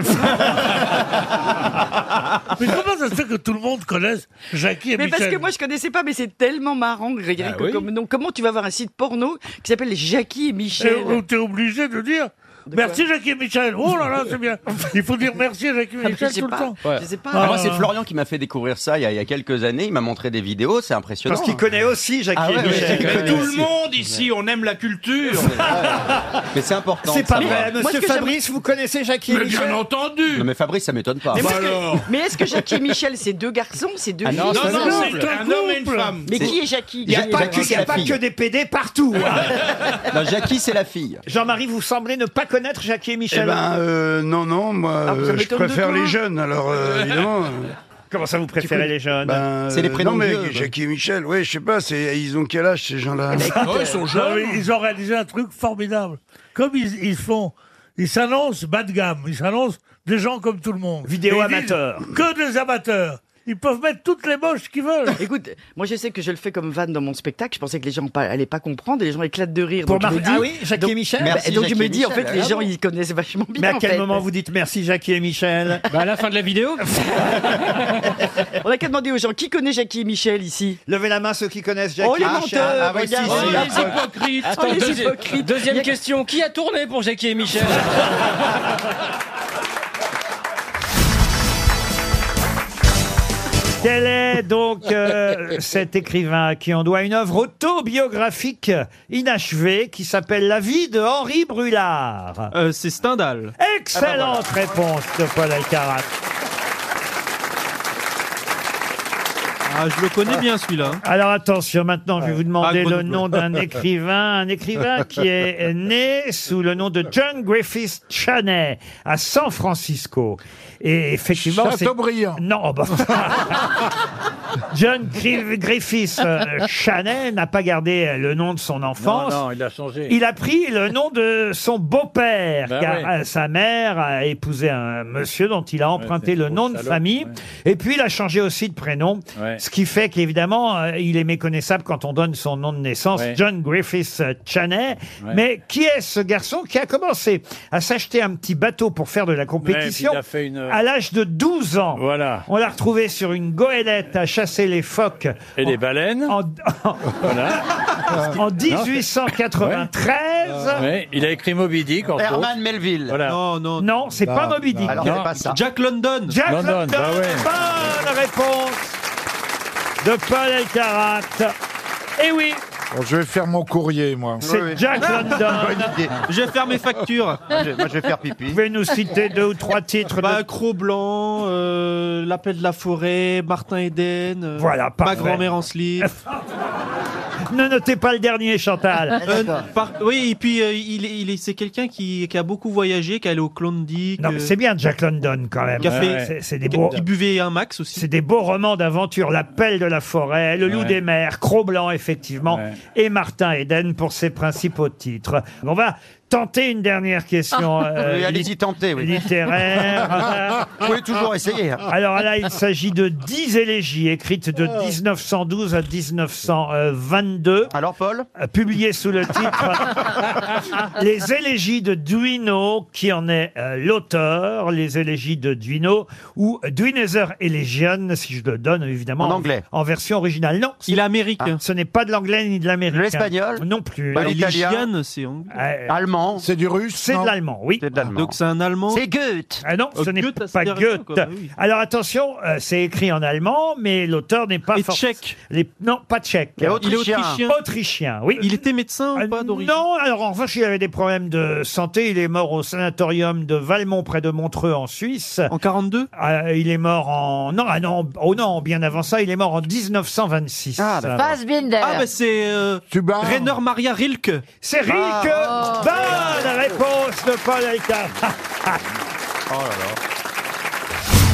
Speaker 12: Mais comment ça se fait que tout le monde connaisse Jackie et
Speaker 9: mais
Speaker 12: Michel
Speaker 9: parce que moi je connaissais pas, mais c'est tellement marrant, Grégory.
Speaker 12: Ah
Speaker 9: que
Speaker 12: oui.
Speaker 9: comme nom. comment tu vas voir un site porno qui s'appelle Jackie et Michel
Speaker 12: Et- et Eh, T'es obligé de dire merci Jackie et Michel. Oh là là, c'est bien. Il faut dire merci à
Speaker 1: Ah,
Speaker 12: Jackie et Michel tout le temps.
Speaker 3: Ouais. Ah, moi, c'est Florian qui m'a fait découvrir ça il y, a, il y a quelques années. Il m'a montré des vidéos, c'est impressionnant.
Speaker 1: Parce qu'il connaît aussi Jackie
Speaker 3: Ah ouais,
Speaker 1: et
Speaker 3: ouais,
Speaker 1: Michel.
Speaker 3: il connaît aussi.
Speaker 1: monde ici, on aime la culture.
Speaker 3: Mais c'est important.
Speaker 1: C'est
Speaker 3: de
Speaker 1: pas
Speaker 3: savoir.
Speaker 1: vrai, monsieur Fabrice, vous connaissez Jackie et Michel
Speaker 12: entendu
Speaker 3: Non, mais Fabrice, ça m'étonne pas.
Speaker 5: Ah,
Speaker 9: Mais,
Speaker 5: bah
Speaker 9: parce que- mais est-ce que Jackie et Michel, c'est deux garçons, c'est deux
Speaker 3: Ah
Speaker 9: filles
Speaker 3: non, c'est un Non, non, couple. c'est un
Speaker 12: homme et une femme.
Speaker 9: Mais
Speaker 3: C'est-
Speaker 9: qui est Jackie
Speaker 1: Il n'y a,
Speaker 9: Qui est
Speaker 1: pas,
Speaker 9: Jackie
Speaker 1: que, il y a
Speaker 3: c'est la
Speaker 1: pas
Speaker 3: fille.
Speaker 1: que des PD partout. hein.
Speaker 3: Non, Jackie, c'est la fille.
Speaker 1: Jean-Marie, vous semblez ne pas connaître Jackie et Michel.
Speaker 7: Eh ben, euh, non, non,
Speaker 1: Ah,
Speaker 7: moi,
Speaker 1: ça
Speaker 7: euh, je
Speaker 1: m'étonne de
Speaker 7: préfère
Speaker 1: toi.
Speaker 7: les jeunes, alors euh, évidemment.
Speaker 1: Comment ça vous préférez les jeunes
Speaker 7: Ben,
Speaker 1: C'est les
Speaker 7: euh,
Speaker 1: prénoms
Speaker 7: Non, mais
Speaker 1: vieux, ben.
Speaker 7: Jackie et Michel, oui, je sais pas, c'est- ils ont quel âge ces gens-là
Speaker 12: Non,
Speaker 1: Bah
Speaker 12: mais Oh, Ils ont réalisé un truc formidable. Comme ils, ils font, ils s'annoncent bas de gamme, ils s'annoncent des gens comme tout le monde.
Speaker 1: Vidéo
Speaker 12: Et ils disent
Speaker 1: amateur.
Speaker 12: Que des amateurs. Ils peuvent mettre toutes les moches qu'ils veulent.
Speaker 9: Écoute, moi je sais que je le fais comme vanne dans mon spectacle. Je pensais que les gens pas- allaient pas comprendre et les gens éclatent de rire.
Speaker 1: Pour
Speaker 9: donc je
Speaker 1: Mar-
Speaker 9: me dis-
Speaker 1: Ah oui, Jackie
Speaker 9: donc-
Speaker 1: et Michel
Speaker 9: bah,
Speaker 1: Merci,
Speaker 9: Donc je
Speaker 1: Jackie
Speaker 9: me
Speaker 1: et
Speaker 9: dis, en
Speaker 1: Michel,
Speaker 9: fait, les
Speaker 1: ah
Speaker 9: gens
Speaker 1: bon
Speaker 9: ils connaissent vachement bien.
Speaker 1: Mais à
Speaker 9: en
Speaker 1: quel
Speaker 9: fait.
Speaker 1: moment vous dites merci Jackie et Michel
Speaker 5: À la fin de la vidéo
Speaker 9: On a qu'à demander aux gens qui connaît Jackie et Michel ici
Speaker 1: Levez la main ceux qui connaissent Jackie
Speaker 9: Oh les
Speaker 1: et Michel.
Speaker 9: menteurs
Speaker 1: Ah oui, si,
Speaker 9: regarde.
Speaker 1: si,
Speaker 9: Oh,
Speaker 1: il y a
Speaker 9: les
Speaker 1: pas-
Speaker 9: hypocrites.
Speaker 5: Attends,
Speaker 9: Oh, les
Speaker 5: deuxi-
Speaker 9: hypocrites.
Speaker 5: Deuxième
Speaker 9: Y a-
Speaker 5: question. Qui a tourné pour Jackie et Michel
Speaker 1: Quel est donc euh, cet écrivain à qui on doit une œuvre autobiographique inachevée qui s'appelle La vie de Henri Brulard
Speaker 15: Euh,
Speaker 5: C'est Stendhal.
Speaker 15: Ah,
Speaker 1: Excellente
Speaker 15: bah,
Speaker 1: réponse de Paul Alcarat.
Speaker 5: Ah, je le connais bien celui-là. hein.
Speaker 1: Alors attention, maintenant je vais vous demander
Speaker 5: Ah,
Speaker 1: le
Speaker 5: Grenoble.
Speaker 1: nom d'un écrivain, un écrivain qui est né sous le nom de John Griffith Chaney à San Francisco. Et effectivement, c'est-
Speaker 7: Chateaubriand.
Speaker 1: Non, oh, bah. John Gri- Griffith euh, Chaney n'a pas gardé euh, le nom de son enfance.
Speaker 15: Non, non, il a changé.
Speaker 1: Il a pris le nom de son beau-père,
Speaker 15: Ben
Speaker 1: car
Speaker 15: oui.
Speaker 1: euh, sa mère a épousé un monsieur dont il a emprunté
Speaker 15: c'est
Speaker 1: le
Speaker 15: une
Speaker 1: nom
Speaker 15: grosse
Speaker 1: de
Speaker 15: salope,
Speaker 1: famille. Et puis, il a changé aussi de prénom,
Speaker 15: Ouais.
Speaker 1: ce qui fait qu'évidemment, euh, il est méconnaissable quand on donne son nom de naissance,
Speaker 15: Ouais.
Speaker 1: John Griffith euh, Chaney. Mais qui est ce garçon qui a commencé à s'acheter un petit bateau pour faire de la compétition
Speaker 15: puis il a fait une-
Speaker 1: Euh,
Speaker 15: euh,
Speaker 1: à l'âge de 12 ans
Speaker 15: Voilà.
Speaker 1: On l'a retrouvé sur une goélette à chasser les phoques.
Speaker 15: Et
Speaker 1: en-
Speaker 15: les baleines.
Speaker 1: En,
Speaker 15: Voilà.
Speaker 1: en 1893.
Speaker 15: Ouais, il a écrit Moby Dick, entre
Speaker 3: Herman
Speaker 15: autres.
Speaker 3: Melville.
Speaker 15: Voilà.
Speaker 5: Non, non.
Speaker 1: Non, c'est
Speaker 15: Non,
Speaker 1: pas Moby
Speaker 15: non,
Speaker 1: Dick.
Speaker 15: alors,
Speaker 1: Non.
Speaker 15: c'est pas ça.
Speaker 5: Jack London.
Speaker 1: Jack
Speaker 15: London,
Speaker 1: London,
Speaker 15: bah ouais.
Speaker 1: bonne réponse de Paul Elkarat. Eh oui,
Speaker 7: Bon, je vais faire mon courrier, moi.
Speaker 1: c'est Jack
Speaker 7: Ah,
Speaker 1: London.
Speaker 5: Je vais faire mes factures.
Speaker 7: moi, je vais faire pipi.
Speaker 1: Vous pouvez nous citer deux ou trois titres de-
Speaker 5: Bah, Croc Blanc, euh, L'Appel de la Forêt, Martin Eden. euh,
Speaker 1: Voilà,
Speaker 5: Ma
Speaker 1: parfait.
Speaker 5: grand-mère en slip.
Speaker 1: Ne notez pas le dernier,
Speaker 7: Ah,
Speaker 1: Chantal.
Speaker 5: Euh, par- oui, et puis euh, il, est- il est- c'est quelqu'un qui, qui a beaucoup voyagé, qui est allé au Klondike.
Speaker 1: Non, mais
Speaker 5: euh,
Speaker 1: c'est bien Jack London quand même.
Speaker 5: Qui a fait-
Speaker 1: Ouais, c'est- C'est des
Speaker 5: qui-
Speaker 1: beaux.
Speaker 5: qui buvait un max aussi.
Speaker 1: C'est des beaux romans d'aventure, L'appel de la forêt, Le loup
Speaker 5: Ouais.
Speaker 1: des mers, Cro-Blanc effectivement, et Martin Eden pour ses principaux titres. On va tenter une dernière question. euh,
Speaker 3: Oui, allez-y,
Speaker 1: lit-
Speaker 3: tentez, oui.
Speaker 1: Littéraire.
Speaker 3: Vous pouvez toujours essayer. hein.
Speaker 1: Alors là, il s'agit de 10 élégies écrites de
Speaker 3: Ah.
Speaker 1: 1912 à 1922.
Speaker 3: Alors, Paul
Speaker 1: Euh, Publiées sous le titre Ah, Les
Speaker 5: Ah.
Speaker 1: élégies de Duino, qui en est euh, l'auteur, les élégies de Duino, ou Duinezer Elegion, si je le donne évidemment.
Speaker 3: En anglais.
Speaker 1: En version originale. Non. Ah.
Speaker 5: Il est américain.
Speaker 1: Ce n'est pas de l'anglais ni de l'américain.
Speaker 3: L'espagnol
Speaker 1: Non plus.
Speaker 3: hein.
Speaker 5: Bah, les Ligianes, c'est anglais.
Speaker 1: Euh,
Speaker 3: Allemand
Speaker 1: l'allemand. C'est du russe C'est de
Speaker 5: non
Speaker 1: l'allemand, oui. C'est de l'allemand.
Speaker 5: Donc c'est un allemand.
Speaker 1: C'est Goethe. Ah non,
Speaker 5: Oh,
Speaker 1: ce n'est
Speaker 5: Goethe, ah, c'est
Speaker 1: pas
Speaker 5: des raisons,
Speaker 1: Goethe.
Speaker 5: quoi, bah oui.
Speaker 1: Alors attention, euh, c'est écrit en allemand, mais l'auteur n'est pas
Speaker 5: Et
Speaker 1: forc-
Speaker 5: tchèque.
Speaker 1: Les... Non, pas tchèque.
Speaker 5: Il est autrichien.
Speaker 1: autrichien. Autrichien, Ah, oui.
Speaker 5: Il était médecin ou pas d'origine
Speaker 1: Non, alors en revanche, il avait des problèmes de santé. Il est mort au sanatorium de Valmont, près de Montreux, en Suisse. En
Speaker 5: 42
Speaker 1: Il est mort en. Non, ah non, oh non, bien avant ça, il est mort en 1926. Ah,
Speaker 18: Fassbinder.
Speaker 5: Ah, bah c'est. Euh, Rainer Maria Rilke. Ah.
Speaker 1: C'est Rilke
Speaker 18: Oh.
Speaker 1: Bonne réponse de Paul Alcarat.
Speaker 15: Oh là là.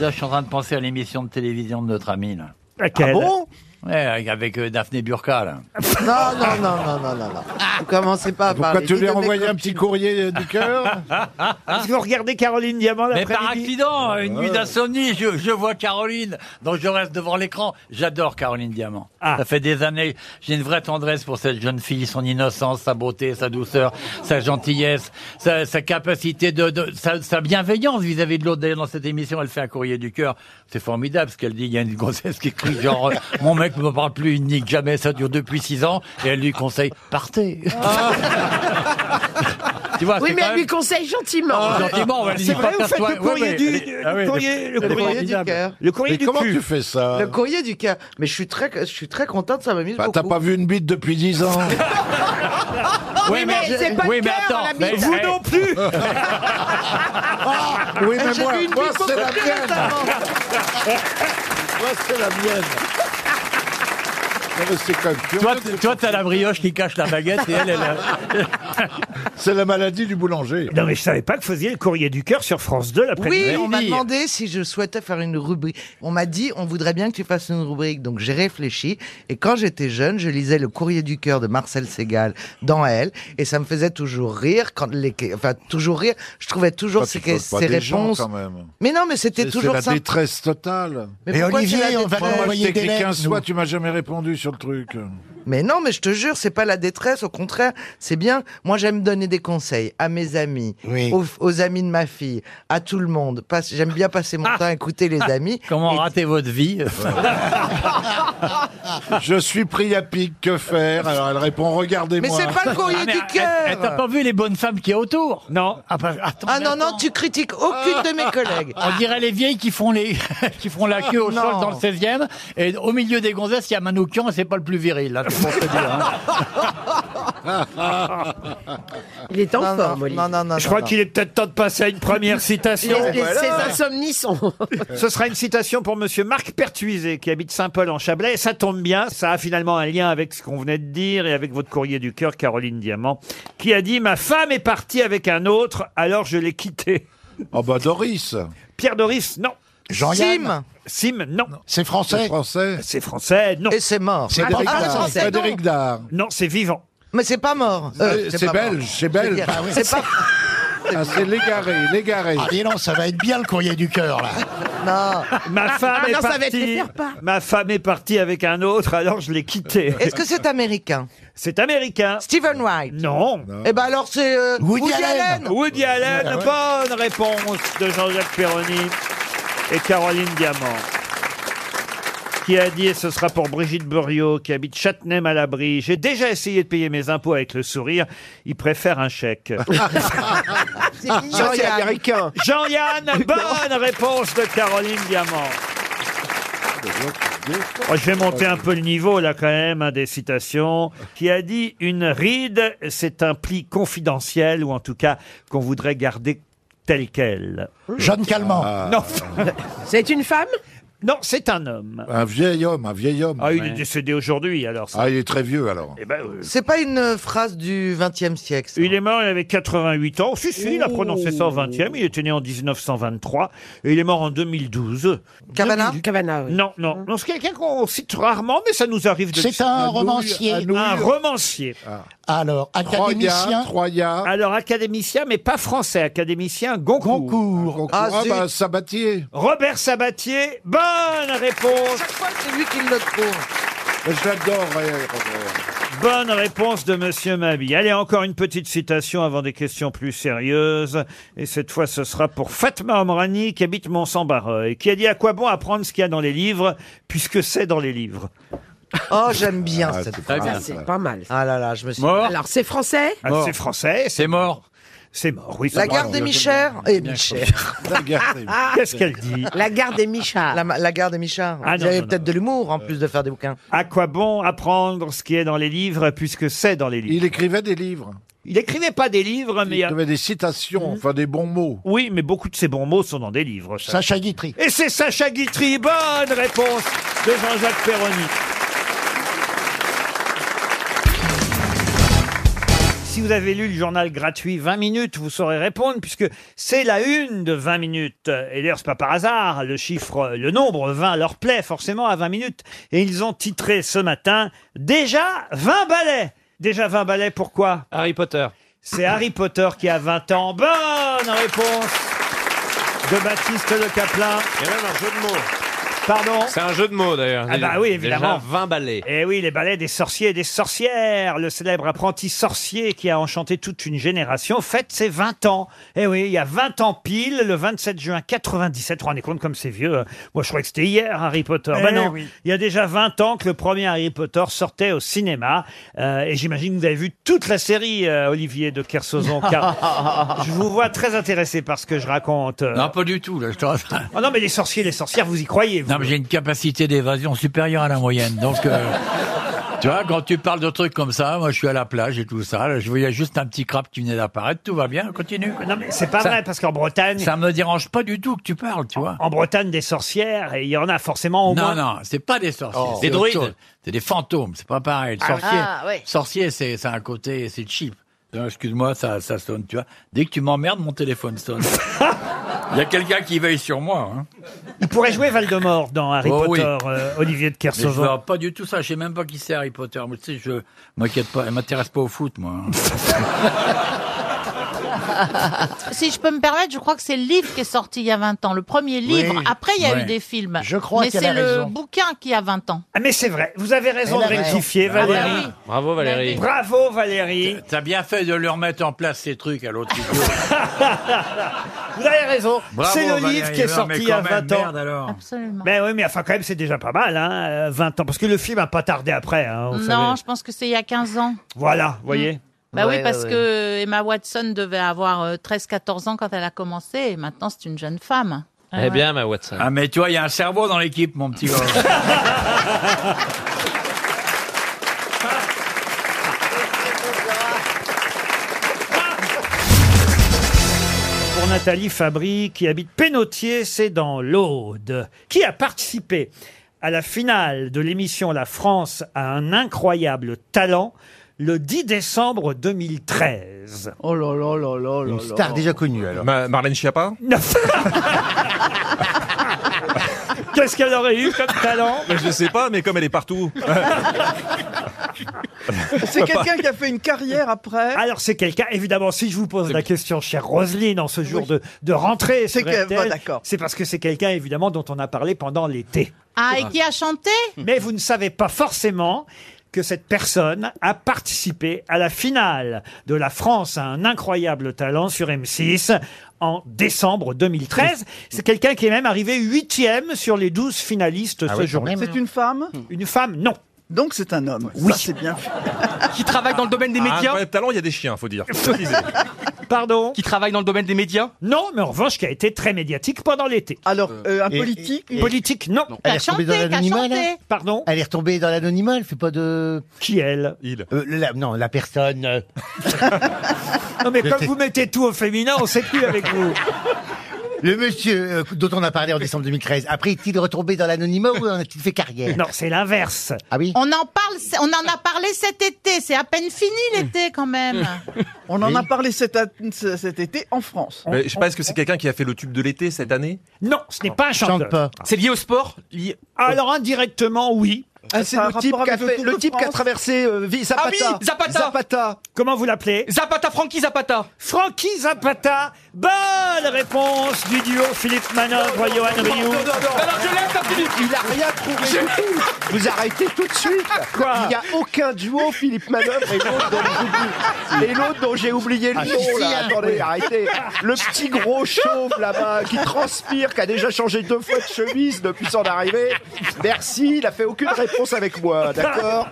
Speaker 15: Là, je suis en train de penser à l'émission de télévision de notre ami, là.
Speaker 1: Laquelle Ah bon
Speaker 15: Ouais, avec euh, Daphné Burka, là.
Speaker 25: Non, non, non, non, non, non, non. Vous commencez pas à
Speaker 15: Pourquoi
Speaker 25: parler.
Speaker 15: tu lui as
Speaker 25: envoyé un
Speaker 15: petit
Speaker 25: courrier
Speaker 15: du cœur
Speaker 1: Est-ce que vous regardez Caroline Diamant
Speaker 15: Mais
Speaker 1: l'après-midi
Speaker 15: par accident, une
Speaker 1: Ouais.
Speaker 15: nuit d'insomnie, je, je vois Caroline, donc je reste devant l'écran. J'adore Caroline Diamant.
Speaker 8: Ah.
Speaker 15: Ça fait des années, j'ai une vraie tendresse pour cette jeune fille, son innocence, sa beauté, sa douceur, sa gentillesse, sa, sa capacité de, de- sa, sa bienveillance vis-à-vis de l'autre. D'ailleurs, dans cette émission, elle fait un courrier du cœur. C'est formidable ce qu'elle dit. Il y a une grossesse qui crie genre, mon mec ne me parle plus, il nique jamais, ça dure depuis six ans, et elle lui conseille, partez. Tu vois,
Speaker 8: Ah. oui,
Speaker 15: c'est
Speaker 8: mais
Speaker 15: quand
Speaker 8: elle
Speaker 15: même-
Speaker 8: lui conseille gentiment.
Speaker 15: Gentiment, on va lui
Speaker 8: C'est
Speaker 15: dire
Speaker 8: vrai,
Speaker 15: pas
Speaker 8: vous faites
Speaker 15: casse-toi.
Speaker 8: le courrier
Speaker 15: Ouais,
Speaker 8: du-
Speaker 15: mais-
Speaker 8: du-
Speaker 15: Ah oui.
Speaker 8: courrier- le
Speaker 15: Elle est
Speaker 8: courrier
Speaker 15: formidable.
Speaker 8: du cœur.
Speaker 15: Le courrier
Speaker 8: Mais
Speaker 15: du
Speaker 8: comment
Speaker 15: cul.
Speaker 8: tu fais ça
Speaker 25: Le courrier du cœur. Mais je suis très, je suis très contente, ça m'amuse
Speaker 15: Bah,
Speaker 25: beaucoup.
Speaker 15: t'as pas
Speaker 25: vu une bite depuis 10 ans.
Speaker 15: Oui, mais mais c'est pas oui, le mais cœur, attends, la mais bite. vous non
Speaker 1: plus
Speaker 12: Ah,
Speaker 15: Oui, mais moi- moi, c'est la mienne.
Speaker 12: Moi, c'est la mienne.
Speaker 15: Toi, t- toi, t'as la brioche qui cache la baguette et elle, elle a...
Speaker 1: C'est la maladie du boulanger. Non, mais je savais pas que vous faisiez le courrier du cœur sur France 2 l'après-midi.
Speaker 8: Oui, on m'a demandé si je souhaitais faire une rubrique. On m'a dit, on voudrait bien que tu fasses une rubrique. Donc j'ai réfléchi. Et quand j'étais jeune, je lisais le courrier du cœur de Marcel Segal dans Elle. Et ça me faisait toujours rire. Quand les... Enfin, toujours rire. Je trouvais toujours
Speaker 7: tu
Speaker 8: ces,
Speaker 7: poses pas
Speaker 8: ces
Speaker 7: des gens,
Speaker 8: réponses.
Speaker 7: quand même.
Speaker 8: Mais non, mais c'était toujours
Speaker 7: la
Speaker 8: ça.
Speaker 7: détresse totale.
Speaker 8: Mais Et pourquoi Olivier, c'est la on va détresse
Speaker 7: Moi,
Speaker 8: t'envoyer
Speaker 7: je t'ai
Speaker 8: des
Speaker 7: écrit
Speaker 8: lettres,
Speaker 7: 15
Speaker 8: nous.
Speaker 7: fois, tu m'as jamais répondu sur le truc.
Speaker 8: Mais non, mais je te jure, c'est pas la détresse. Au contraire, c'est bien. Moi, j'aime donner des conseils à mes amis, aux, aux amis de ma fille, à tout le monde. Passe- J'aime bien passer mon temps à écouter les amis.
Speaker 15: Comment rater votre vie
Speaker 7: Je suis pris à pic, que faire Alors elle répond, regardez-moi.
Speaker 15: Ah, mais elle- elle- T'as pas vu les bonnes femmes qui est autour
Speaker 1: Non.
Speaker 15: Ah, bah, attends,
Speaker 8: Ah
Speaker 15: mais
Speaker 8: non,
Speaker 15: attends.
Speaker 8: non, tu critiques aucune de mes collègues.
Speaker 15: On dirait les vieilles qui font, les, qui font la queue au
Speaker 8: Non.
Speaker 15: sol dans le 16 e Et au milieu des gonzesses, il y a Manoukian et c'est pas le plus viril. là, c'est pour te dire, hein.
Speaker 8: Il est en
Speaker 25: Non,
Speaker 8: forme,
Speaker 25: non,
Speaker 8: Olivier.
Speaker 25: non, non, non,
Speaker 1: Je
Speaker 25: non,
Speaker 1: crois
Speaker 25: non.
Speaker 1: qu'il est peut-être temps de passer à une première citation.
Speaker 8: Les- les- Voilà. ces
Speaker 1: insomnies sont. Ce sera une citation pour Monsieur Marc Pertuiset qui habite Saint-Paul en Chablais. Et ça tombe bien, ça a finalement un lien avec ce qu'on venait de dire et avec votre courrier du cœur, Caroline Diamant, qui a dit Ma femme est partie avec un autre, alors je l'ai quittée.
Speaker 7: Ah
Speaker 1: Oh bah Doris. Pierre Doris, non.
Speaker 8: Jean-Yann.
Speaker 1: Sim. Sim, non.
Speaker 7: C'est français.
Speaker 1: C'est français, non.
Speaker 8: Et c'est mort.
Speaker 7: C'est Frédéric
Speaker 8: Ah,
Speaker 7: Dard.
Speaker 8: français,
Speaker 7: Frédéric
Speaker 8: non.
Speaker 7: Dard.
Speaker 1: Non, c'est vivant.
Speaker 8: Mais c'est pas mort. Euh,
Speaker 7: C'est
Speaker 8: pas
Speaker 7: belge,
Speaker 8: mort.
Speaker 7: c'est
Speaker 8: Je veux
Speaker 7: belge.
Speaker 8: dire, C'est pas.
Speaker 7: Ah, c'est l'égaré, l'égaré. Ah, dis ça va être bien le courrier du cœur, là.
Speaker 8: Ah, Non.
Speaker 1: Ma femme est
Speaker 8: Maintenant, ça va être les
Speaker 1: partie.
Speaker 8: faire pas.
Speaker 1: Ma femme est partie avec un autre, alors je l'ai quittée.
Speaker 8: Est-ce que c'est américain
Speaker 1: C'est américain.
Speaker 8: Stephen Wright.
Speaker 1: Non.
Speaker 8: Eh ben alors c'est euh, Woody, Allen.
Speaker 1: Woody Allen, bonne réponse de Jean-Jacques Perroni et Caroline Diamant. Qui a dit, et ce sera pour Brigitte Buriot, qui habite Châtenay-Malabry, j'ai déjà essayé de payer mes impôts avec le sourire, il préfère un chèque.
Speaker 7: Ah,
Speaker 17: américain.
Speaker 1: Jean-Yann, bonne réponse de Caroline Diamant. Oh, je vais monter un peu le niveau là quand même, hein, des citations, qui a dit « Une ride, c'est un pli confidentiel ou en tout cas qu'on voudrait garder tel quel. »
Speaker 15: Jeanne Calment.
Speaker 1: Non. c'est une femme Non, c'est un homme.
Speaker 7: Un vieil homme, un vieil homme.
Speaker 1: Ah, il est décédé aujourd'hui alors. ça.
Speaker 7: Ah, il est très vieux, alors.
Speaker 1: Eh ben, euh,
Speaker 8: C'est pas une euh, phrase du 20e siècle.
Speaker 1: Il est mort, il avait 88 ans. Si, si, il a prononcé ça au 20e. Il était né en 1923 et il est mort en 2012.
Speaker 8: Cavana
Speaker 1: Non, non. non c'est quelqu'un qu'on cite rarement, mais ça nous arrive de
Speaker 11: Hein C'est un Anouilh, romancier. Anouilh.
Speaker 1: Un romancier.
Speaker 11: Alors, académicien.
Speaker 1: Alors, académicien, mais pas français. Académicien Goncourt.
Speaker 7: Ah, Ah, zut. bah, Sabatier.
Speaker 1: Robert Sabatier. Bonne réponse.
Speaker 8: C'est lui qui le trouve.
Speaker 7: J'adore.
Speaker 1: Bonne réponse de Monsieur Mabi. Allez, encore une petite citation avant des questions plus sérieuses. Et cette fois, ce sera pour Fatma Omrani, qui habite mont et qui a dit à quoi bon apprendre ce qu'il y a dans les livres, puisque c'est dans les livres.
Speaker 8: Oh, j'aime bien
Speaker 5: Ah,
Speaker 8: cette
Speaker 5: c'est pas
Speaker 8: phrase.
Speaker 5: mal, ça. Pas
Speaker 8: mal. Ah là là, je me suis.
Speaker 5: Alors, c'est français
Speaker 1: Ah, c'est français. C'est mort. C'est mort, oui.
Speaker 8: La gare des Michères et Michères.
Speaker 1: Qu'est-ce qu'elle dit
Speaker 8: Ah. La gare des Michards. La, gare des Michards.
Speaker 1: Ah,
Speaker 8: Vous
Speaker 1: non,
Speaker 8: avez
Speaker 1: non,
Speaker 8: peut-être de l'humour en plus de faire des bouquins.
Speaker 1: À quoi bon apprendre ce qui est dans les livres puisque c'est dans les livres Il écrivait des livres. Il écrivait pas des livres, mais il écrivait des citations, enfin des bons mots. Oui, mais beaucoup de ces bons mots sont dans des livres. ça.
Speaker 11: Sacha Guitry.
Speaker 1: Et c'est Sacha Guitry. Bonne réponse de Jean-Jacques Perroni. Si vous avez lu le journal gratuit 20 minutes, vous saurez répondre puisque c'est la une de 20 minutes. Et d'ailleurs, c'est pas par hasard, le chiffre, le nombre 20 leur plaît forcément à 20 minutes. Et ils ont titré ce matin déjà 20 ballets. Déjà 20 ballets, pourquoi Harry Potter. C'est Harry Potter qui a 20 ans. Bonne réponse de Baptiste Le Caplin.
Speaker 3: Il y a même un jeu de mots.
Speaker 1: Pardon
Speaker 3: C'est un jeu de mots d'ailleurs.
Speaker 1: Ah bah oui, évidemment.
Speaker 3: Déjà 20 balais.
Speaker 1: Eh oui, les ballets des sorciers et des sorcières. Le célèbre apprenti sorcier qui a enchanté toute une génération fête ses 20 ans. Eh oui, il y a 20 ans pile, le 27 juin 97. Rendez compte comme c'est vieux. hein. Moi, je croyais que c'était hier Harry Potter.
Speaker 17: Eh
Speaker 1: ben non,
Speaker 17: oui.
Speaker 1: il y a déjà 20 ans que le premier Harry Potter sortait au cinéma. Euh, et j'imagine que vous avez vu toute la série, euh, Olivier de Kersauzon. Car je vous vois très intéressé par ce que je raconte.
Speaker 15: Non, pas du tout. Là, je te rassure.
Speaker 1: Oh Hein non, mais les sorciers, les sorcières, vous y croyez, vous
Speaker 15: Non, mais j'ai une capacité d'évasion supérieure à la moyenne. Donc, euh, tu vois, quand tu parles de trucs comme ça, moi, je suis à la plage et tout ça. Là, je voyais juste un petit crabe qui venait d'apparaître. Tout va bien, continue.
Speaker 1: Non, mais c'est pas vrai, parce qu'en Bretagne.
Speaker 15: Ça me dérange pas du tout que tu parles, tu vois.
Speaker 1: En Bretagne, des sorcières, et il y en a forcément au
Speaker 15: non,
Speaker 1: moins.
Speaker 15: non, c'est pas des sorciers.
Speaker 1: Oh.
Speaker 15: c'est
Speaker 1: Des
Speaker 15: autre
Speaker 1: druides.
Speaker 15: chose. C'est des fantômes, c'est pas pareil. Le
Speaker 1: Ah,
Speaker 15: sorcier,
Speaker 1: ah, ouais.
Speaker 15: sorcier c'est c'est un côté, c'est cheap. Euh, Excuse-moi, ça, ça sonne, tu vois. Dès que tu m'emmerdes, mon téléphone sonne. Il y a quelqu'un qui veille sur moi. hein.
Speaker 1: Il pourrait jouer Valdemort dans Harry
Speaker 15: Oh, oui.
Speaker 1: Potter, euh, Olivier de
Speaker 15: Mais je
Speaker 1: Kersauzon.
Speaker 15: vois pas du tout ça. Je sais même pas qui c'est Harry Potter. Mais tu sais, je m'inquiète pas. Elle m'intéresse pas au foot, moi. hein.
Speaker 13: Si je peux me permettre, je crois que c'est le livre qui est sorti il y a 20 ans, le premier livre.
Speaker 1: Oui.
Speaker 13: Après, il y a
Speaker 1: Ouais.
Speaker 13: eu des films.
Speaker 1: Je crois
Speaker 13: Mais
Speaker 1: qu'elle a
Speaker 13: c'est le
Speaker 1: raison.
Speaker 13: bouquin qui a 20 ans.
Speaker 1: Ah, mais c'est vrai, vous avez raison de
Speaker 13: Elle a raison.
Speaker 1: rectifier, Valérie.
Speaker 13: Ah, bah oui.
Speaker 15: Bravo Valérie.
Speaker 1: Bravo Valérie.
Speaker 15: T'as bien fait de leur mettre en place ces trucs à l'autre. niveau.
Speaker 1: Vous avez raison,
Speaker 15: Bravo,
Speaker 1: c'est le
Speaker 15: Valérie.
Speaker 1: livre qui est
Speaker 15: Non,
Speaker 1: sorti
Speaker 15: mais
Speaker 1: il
Speaker 15: quand
Speaker 1: y a 20
Speaker 15: même,
Speaker 1: ans.
Speaker 15: merde, alors.
Speaker 13: Absolument.
Speaker 1: Mais oui, mais enfin, quand même, c'est déjà pas mal, hein, euh, 20 ans. Parce que le film a pas tardé après, hein, vous
Speaker 13: non,
Speaker 1: savez.
Speaker 13: je pense que c'est il y a 15 ans.
Speaker 1: Voilà, vous voyez.
Speaker 13: Bah oui, parce que Emma Watson devait avoir euh, 13-14 ans quand elle a commencé, et maintenant c'est une jeune femme. Ah
Speaker 3: Eh
Speaker 13: ouais.
Speaker 15: Eh ma Watson. Ah, mais tu vois, il y a un cerveau dans l'équipe, mon petit gars.
Speaker 1: Pour Nathalie Fabry, qui habite Pénautier, c'est dans l'Aude, qui a participé à la finale de l'émission La France a un incroyable talent le 10 décembre 2013.
Speaker 12: Oh là là là là là.
Speaker 1: Une
Speaker 12: là.
Speaker 1: star déjà
Speaker 3: Connu alors. Marlène Schiappa
Speaker 1: Qu'est-ce qu'elle aurait eu comme talent
Speaker 3: Je sais pas, mais comme elle est partout.
Speaker 1: C'est quelqu'un
Speaker 12: qui a fait une carrière après.
Speaker 1: Alors c'est quelqu'un, évidemment, si je vous pose la question, chère Roselyne, en ce jour de, de rentrée,
Speaker 12: C'est
Speaker 1: sur
Speaker 12: que-
Speaker 1: RTL,
Speaker 12: bon, d'accord.
Speaker 1: c'est parce que c'est quelqu'un, évidemment, dont on a parlé pendant l'été.
Speaker 13: Ah, et qui a chanté
Speaker 1: Mais vous ne savez pas forcément que cette personne a participé à la finale de la France à un incroyable talent sur M6 en décembre 2013. C'est quelqu'un qui est même arrivé huitième sur les 12
Speaker 12: Ah
Speaker 1: finalistes ce jour.
Speaker 12: C'est une femme
Speaker 1: Hmm. Une femme, non.
Speaker 12: Donc c'est un homme.
Speaker 1: Oui.
Speaker 12: c'est bien. fait.
Speaker 3: Qui travaille dans le domaine
Speaker 12: des médias
Speaker 3: Un vrai Ah, talent, il y a des chiens, faut dire. Faut préciser.
Speaker 1: Pardon
Speaker 3: Qui travaille dans le domaine des médias
Speaker 1: Non, mais en revanche, qui a été très médiatique pendant l'été. Alors,
Speaker 12: euh,
Speaker 11: un Euh, Et- politique et-
Speaker 1: Politique, non.
Speaker 11: Elle est retombée dans l'anonymat, là
Speaker 1: Pardon
Speaker 11: Elle est retombée dans l'anonymat, elle fait pas de...
Speaker 1: Qui elle
Speaker 11: Il. non, la personne... euh,
Speaker 1: Non, mais
Speaker 11: Je
Speaker 1: comme
Speaker 11: t'ai-
Speaker 1: vous mettez tout au féminin, on sait plus avec vous.
Speaker 11: Le monsieur euh, dont on a parlé en décembre 2013, après est-il retombé dans l'anonymat ou en a-t-il fait carrière
Speaker 1: Non, c'est l'inverse.
Speaker 11: Ah oui
Speaker 13: On en parle, on en a parlé cet été, c'est à peine fini l'été quand même.
Speaker 12: On en a parlé cet, at- ce- cet été en France.
Speaker 3: Mais je sais pas, est-ce que c'est quelqu'un qui a fait le tube de l'été cette année
Speaker 1: Non, ce n'est pas un chanteur.
Speaker 3: C'est lié au sport
Speaker 1: Alors indirectement, oui.
Speaker 3: Ah, c'est Ça a le un type rapport qui a avec le fait- Tour de le type qui a France
Speaker 1: traversé
Speaker 5: euh,
Speaker 3: Zapata. Ah oui, Zapata.
Speaker 1: Comment vous l'appelez Zapata, Frankie Zapata. Frankie Zapata. Bonne réponse du duo Philippe Manœuvre, Johan Rioux.
Speaker 5: Il a rien trouvé. Vous arrêtez tout de suite.
Speaker 1: Quoi
Speaker 5: Il n'y a aucun duo Philippe Manœuvre et l'autre dont j'oublie- et l'autre dont j'ai oublié le
Speaker 11: Ah,
Speaker 5: nom.
Speaker 11: si,
Speaker 5: là.
Speaker 11: hein.
Speaker 5: Attendez,
Speaker 11: Oui.
Speaker 5: arrêtez. Le petit gros chauve là-bas qui transpire, qui a déjà changé deux fois de chemise depuis son arrivée. Merci, il a fait aucune réponse. réponse avec moi, d'accord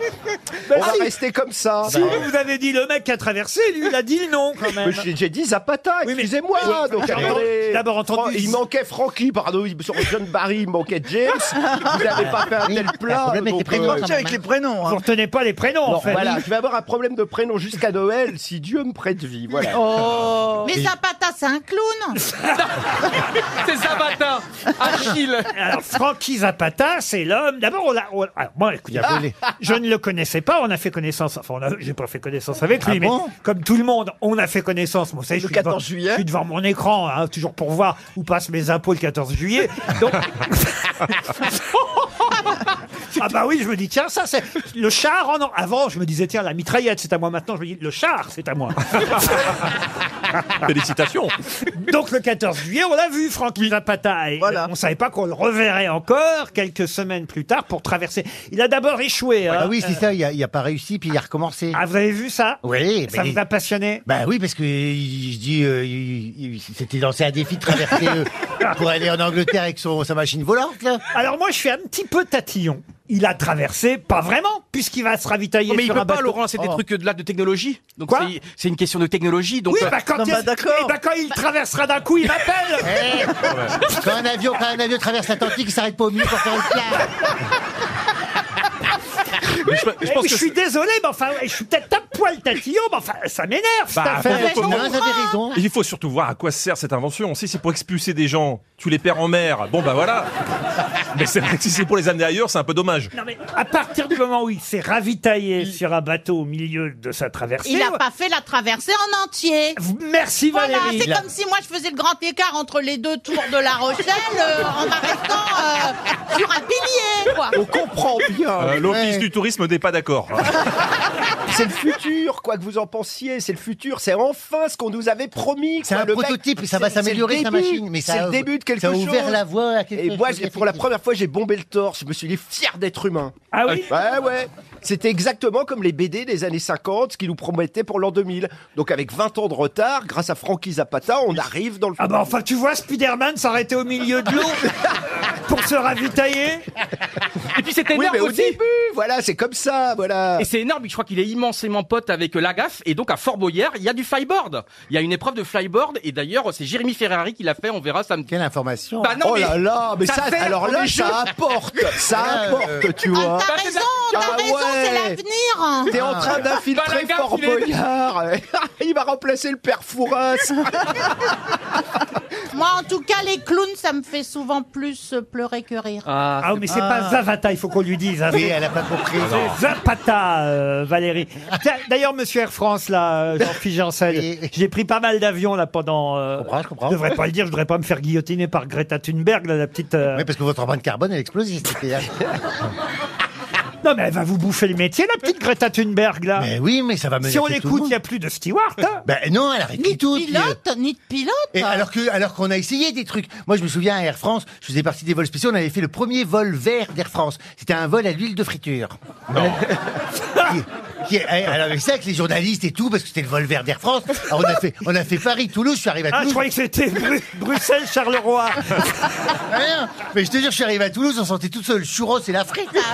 Speaker 5: On va rester comme ça. Bah.
Speaker 1: Si vous avez dit le mec qui a traversé, lui, il a dit le nom quand même.
Speaker 5: Mais j'ai- J'ai dit Zapata, excusez-moi.
Speaker 1: Oui,
Speaker 5: donc,
Speaker 1: j'ai
Speaker 5: attendez.
Speaker 1: d'abord entendu-
Speaker 5: Fran- Il manquait Francky, pardon. il- Sur John Barry, il manquait James. Vous n'avez pas fait un tel plat. donc, euh,
Speaker 1: prénoms.
Speaker 3: hein.
Speaker 1: Vous retenez pas les prénoms
Speaker 5: Non,
Speaker 1: en fait.
Speaker 5: Voilà, je vais avoir un problème de prénom jusqu'à Noël si Dieu me prête vie. Voilà.
Speaker 13: Oh. Mais Zapata, c'est un clown
Speaker 1: C'est Zapata, Achille. Alors, Francky Zapata, c'est l'homme. D'abord, on l'a. on- alors, moi, écoutez,
Speaker 5: Il a volé.
Speaker 1: je ne le connaissais pas. On a fait connaissance. Enfin, on a- j'ai pas fait connaissance avec lui,
Speaker 5: Ah bon
Speaker 1: mais comme tout le monde, on a fait connaissance. Moi, vous savez, je
Speaker 5: Le
Speaker 1: suis devant-
Speaker 5: 14 juillet
Speaker 1: Je suis devant mon écran, hein, toujours pour voir où passent mes impôts le 14 juillet. Donc. Ah bah oui, je me dis tiens ça c'est le char en avant je me disais tiens la mitraillette c'est à moi maintenant je me dis le char c'est à moi.
Speaker 3: Félicitations.
Speaker 1: Donc le 14 juillet, on l'a vu, Francky Zapata. Et On savait pas qu'on le reverrait encore quelques semaines plus tard pour traverser. Il a d'abord échoué. hein.
Speaker 11: Ah oui, c'est ça, il a, il a pas réussi, puis il a recommencé.
Speaker 1: Ah, vous avez vu ça
Speaker 11: Oui.
Speaker 1: Ça vous a passionné
Speaker 11: Bah oui, parce que il- je dis, euh, il, il s'était lancé un défi de traverser euh, pour aller en Angleterre avec son, sa machine volante, là.
Speaker 1: Alors moi, je suis un petit peu tatillon. Il a traversé, pas vraiment, puisqu'il va se ravitailler
Speaker 3: mais il
Speaker 1: sur
Speaker 3: peut
Speaker 1: un
Speaker 3: pas,
Speaker 1: bateau.
Speaker 3: Laurent, c'est des
Speaker 1: Oh.
Speaker 3: trucs euh, de là de technologie. Donc
Speaker 1: Quoi
Speaker 3: c'est- c'est une question de technologie. Donc
Speaker 1: oui,
Speaker 3: euh,
Speaker 1: bah quand, il, eh bah, quand il traversera d'un coup, il
Speaker 11: Eh,
Speaker 1: m'appelle.
Speaker 11: quand, un avion, quand un avion traverse l'Atlantique, il s'arrête pas au milieu pour faire une place.
Speaker 1: Mais je, pense que Eh, je suis désolé, mais enfin, je suis peut-être un poil tatillon, mais enfin, ça m'énerve cette
Speaker 3: Bah,
Speaker 1: affaire.
Speaker 3: faut- faut- Il faut surtout voir à quoi sert cette invention. Si c'est pour expulser des gens, tu les perds en mer, bon bah voilà. Mais c'est vrai que si c'est pour les amener ailleurs, c'est un peu dommage.
Speaker 1: Non, mais à partir du moment où il s'est ravitaillé sur un bateau au milieu de sa traversée,
Speaker 13: Il n'a pas fait la traversée en entier.
Speaker 1: merci
Speaker 13: Voilà,
Speaker 1: Valérie.
Speaker 13: c'est comme si moi je faisais le grand écart entre les deux tours de La Rochelle euh, en m'arrêtant euh, sur un pilier, quoi.
Speaker 5: On comprend bien.
Speaker 3: Euh, L'office
Speaker 5: Ouais.
Speaker 3: du tourisme n'est pas d'accord.
Speaker 5: C'est le futur, quoi que vous en pensiez, c'est le futur, c'est enfin ce qu'on nous avait promis.
Speaker 11: C'est
Speaker 5: quoi,
Speaker 11: un
Speaker 5: le mec-
Speaker 11: prototype, ça va
Speaker 5: c'est- c'est
Speaker 11: s'améliorer,
Speaker 5: le
Speaker 11: sa
Speaker 5: début,
Speaker 11: machine, mais ça
Speaker 5: c'est
Speaker 11: a-
Speaker 5: le début de quelque
Speaker 11: ça a
Speaker 5: chose.
Speaker 11: ouvert la voie à quelque
Speaker 5: Et moi,
Speaker 11: chose
Speaker 5: j'ai- pour la première fois, j'ai bombé le torse. Je me suis dit fier d'être humain. Ah oui. Ouais, ouais. C'était exactement comme les BD des années 50 qui nous promettaient pour l'an 2000. Donc avec 20 ans de retard, grâce à Frankie Zapata, on arrive dans le.
Speaker 1: Ah bah enfin, tu vois Spider-Man s'arrêter au milieu de l'eau pour se ravitailler.
Speaker 4: Et puis c'était
Speaker 5: Oui,
Speaker 4: énorme
Speaker 5: mais au
Speaker 4: aussi.
Speaker 5: début, voilà, c'est comme ça, voilà.
Speaker 4: Et c'est énorme, je crois qu'il est immensément pote avec euh, Lagaffe, et donc à Fort Boyard, il y a du flyboard. Il y a une épreuve de flyboard, et d'ailleurs, c'est Jérémy Ferrari qui l'a fait, on verra samedi.
Speaker 11: Quelle information
Speaker 4: Bah non,
Speaker 5: oh
Speaker 4: mais
Speaker 5: là là, mais ça,
Speaker 4: fait
Speaker 5: alors là,
Speaker 4: les jeux.
Speaker 5: ça apporte, ça apporte, tu vois.
Speaker 13: Ah, T'as raison, t'as
Speaker 5: Ah
Speaker 13: raison, c'est
Speaker 5: ouais.
Speaker 13: l'avenir.
Speaker 5: T'es en
Speaker 4: Ah.
Speaker 5: train
Speaker 4: Bah,
Speaker 5: d'infiltrer
Speaker 13: Balagaffe,
Speaker 5: Fort
Speaker 13: il est-
Speaker 5: Boyard. Il va remplacer le père Fouras.
Speaker 13: Moi, en tout cas, les clowns, ça me fait souvent plus euh, pleurer que rire.
Speaker 1: Ah, mais c'est
Speaker 13: Ah.
Speaker 1: pas Zavata, il faut qu'on lui dise. hein.
Speaker 11: Oui, elle a pas compris. Ah
Speaker 1: C'est Zapata, euh, Valérie. Tiens, D'ailleurs, Monsieur Air France, là, euh, Jean-Philippe Janssen, j'ai pris pas mal d'avions là pendant. euh, Je devrais pas le dire, je devrais pas me faire guillotiner par Greta Thunberg, là, la petite. euh,
Speaker 11: Oui, parce que votre empreinte carbone, elle explose.
Speaker 1: Non, mais elle va vous bouffer le métier, la petite Greta Thunberg, là.
Speaker 11: Mais oui, mais ça va
Speaker 1: Si
Speaker 11: menacer
Speaker 1: on
Speaker 11: tout le
Speaker 1: l'écoute, il
Speaker 11: monde.
Speaker 1: n'y a plus de steward. hein.
Speaker 11: Ben non, elle arrête
Speaker 13: Ni de
Speaker 11: tout. puis, euh,
Speaker 13: pilote, ni de pilote.
Speaker 11: Et alors que, alors qu'on a essayé des trucs. Moi, je me souviens à Air France, je faisais partie des vols spéciaux. On avait fait le premier vol vert d'Air France. C'était un vol à l'huile de friture. Qui- qui- eh, alors mais ça, avec les journalistes et tout, parce que c'était le vol vert d'Air France. Alors, on a fait, on a fait Paris, Toulouse. Je suis arrivé à
Speaker 1: Ah,
Speaker 11: Toulouse.
Speaker 1: je croyais que c'était Bru- Bruxelles, Charleroi.
Speaker 11: Bah, Rien. Mais je te jure, je suis arrivé à Toulouse, on sentait tout seul le churros et la frite.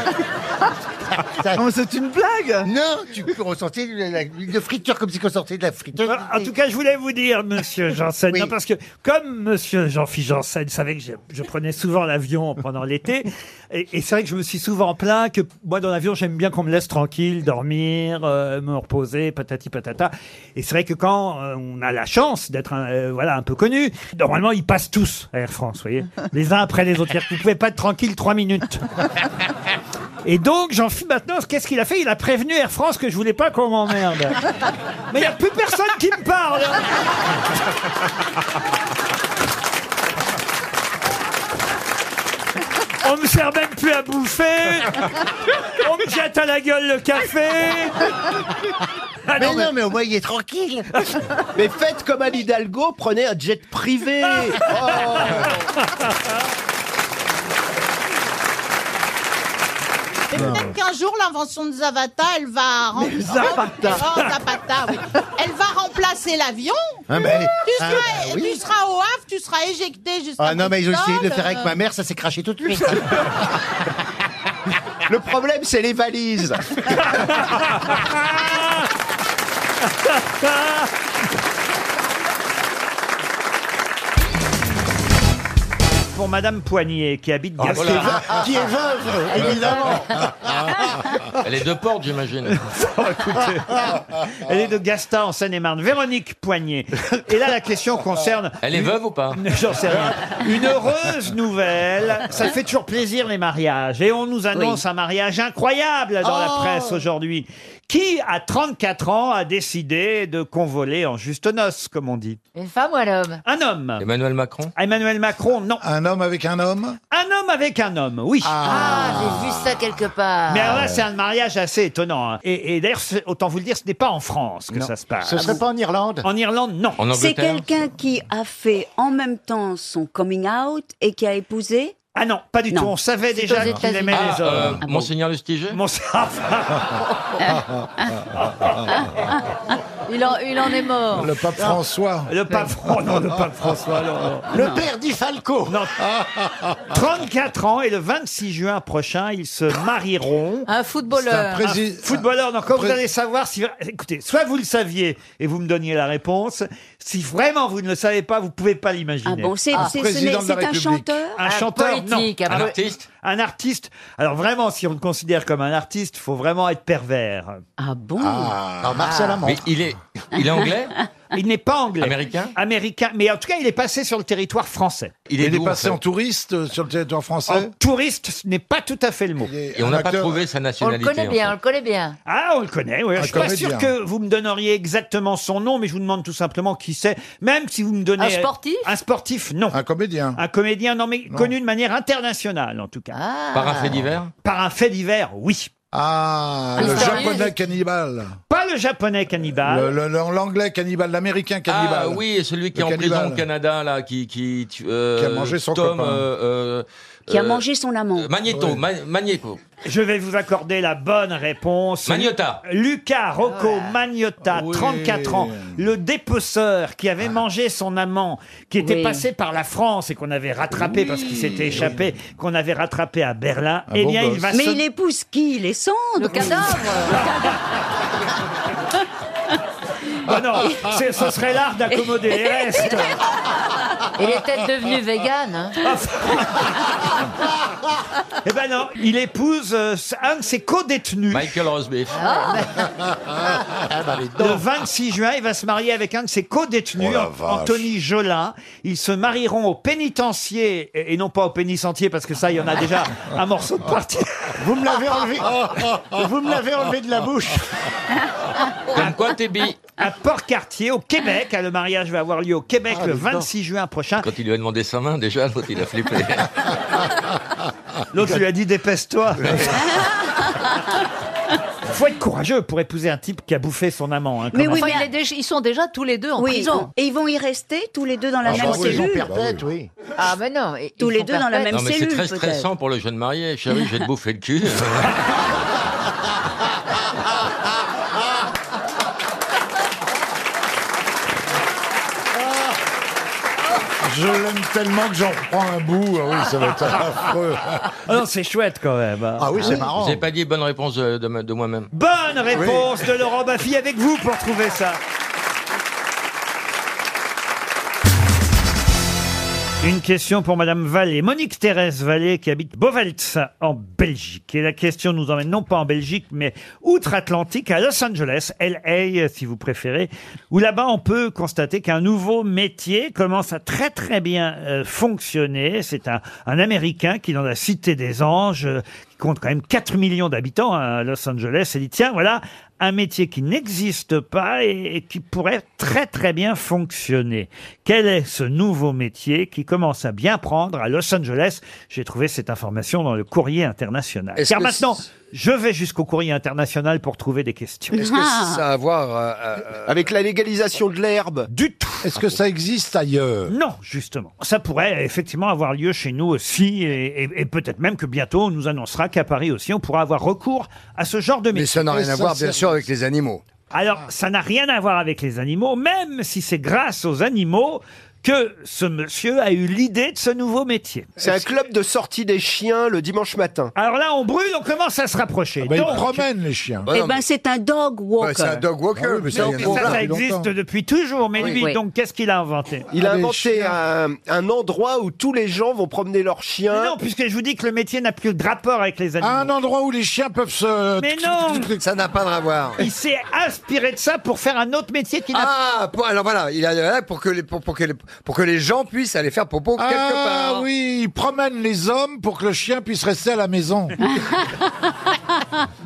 Speaker 1: c'est une blague
Speaker 11: Non, tu peux ressentir la- la- l'huile de friture comme si on sortait de la friture.
Speaker 1: En tout cas, je voulais vous dire, monsieur Janssen, non, parce que comme monsieur Jean-Philippe Janssen savait que je, je prenais souvent l'avion pendant l'été, et, et c'est vrai que je me suis souvent plaint que moi, dans l'avion, j'aime bien qu'on me laisse tranquille, dormir, euh, me reposer, patati patata. Et c'est vrai que quand euh, on a la chance d'être un, euh, voilà, un peu connu, normalement, ils passent tous à Air France, vous voyez, les uns après les autres. C'est-à-dire que Vous pouvez pas être tranquille trois minutes. Et donc, j'en suis maintenant, qu'est-ce qu'il a fait Il a prévenu Air France que je voulais pas qu'on m'emmerde. Mais il n'y a plus personne qui me parle On me sert même plus à bouffer On me jette à la gueule le café Ah
Speaker 11: mais non, mais au moins, il est tranquille.
Speaker 5: Mais faites comme à Hidalgo, prenez un jet privé.
Speaker 1: Ah
Speaker 5: Oh.
Speaker 13: Et peut-être qu'un jour, l'invention de Zavata, elle va... rem-
Speaker 11: Mais Zapata.
Speaker 13: Oh, Zapata, oui. Elle va remplacer l'avion.
Speaker 11: Ah, ben,
Speaker 13: tu,
Speaker 11: ah,
Speaker 13: seras,
Speaker 11: ben oui.
Speaker 13: tu seras au Havre, tu seras éjecté jusqu'à euh.
Speaker 11: Ah non, mais ils ont essayé de le
Speaker 13: Bristol,
Speaker 11: faire avec
Speaker 13: euh,
Speaker 11: ma mère, ça s'est craché tout de suite.
Speaker 5: Le problème, c'est les valises.
Speaker 1: Pour Madame Poignet, qui habite
Speaker 16: Ah,
Speaker 1: Gaston.
Speaker 16: voilà. Qui est veuve, évidemment.
Speaker 1: Elle est de Porte, j'imagine. Oh, Elle est de Gaston, en Seine-et-Marne. Véronique Poignet. Et là, la question concerne...
Speaker 17: Elle est veuve ou pas
Speaker 1: J'en sais rien. Une heureuse nouvelle. Ça fait toujours plaisir les mariages. Et on nous annonce un mariage incroyable dans la
Speaker 19: Oh.
Speaker 1: presse aujourd'hui. Qui, à 34 ans, a décidé de convoler en juste noces, comme on dit
Speaker 18: Une femme ou un homme
Speaker 1: Un homme.
Speaker 17: Emmanuel Macron
Speaker 1: Emmanuel Macron, non. Un homme avec un homme Un homme avec un homme, oui.
Speaker 18: Ah, j'ai vu ça quelque part.
Speaker 1: Mais alors là, c'est un mariage assez étonnant. hein. Et, et d'ailleurs, c'est- autant vous le dire, ce n'est pas en France que
Speaker 16: Non.
Speaker 1: ça se passe.
Speaker 16: Ce serait pas
Speaker 1: en Irlande En Irlande, non.
Speaker 21: C'est quelqu'un qui a fait en même temps son coming out et qui a épousé
Speaker 1: Ah non, pas du tout. On savait
Speaker 21: C'est
Speaker 1: déjà
Speaker 21: aux
Speaker 1: qu'il
Speaker 21: États-Unis.
Speaker 1: aimait
Speaker 21: Ah,
Speaker 1: les hommes. Ah,
Speaker 21: euh,
Speaker 17: Monseigneur Lustiger
Speaker 21: ah,
Speaker 18: Ah. Il en, il en est mort.
Speaker 16: Oh. Le
Speaker 1: Ah.
Speaker 16: pape François.
Speaker 1: Le
Speaker 21: ah.
Speaker 1: pape François. Non, le pape François. non.
Speaker 16: Le
Speaker 1: Non.
Speaker 16: père dit Falco.
Speaker 1: 34 ans et le 26 juin prochain, ils se marieront.
Speaker 13: Un footballeur. C'est un prési-
Speaker 1: Un footballeur. Donc, quand
Speaker 13: Pré-
Speaker 1: vous allez savoir si. Écoutez, soit vous le saviez et vous me donniez la réponse. Si vraiment vous ne le savez pas, vous pouvez pas l'imaginer.
Speaker 21: Ah bon, c'est- Ah. c'est- ce n'est- c'est un chanteur Ah,
Speaker 1: Un,
Speaker 21: Un
Speaker 1: chanteur, non.
Speaker 21: politique, un Un po- artiste
Speaker 1: Un artiste. Alors, vraiment, si on le considère comme un artiste, faut vraiment être pervers.
Speaker 21: Ah bon
Speaker 1: Alors,
Speaker 21: Marcel Amand.
Speaker 17: Mais il est, il est anglais
Speaker 1: Il n'est pas anglais.
Speaker 17: Américain
Speaker 1: Américain. Mais en tout cas, il est passé sur le territoire français.
Speaker 17: Il est
Speaker 16: Il est
Speaker 17: d'où,
Speaker 16: passé
Speaker 17: en fait
Speaker 16: en touriste euh, sur le territoire français.
Speaker 1: En touriste, ce n'est pas tout à fait le mot.
Speaker 17: Et on n'a pas trouvé sa
Speaker 18: On le
Speaker 17: nationalité.
Speaker 18: connaît
Speaker 17: en
Speaker 18: bien,
Speaker 17: fait.
Speaker 18: on le connaît bien.
Speaker 1: Ah, on le connaît. oui.
Speaker 17: Un
Speaker 1: Je suis pas
Speaker 17: comédien.
Speaker 1: sûr que vous me donneriez exactement son nom, mais je vous demande tout simplement qui c'est. Même si vous me donnez euh,
Speaker 18: Un sportif
Speaker 1: un sportif, non. Un comédien. Un comédien, non, mais connu de manière internationale en tout cas.
Speaker 21: Ah.
Speaker 17: Par un fait divers
Speaker 1: Par un fait divers, oui.
Speaker 16: Ah,
Speaker 1: Un
Speaker 16: le
Speaker 1: sérieux
Speaker 16: japonais cannibale.
Speaker 1: Pas le japonais
Speaker 16: Le-
Speaker 1: cannibale.
Speaker 16: le- le- L'anglais cannibale, l'américain cannibale.
Speaker 17: Ah oui, et celui qui est
Speaker 16: Le
Speaker 17: en prison au
Speaker 16: cannibale.
Speaker 17: Canada, là, qui, qui, tu- euh,
Speaker 16: Qui a mangé son
Speaker 17: Tom,
Speaker 16: copain.
Speaker 17: euh, euh,
Speaker 21: Qui a
Speaker 17: euh,
Speaker 21: mangé son amant.
Speaker 17: Magneto, Ma- Magneto.
Speaker 1: Je vais vous accorder la bonne réponse.
Speaker 17: Magnotta.
Speaker 1: Lucas Rocco Magnotta, 34 ans, le dépeceur qui avait mangé son amant, qui était
Speaker 21: Oui.
Speaker 1: passé par la France et qu'on avait rattrapé parce qu'il s'était échappé, qu'on avait rattrapé à Berlin. eh
Speaker 21: bon
Speaker 1: bien, il
Speaker 21: gosse.
Speaker 1: va
Speaker 21: Mais
Speaker 1: se-
Speaker 21: il épouse qui Les cendres Le
Speaker 1: Ah non, c'est- ce serait l'art d'accommoder les restes.
Speaker 18: Il est peut-être devenu vegan. hein.
Speaker 1: Eh ben non, il épouse euh, un de ses co-détenus.
Speaker 17: Michael Rosbeef.
Speaker 1: Ah,
Speaker 17: Ah, bah,
Speaker 1: Le 26 juin, il va se marier avec un de ses co-détenus,
Speaker 17: Oh la vache.
Speaker 1: Anthony Jolin. Ils se marieront au pénitencier, et et non pas au pénitentiaire, parce que ça, il y en a déjà un morceau de partie.
Speaker 16: Vous me l'avez enlevé. Vous me l'avez enlevé de la bouche.
Speaker 17: Comme quoi, t'es bi.
Speaker 1: À Port-Cartier, au Québec. Ah, Le mariage va avoir lieu au Québec
Speaker 17: Ah,
Speaker 1: le
Speaker 17: dis donc.
Speaker 1: 26 juin prochain.
Speaker 17: Quand il lui a demandé sa main, déjà, l'autre, il a flippé.
Speaker 1: L'autre lui a dit dépêche-toi. Faut être courageux pour épouser un type qui a bouffé son amant. hein, quand même.
Speaker 13: Enfin, il est déjà- ils sont déjà tous les deux en
Speaker 21: oui,
Speaker 13: prison.
Speaker 21: Et ils vont y rester tous les deux dans la
Speaker 17: Ah,
Speaker 21: même
Speaker 17: bah oui, ils vont
Speaker 21: cellule.
Speaker 17: perpète,
Speaker 21: oui.
Speaker 18: Ah, mais non. et-
Speaker 21: Tous
Speaker 18: ils
Speaker 21: les
Speaker 18: sont
Speaker 21: deux dans la
Speaker 18: perpètes.
Speaker 21: même
Speaker 17: non, mais c'est
Speaker 21: cellule,
Speaker 17: très
Speaker 21: peut-être.
Speaker 17: stressant pour le jeune marié. Chérie, je vais te bouffer le cul.
Speaker 1: Ah,
Speaker 16: Je l'aime tellement que j'en prends un bout. Ah oui, ça va être affreux.
Speaker 1: Ah non, c'est chouette quand même. hein.
Speaker 16: Ah oui, c'est marrant.
Speaker 17: J'ai pas dit bonne réponse de, de- de moi-même.
Speaker 1: Bonne réponse de Laurent Baffy avec vous pour trouver ça. Une question pour Madame Vallée, Monique Thérèse Vallée qui habite Bovelts en Belgique. Et la question nous emmène non pas en Belgique mais outre-Atlantique à Los Angeles, LA si vous préférez, où là-bas on peut constater qu'un nouveau métier commence à très très bien euh, fonctionner. C'est un, un Américain qui dans la Cité des Anges, euh, qui compte quand même 4 millions d'habitants hein, à Los Angeles, et dit tiens voilà un métier qui n'existe pas et, et qui pourrait très très bien fonctionner. Quel est ce nouveau métier qui commence à bien prendre à Los Angeles J'ai trouvé cette information dans le courrier international.
Speaker 38: Est-ce
Speaker 1: Car
Speaker 38: que
Speaker 1: maintenant, je vais jusqu'au courrier international pour trouver des questions.
Speaker 38: Est-ce que ça a à voir euh, euh,
Speaker 1: Avec la légalisation de l'herbe Du tout.
Speaker 16: Est-ce que ça existe ailleurs
Speaker 1: Non, justement. Ça pourrait effectivement avoir lieu chez nous aussi, et, et- et peut-être même que bientôt on nous annoncera qu'à Paris aussi on pourra avoir recours à ce genre de métier.
Speaker 38: Mais ça Ah. n'a rien à voir, bien sûr, avec les animaux.
Speaker 1: Alors, ça n'a rien à voir avec les animaux, même si c'est grâce aux animaux que ce monsieur a eu l'idée de ce nouveau métier.
Speaker 39: C'est un club de sortie des chiens le dimanche matin.
Speaker 1: Alors là, on brûle, on commence à se rapprocher.
Speaker 39: bah, ils
Speaker 1: promènent les chiens.
Speaker 38: Ah, bah
Speaker 21: Eh ben, c'est un dog
Speaker 5: Bah,
Speaker 21: walker.
Speaker 39: Ah
Speaker 1: Donc, ça, ça existe depuis toujours, mais
Speaker 39: Oui.
Speaker 1: lui,
Speaker 39: Oui.
Speaker 1: donc, qu'est-ce qu'il a inventé
Speaker 38: Ah,
Speaker 39: Il a inventé un, Euh, un endroit où tous les gens vont promener leurs chiens.
Speaker 1: non, puisque je vous dis que le métier n'a plus de rapport avec les animaux.
Speaker 39: Un endroit où les chiens peuvent se...
Speaker 1: Mais non
Speaker 39: Ça n'a pas de rapport.
Speaker 1: Il s'est inspiré de ça pour faire un autre métier qui n'a
Speaker 5: Ah, pour- alors voilà, il a voilà, pour que les pour, pour que les, pour que les gens puissent aller faire popo quelque
Speaker 1: Ah,
Speaker 5: part.
Speaker 1: oui,
Speaker 7: il promène les hommes pour que le chien puisse rester à la maison.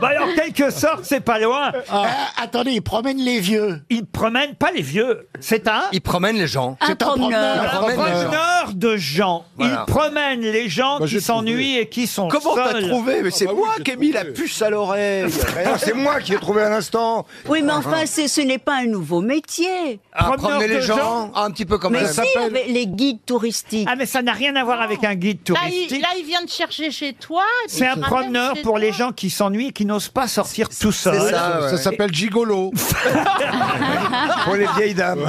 Speaker 1: Bah alors, en quelque sorte, c'est pas loin.
Speaker 39: Euh, ah.
Speaker 7: Euh, attendez, il promène les vieux.
Speaker 1: Il promène pas les vieux. C'est un.
Speaker 5: Il promène les gens.
Speaker 1: Un promeneur. Un promeneur de gens.
Speaker 5: Voilà.
Speaker 1: Il promène les gens
Speaker 39: Bah,
Speaker 1: qui
Speaker 39: j'ai
Speaker 1: s'ennuient
Speaker 39: trouvé. Ah, bah
Speaker 1: et qui sont
Speaker 39: Comment
Speaker 1: seuls.
Speaker 39: t'as trouvé
Speaker 5: Ah
Speaker 39: Mais c'est
Speaker 5: bah
Speaker 39: moi qui ai mis la puce à l'oreille.
Speaker 5: Mais non, Ah c'est moi qui ai trouvé à l'instant.
Speaker 21: Oui, mais
Speaker 5: Ah,
Speaker 21: enfin,
Speaker 5: ah.
Speaker 21: c'est- ce n'est pas un nouveau métier.
Speaker 5: Ah, promener les gens, ah, un petit peu comme
Speaker 21: mais
Speaker 5: ça
Speaker 21: si, avec les guides touristiques.
Speaker 1: Ah, mais ça n'a rien à voir avec un guide
Speaker 13: Là Bah, il,
Speaker 1: touristique.
Speaker 13: là, il vient te chercher chez toi. et puis
Speaker 1: C'est un
Speaker 13: il te ramène
Speaker 1: promeneur
Speaker 13: chez
Speaker 1: pour
Speaker 13: toi.
Speaker 1: les gens qui s'ennuient et qui n'osent pas sortir tout seuls.
Speaker 5: ça, ouais. Ça s'appelle
Speaker 1: gigolo.
Speaker 5: Pour les vieilles dames.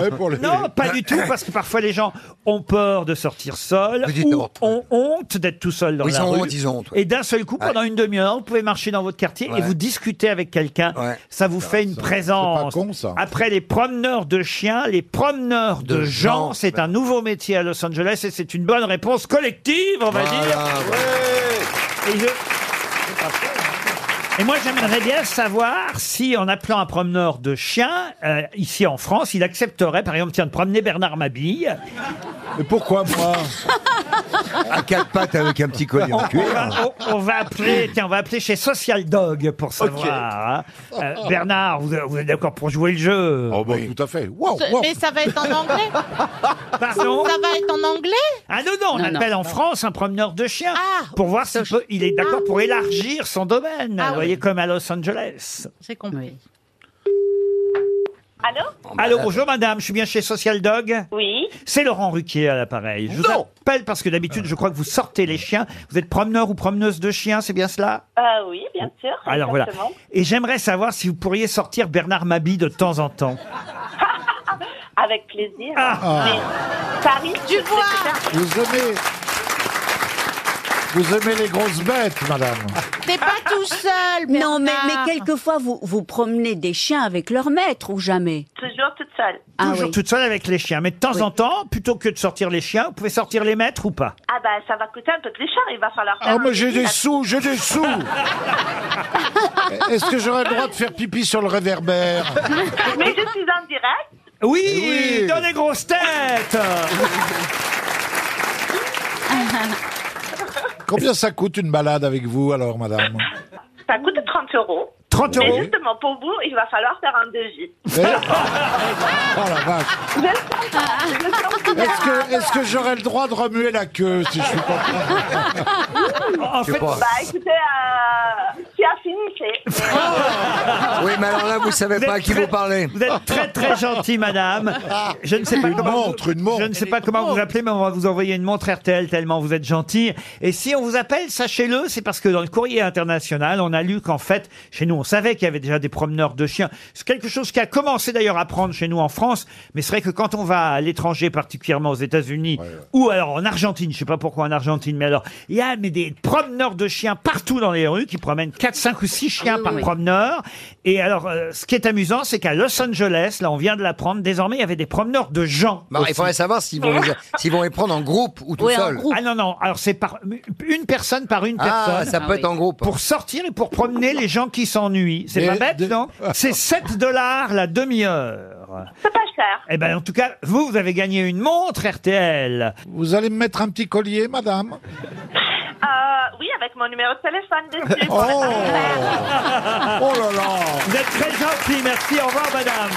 Speaker 1: Non, pas du tout, parce que parfois les gens ont peur de sortir seuls,
Speaker 5: Vous dites
Speaker 1: ou
Speaker 5: non.
Speaker 1: ont honte d'être tout seuls dans
Speaker 5: Oui, ils
Speaker 1: la
Speaker 5: ont
Speaker 1: rue.
Speaker 5: honte, ils ont honte,
Speaker 1: Et d'un seul coup, pendant une demi-heure, vous pouvez marcher dans votre quartier et
Speaker 5: Ouais.
Speaker 1: vous discuter avec quelqu'un. Ça vous fait une présence. Après les promeneurs de chiens, les promeneurs de,
Speaker 5: De
Speaker 1: gens,
Speaker 5: gens. ben.
Speaker 1: c'est un nouveau métier à Los Angeles et c'est une bonne réponse collective, on va
Speaker 5: Voilà,
Speaker 1: dire. Et je- et moi, j'aimerais bien savoir si, en appelant un promeneur de chien, euh, ici en France, il accepterait, par exemple, tiens, de promener Bernard Mabille. Mais pourquoi moi
Speaker 5: À quatre pattes avec un petit collier en
Speaker 1: on,
Speaker 5: cuir.
Speaker 1: va, on- on va appeler, tiens, on va appeler chez Social Dog pour savoir. hein. Euh, Bernard, vous, vous êtes d'accord pour jouer le jeu Oh, tout à fait.
Speaker 13: Ce- Mais ça va être en anglais.
Speaker 1: Pardon
Speaker 13: Ça va être en anglais.
Speaker 1: Ah non, non, on
Speaker 13: Non,
Speaker 1: appelle
Speaker 13: non, Ah. non.
Speaker 1: en France un promeneur de chiens pour voir s'il peut- il est d'accord pour élargir son
Speaker 13: Ah
Speaker 1: domaine. vous voyez, comme à Los Angeles.
Speaker 13: J'ai compris.
Speaker 1: Allô, bonjour madame, je suis bien chez Social Dog
Speaker 17: Oh, Oui.
Speaker 1: C'est Laurent Ruquier à l'appareil. Je vous appelle parce que d'habitude, je crois que vous sortez les chiens. Vous êtes promeneur ou promeneuse de chiens, c'est bien cela
Speaker 17: Ah oui, bien sûr.
Speaker 1: Alors voilà.
Speaker 17: exactement.
Speaker 1: Et j'aimerais savoir si vous pourriez sortir Bernard Mabi de temps en temps.
Speaker 17: Avec plaisir.
Speaker 1: Ah.
Speaker 17: Mais ça arrive. Tu vois
Speaker 7: Vous aimez. Vous aimez les grosses bêtes, madame.
Speaker 13: T'es pas tout seul, Bernard.
Speaker 21: Non, mais, mais quelquefois, vous, vous promenez des chiens avec leur maître ou jamais.
Speaker 17: Toujours toute seule.
Speaker 1: Toujours toute seule avec les chiens. Mais de temps en temps, plutôt que de sortir les chiens, vous pouvez sortir les maîtres ou pas
Speaker 17: Ah bah ça va coûter un peu plus cher, il va falloir faire
Speaker 7: Ah,
Speaker 17: un
Speaker 7: mais j'ai
Speaker 17: devis
Speaker 7: des
Speaker 17: à-
Speaker 7: sous, j'ai des sous Est-ce que j'aurais le droit de faire pipi sur le réverbère
Speaker 17: Mais je suis en direct.
Speaker 1: Oui,
Speaker 7: Eh oui.
Speaker 1: dans les grosses têtes
Speaker 7: Combien ça coûte une balade avec vous, alors, madame
Speaker 17: Ça coûte 30 euros.
Speaker 7: 30
Speaker 17: Mais
Speaker 7: euros.
Speaker 17: justement, pour vous, il va falloir faire un devis.
Speaker 7: Eh Oh la vache
Speaker 17: Je le sens, je le sens.
Speaker 7: Est-ce que, est-ce que j'aurais le droit de remuer la queue si je suis pas...
Speaker 17: En fait, bah écoutez, euh, tu as fini, c'est...
Speaker 5: Oui, mais alors là, vous savez
Speaker 1: Vous
Speaker 5: pas à
Speaker 1: êtes
Speaker 5: qui
Speaker 1: très-
Speaker 5: vous parlez.
Speaker 1: Vous êtes très très gentil, madame. Je ne sais pas comment vous, Je ne sais pas comment vous appelez, mais on va vous envoyer une montre RTL tellement vous êtes gentil. Et si on vous appelle, sachez-le, c'est parce que dans le courrier international, on a lu qu'en fait, chez nous, on savait qu'il y avait déjà des promeneurs de chiens. C'est quelque chose qui a commencé d'ailleurs à prendre chez nous en France. Mais c'est vrai que quand on va à l'étranger, particulièrement aux États-Unis, ou alors en Argentine, je sais pas pourquoi en Argentine, mais alors il y a mais des promeneurs de chiens partout dans les rues qui promènent 4, 5 ou 6 chiens par promeneur. Et alors, euh, ce qui est amusant, c'est qu'à Los Angeles, là, on vient de l'apprendre, désormais, il y avait des promeneurs de gens.
Speaker 5: Bah, il
Speaker 1: aussi.
Speaker 5: faudrait savoir s'ils vont, les- s'ils vont les prendre en groupe ou tout seul.
Speaker 1: Ah non, non, alors c'est par une personne par une
Speaker 5: Ah,
Speaker 1: personne.
Speaker 5: ça peut Ah oui. être en groupe.
Speaker 1: Pour sortir et pour promener les gens qui s'ennuient. C'est
Speaker 5: Mais
Speaker 1: pas bête, non C'est 7 dollars la demi-heure.
Speaker 17: C'est pas cher.
Speaker 1: Eh ben, en tout cas, vous, vous avez gagné une montre RTL.
Speaker 7: Vous allez me mettre un petit collier, madame
Speaker 17: Euh, oui, avec mon numéro de téléphone dessus.
Speaker 7: Oh.
Speaker 1: Oh là là Vous êtes très gentil, merci, au revoir madame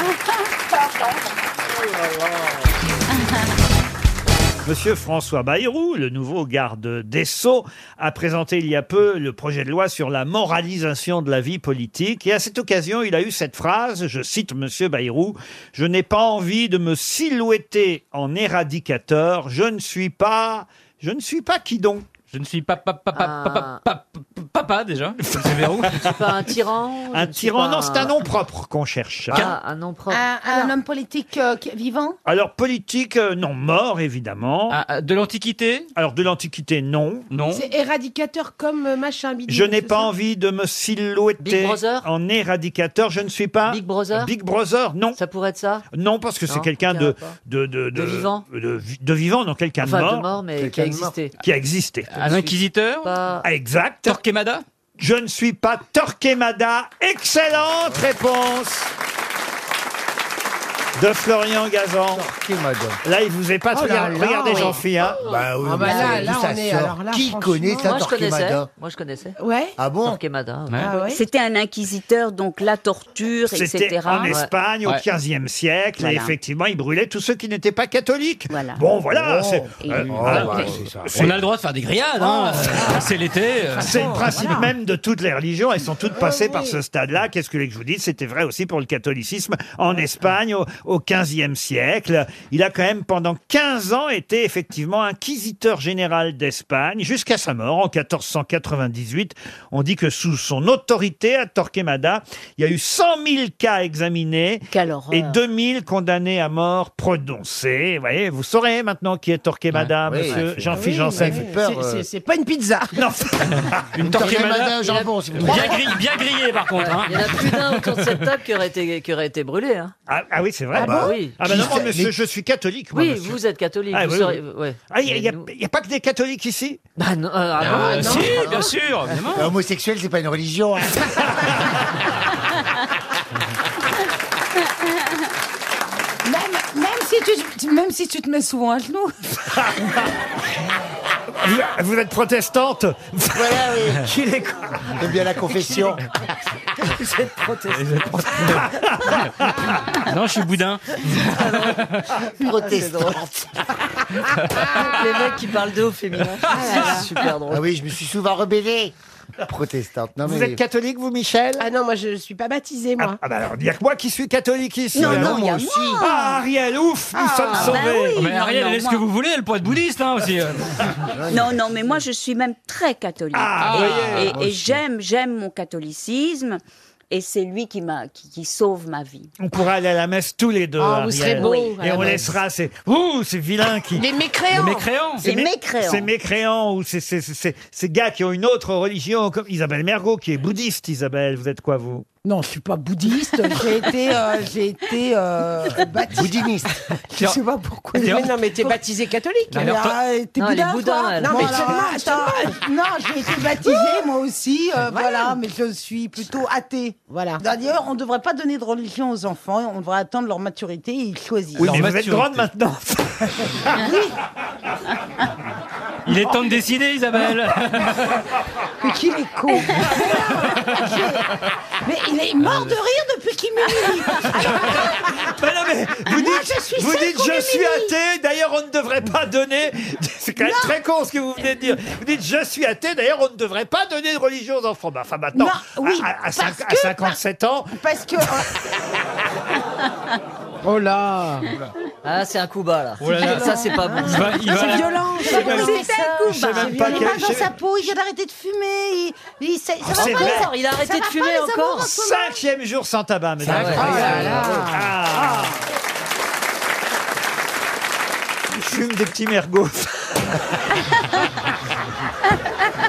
Speaker 1: Monsieur François Bayrou, le nouveau garde des Sceaux, a présenté il y a peu le projet de loi sur la moralisation de la vie politique. Et à cette occasion, il a eu cette phrase, je cite Monsieur Bayrou, Je n'ai pas envie de me silhouetter en éradicateur, je ne suis pas... Je ne suis pas qui donc
Speaker 15: Je ne suis pas... pas- pas- pas- pas- pas- pas- pas- pas-
Speaker 1: pas déjà C'est
Speaker 18: C'est pas un tyran
Speaker 1: Un
Speaker 18: c'est pas
Speaker 1: tyran, non, c'est un nom propre qu'on cherche.
Speaker 18: Ah, un nom propre.
Speaker 13: Un, un homme politique euh, qui- vivant
Speaker 1: Alors politique, euh, non, mort évidemment. Ah, de l'Antiquité Alors de l'Antiquité, non. Non.
Speaker 9: C'est éradicateur comme euh, machin bidule.
Speaker 1: Je n'ai pas envie de me
Speaker 9: Big
Speaker 1: silhouetter
Speaker 9: Brother
Speaker 1: en éradicateur. Je ne suis pas. Big Brother Big Brother, non.
Speaker 18: Ça pourrait être ça
Speaker 1: Non, parce que c'est
Speaker 18: Non,
Speaker 1: quelqu'un
Speaker 18: aucun
Speaker 1: de,
Speaker 18: rapport.
Speaker 1: de, de,
Speaker 18: De vivant
Speaker 1: de, vi- de vivant, non, quelqu'un
Speaker 18: Enfin,
Speaker 1: de
Speaker 18: de
Speaker 1: mort.
Speaker 18: mort, mais qui a
Speaker 1: Quelqu'un de mort.
Speaker 18: existé.
Speaker 1: Qui a existé. Ah,
Speaker 18: Un inquisiteur Pas-
Speaker 1: Exact. Torquemada Je ne suis pas Torquemada. Excellente réponse de Florian Gazan. Là, il vous est pas
Speaker 9: Oh là
Speaker 1: Regardez,
Speaker 9: là,
Speaker 1: regardez
Speaker 9: oui.
Speaker 1: Jean-Philippe. hein.
Speaker 16: Bah oui,
Speaker 9: Ah
Speaker 16: mais
Speaker 9: bah là,
Speaker 16: c'est-
Speaker 9: là,
Speaker 16: d'où ça
Speaker 9: on est-
Speaker 16: sort
Speaker 9: alors là,
Speaker 16: Qui connaît ça,
Speaker 21: Moi, je connaissais.
Speaker 16: Torquemada
Speaker 21: Moi, je connaissais.
Speaker 9: Ouais.
Speaker 16: Ah bon
Speaker 21: Torquemada.
Speaker 16: Ouais. Ah ouais
Speaker 21: C'était un inquisiteur, donc la torture,
Speaker 1: C'était
Speaker 21: etc.
Speaker 1: en Espagne
Speaker 21: Ouais.
Speaker 1: au XVe siècle et
Speaker 21: Voilà.
Speaker 1: effectivement, il brûlait tous ceux qui n'étaient pas catholiques. Bon, voilà.
Speaker 21: Oh.
Speaker 1: c'est-
Speaker 21: Et-
Speaker 1: euh,
Speaker 21: Oh,
Speaker 1: ah,
Speaker 21: bah,
Speaker 1: c'est- Oh.
Speaker 20: On a le droit de faire des grillades, hein. Euh, C'est l'été. euh. Ah
Speaker 1: C'est le principe même de toutes les religions. Elles sont toutes passées par ce stade-là. Qu'est-ce que vous voulez que je vous dise C'était vrai aussi pour le catholicisme en Espagne au, au 15e siècle. Il a quand même pendant 15 ans été effectivement inquisiteur général d'Espagne jusqu'à sa mort en 1498. On dit que sous son autorité à Torquemada, il y a eu 100 000 cas examinés et 2000 condamnés à mort prononcés. Vous voyez, vous saurez maintenant qui est Torquemada,
Speaker 16: Ouais. Oui,
Speaker 1: monsieur
Speaker 16: oui.
Speaker 1: Jean-Philippe
Speaker 16: Oui,
Speaker 1: Janssen.
Speaker 16: mais oui. Peur,
Speaker 9: C'est-
Speaker 16: euh,
Speaker 9: c'est- C'est pas une pizza.
Speaker 1: Non.
Speaker 20: Une
Speaker 16: torquemada au jambon, si vous voulez.
Speaker 20: Bien grillée, bien grillée par contre. hein.
Speaker 18: Il y en a plus d'un autour de cette table qui aurait été, qui aurait été brûlé. Hein.
Speaker 1: Ah, ah oui, c'est
Speaker 16: euh,
Speaker 1: vrai.
Speaker 18: Ah bon Oui.
Speaker 1: Ah bah non,
Speaker 18: Qui
Speaker 1: moi,
Speaker 18: fait-
Speaker 1: monsieur,
Speaker 18: mais-
Speaker 1: je suis catholique. moi,
Speaker 18: Oui,
Speaker 1: monsieur.
Speaker 18: vous êtes catholique.
Speaker 1: Ah,
Speaker 18: vous
Speaker 1: oui,
Speaker 18: serez-
Speaker 1: oui.
Speaker 18: ouais.
Speaker 1: Ah, il n'y a,
Speaker 18: Mais nous-
Speaker 1: il y a pas que des catholiques ici
Speaker 18: Bah non, euh, ah
Speaker 16: Ah,
Speaker 18: bon,
Speaker 16: non.
Speaker 18: non.
Speaker 20: sûr, évidemment.
Speaker 11: Bah,
Speaker 16: Homosexuel, c'est pas une religion. hein.
Speaker 9: Même, même, si tu, tu- même si tu te mets souvent à genoux.
Speaker 1: Vous, vous êtes protestante
Speaker 16: Voilà, oui.
Speaker 1: Qu'il est
Speaker 16: J'aime bien la confession.
Speaker 9: Vous êtes
Speaker 1: Ah,
Speaker 20: Non, je suis boudin.
Speaker 16: Protestante.
Speaker 18: Les mecs qui parlent de au féminin. C'est super drôle.
Speaker 16: Ah oui, je me suis souvent rebellée. Protestante. Non, mais...
Speaker 1: catholique, vous, Michel
Speaker 9: Ah non, moi, je ne suis pas baptisée, moi.
Speaker 1: Ah bah alors, dire que moi qui suis catholique ici.
Speaker 9: Non, non,
Speaker 1: alors.
Speaker 9: il y a moi.
Speaker 1: Ah, Ariel, ouf, nous
Speaker 21: Ah,
Speaker 1: sommes
Speaker 21: bah
Speaker 1: sauvés.
Speaker 21: oui.
Speaker 20: Oh, Mais Ariel,
Speaker 21: Non,
Speaker 20: elle est ce
Speaker 21: moi.
Speaker 20: que vous voulez, elle pourrait être bouddhiste hein, aussi. euh.
Speaker 21: Non, non, mais moi je suis même très catholique.
Speaker 20: Ah,
Speaker 21: Et-
Speaker 20: voyez,
Speaker 21: et
Speaker 20: moi
Speaker 21: et
Speaker 20: aussi.
Speaker 21: j'aime, j'aime mon catholicisme. Et c'est lui qui, m'a, qui, qui sauve ma vie.
Speaker 1: On pourra aller à la messe tous les deux.
Speaker 21: Ah, vous
Speaker 1: Ariel.
Speaker 21: serez beaux à
Speaker 1: Et
Speaker 21: la
Speaker 1: on
Speaker 21: messe.
Speaker 1: laissera ces. Ouh, ces vilains qui.
Speaker 9: Les mécréants. Les mécréants.
Speaker 1: Ces
Speaker 9: Les
Speaker 1: mé-
Speaker 9: mécréants.
Speaker 1: Ces mécréants ou ces, ces, ces- ces- ces gars qui ont une autre religion, comme Isabelle Mergot, qui est bouddhiste, Isabelle. Vous êtes quoi, vous
Speaker 9: Non, je suis pas bouddhiste. J'ai été, euh, j'ai été euh, baptisée.
Speaker 16: Boudiniste.
Speaker 9: Je sais pas pourquoi.
Speaker 20: Tiens.
Speaker 9: Mais non, mais t'es baptisé catholique.
Speaker 20: Non, alors, toi-
Speaker 9: Ah, t'es
Speaker 18: Non, elle est
Speaker 9: bouddha,
Speaker 18: boudin,
Speaker 9: toi.
Speaker 18: elle.
Speaker 9: Non, mais
Speaker 18: Bon,
Speaker 9: je te
Speaker 18: alors,
Speaker 9: demande, je te demande. Non, j'ai été baptisé moi aussi. euh, voilà, mais je suis plutôt athée. Voilà. D'ailleurs, on ne devrait pas donner de religion aux enfants. On devrait attendre leur maturité et ils choisissent.
Speaker 1: Oui, mais vous êtes grande maintenant.
Speaker 20: Il est temps de décider, Isabelle.
Speaker 9: Mais qu'il est con Mais non, Mais il est mort de rire depuis qu'il m'humilie
Speaker 1: Mais non, mais vous
Speaker 9: Moi,
Speaker 1: dites,
Speaker 9: je suis
Speaker 1: vous
Speaker 9: celle
Speaker 1: dites
Speaker 9: qu'on
Speaker 1: je
Speaker 9: humilie.
Speaker 1: suis athée, d'ailleurs on ne devrait pas donner. C'est quand même très con ce que vous venez de dire. Vous dites je suis athée, d'ailleurs on ne devrait pas donner de religion aux enfants. Bah, enfin maintenant,
Speaker 9: Non, oui,
Speaker 1: à, à- à
Speaker 9: parce
Speaker 1: cinq- à
Speaker 9: que-
Speaker 1: 57 ans.
Speaker 9: Parce que... Oh là
Speaker 18: Ah, c'est un coup bas là.
Speaker 9: Oh là là.
Speaker 18: Ça, c'est pas bon.
Speaker 9: Il va- il va-
Speaker 18: C'est
Speaker 9: violent,
Speaker 18: Je
Speaker 9: c'est
Speaker 18: sais
Speaker 9: violent.
Speaker 18: même-
Speaker 9: C'est un coup
Speaker 18: je
Speaker 9: bas.
Speaker 18: sais même
Speaker 9: Il
Speaker 18: pas
Speaker 9: est
Speaker 18: quel-
Speaker 9: mal
Speaker 18: je
Speaker 9: dans
Speaker 18: sais-
Speaker 9: sa peau, il vient d'arrêter de fumer. Il, il- ça, ça
Speaker 1: Oh,
Speaker 9: va
Speaker 1: c'est
Speaker 9: pas,
Speaker 1: vrai.
Speaker 9: ça-
Speaker 18: Il a arrêté
Speaker 9: ça
Speaker 18: de
Speaker 9: va
Speaker 18: fumer
Speaker 9: pas, les amours
Speaker 18: encore.
Speaker 9: en ce moment.
Speaker 1: Cinquième jour sans tabac, mesdames.
Speaker 18: Ah ouais. Ah là là.
Speaker 1: Ah. Je fume des petits mergots.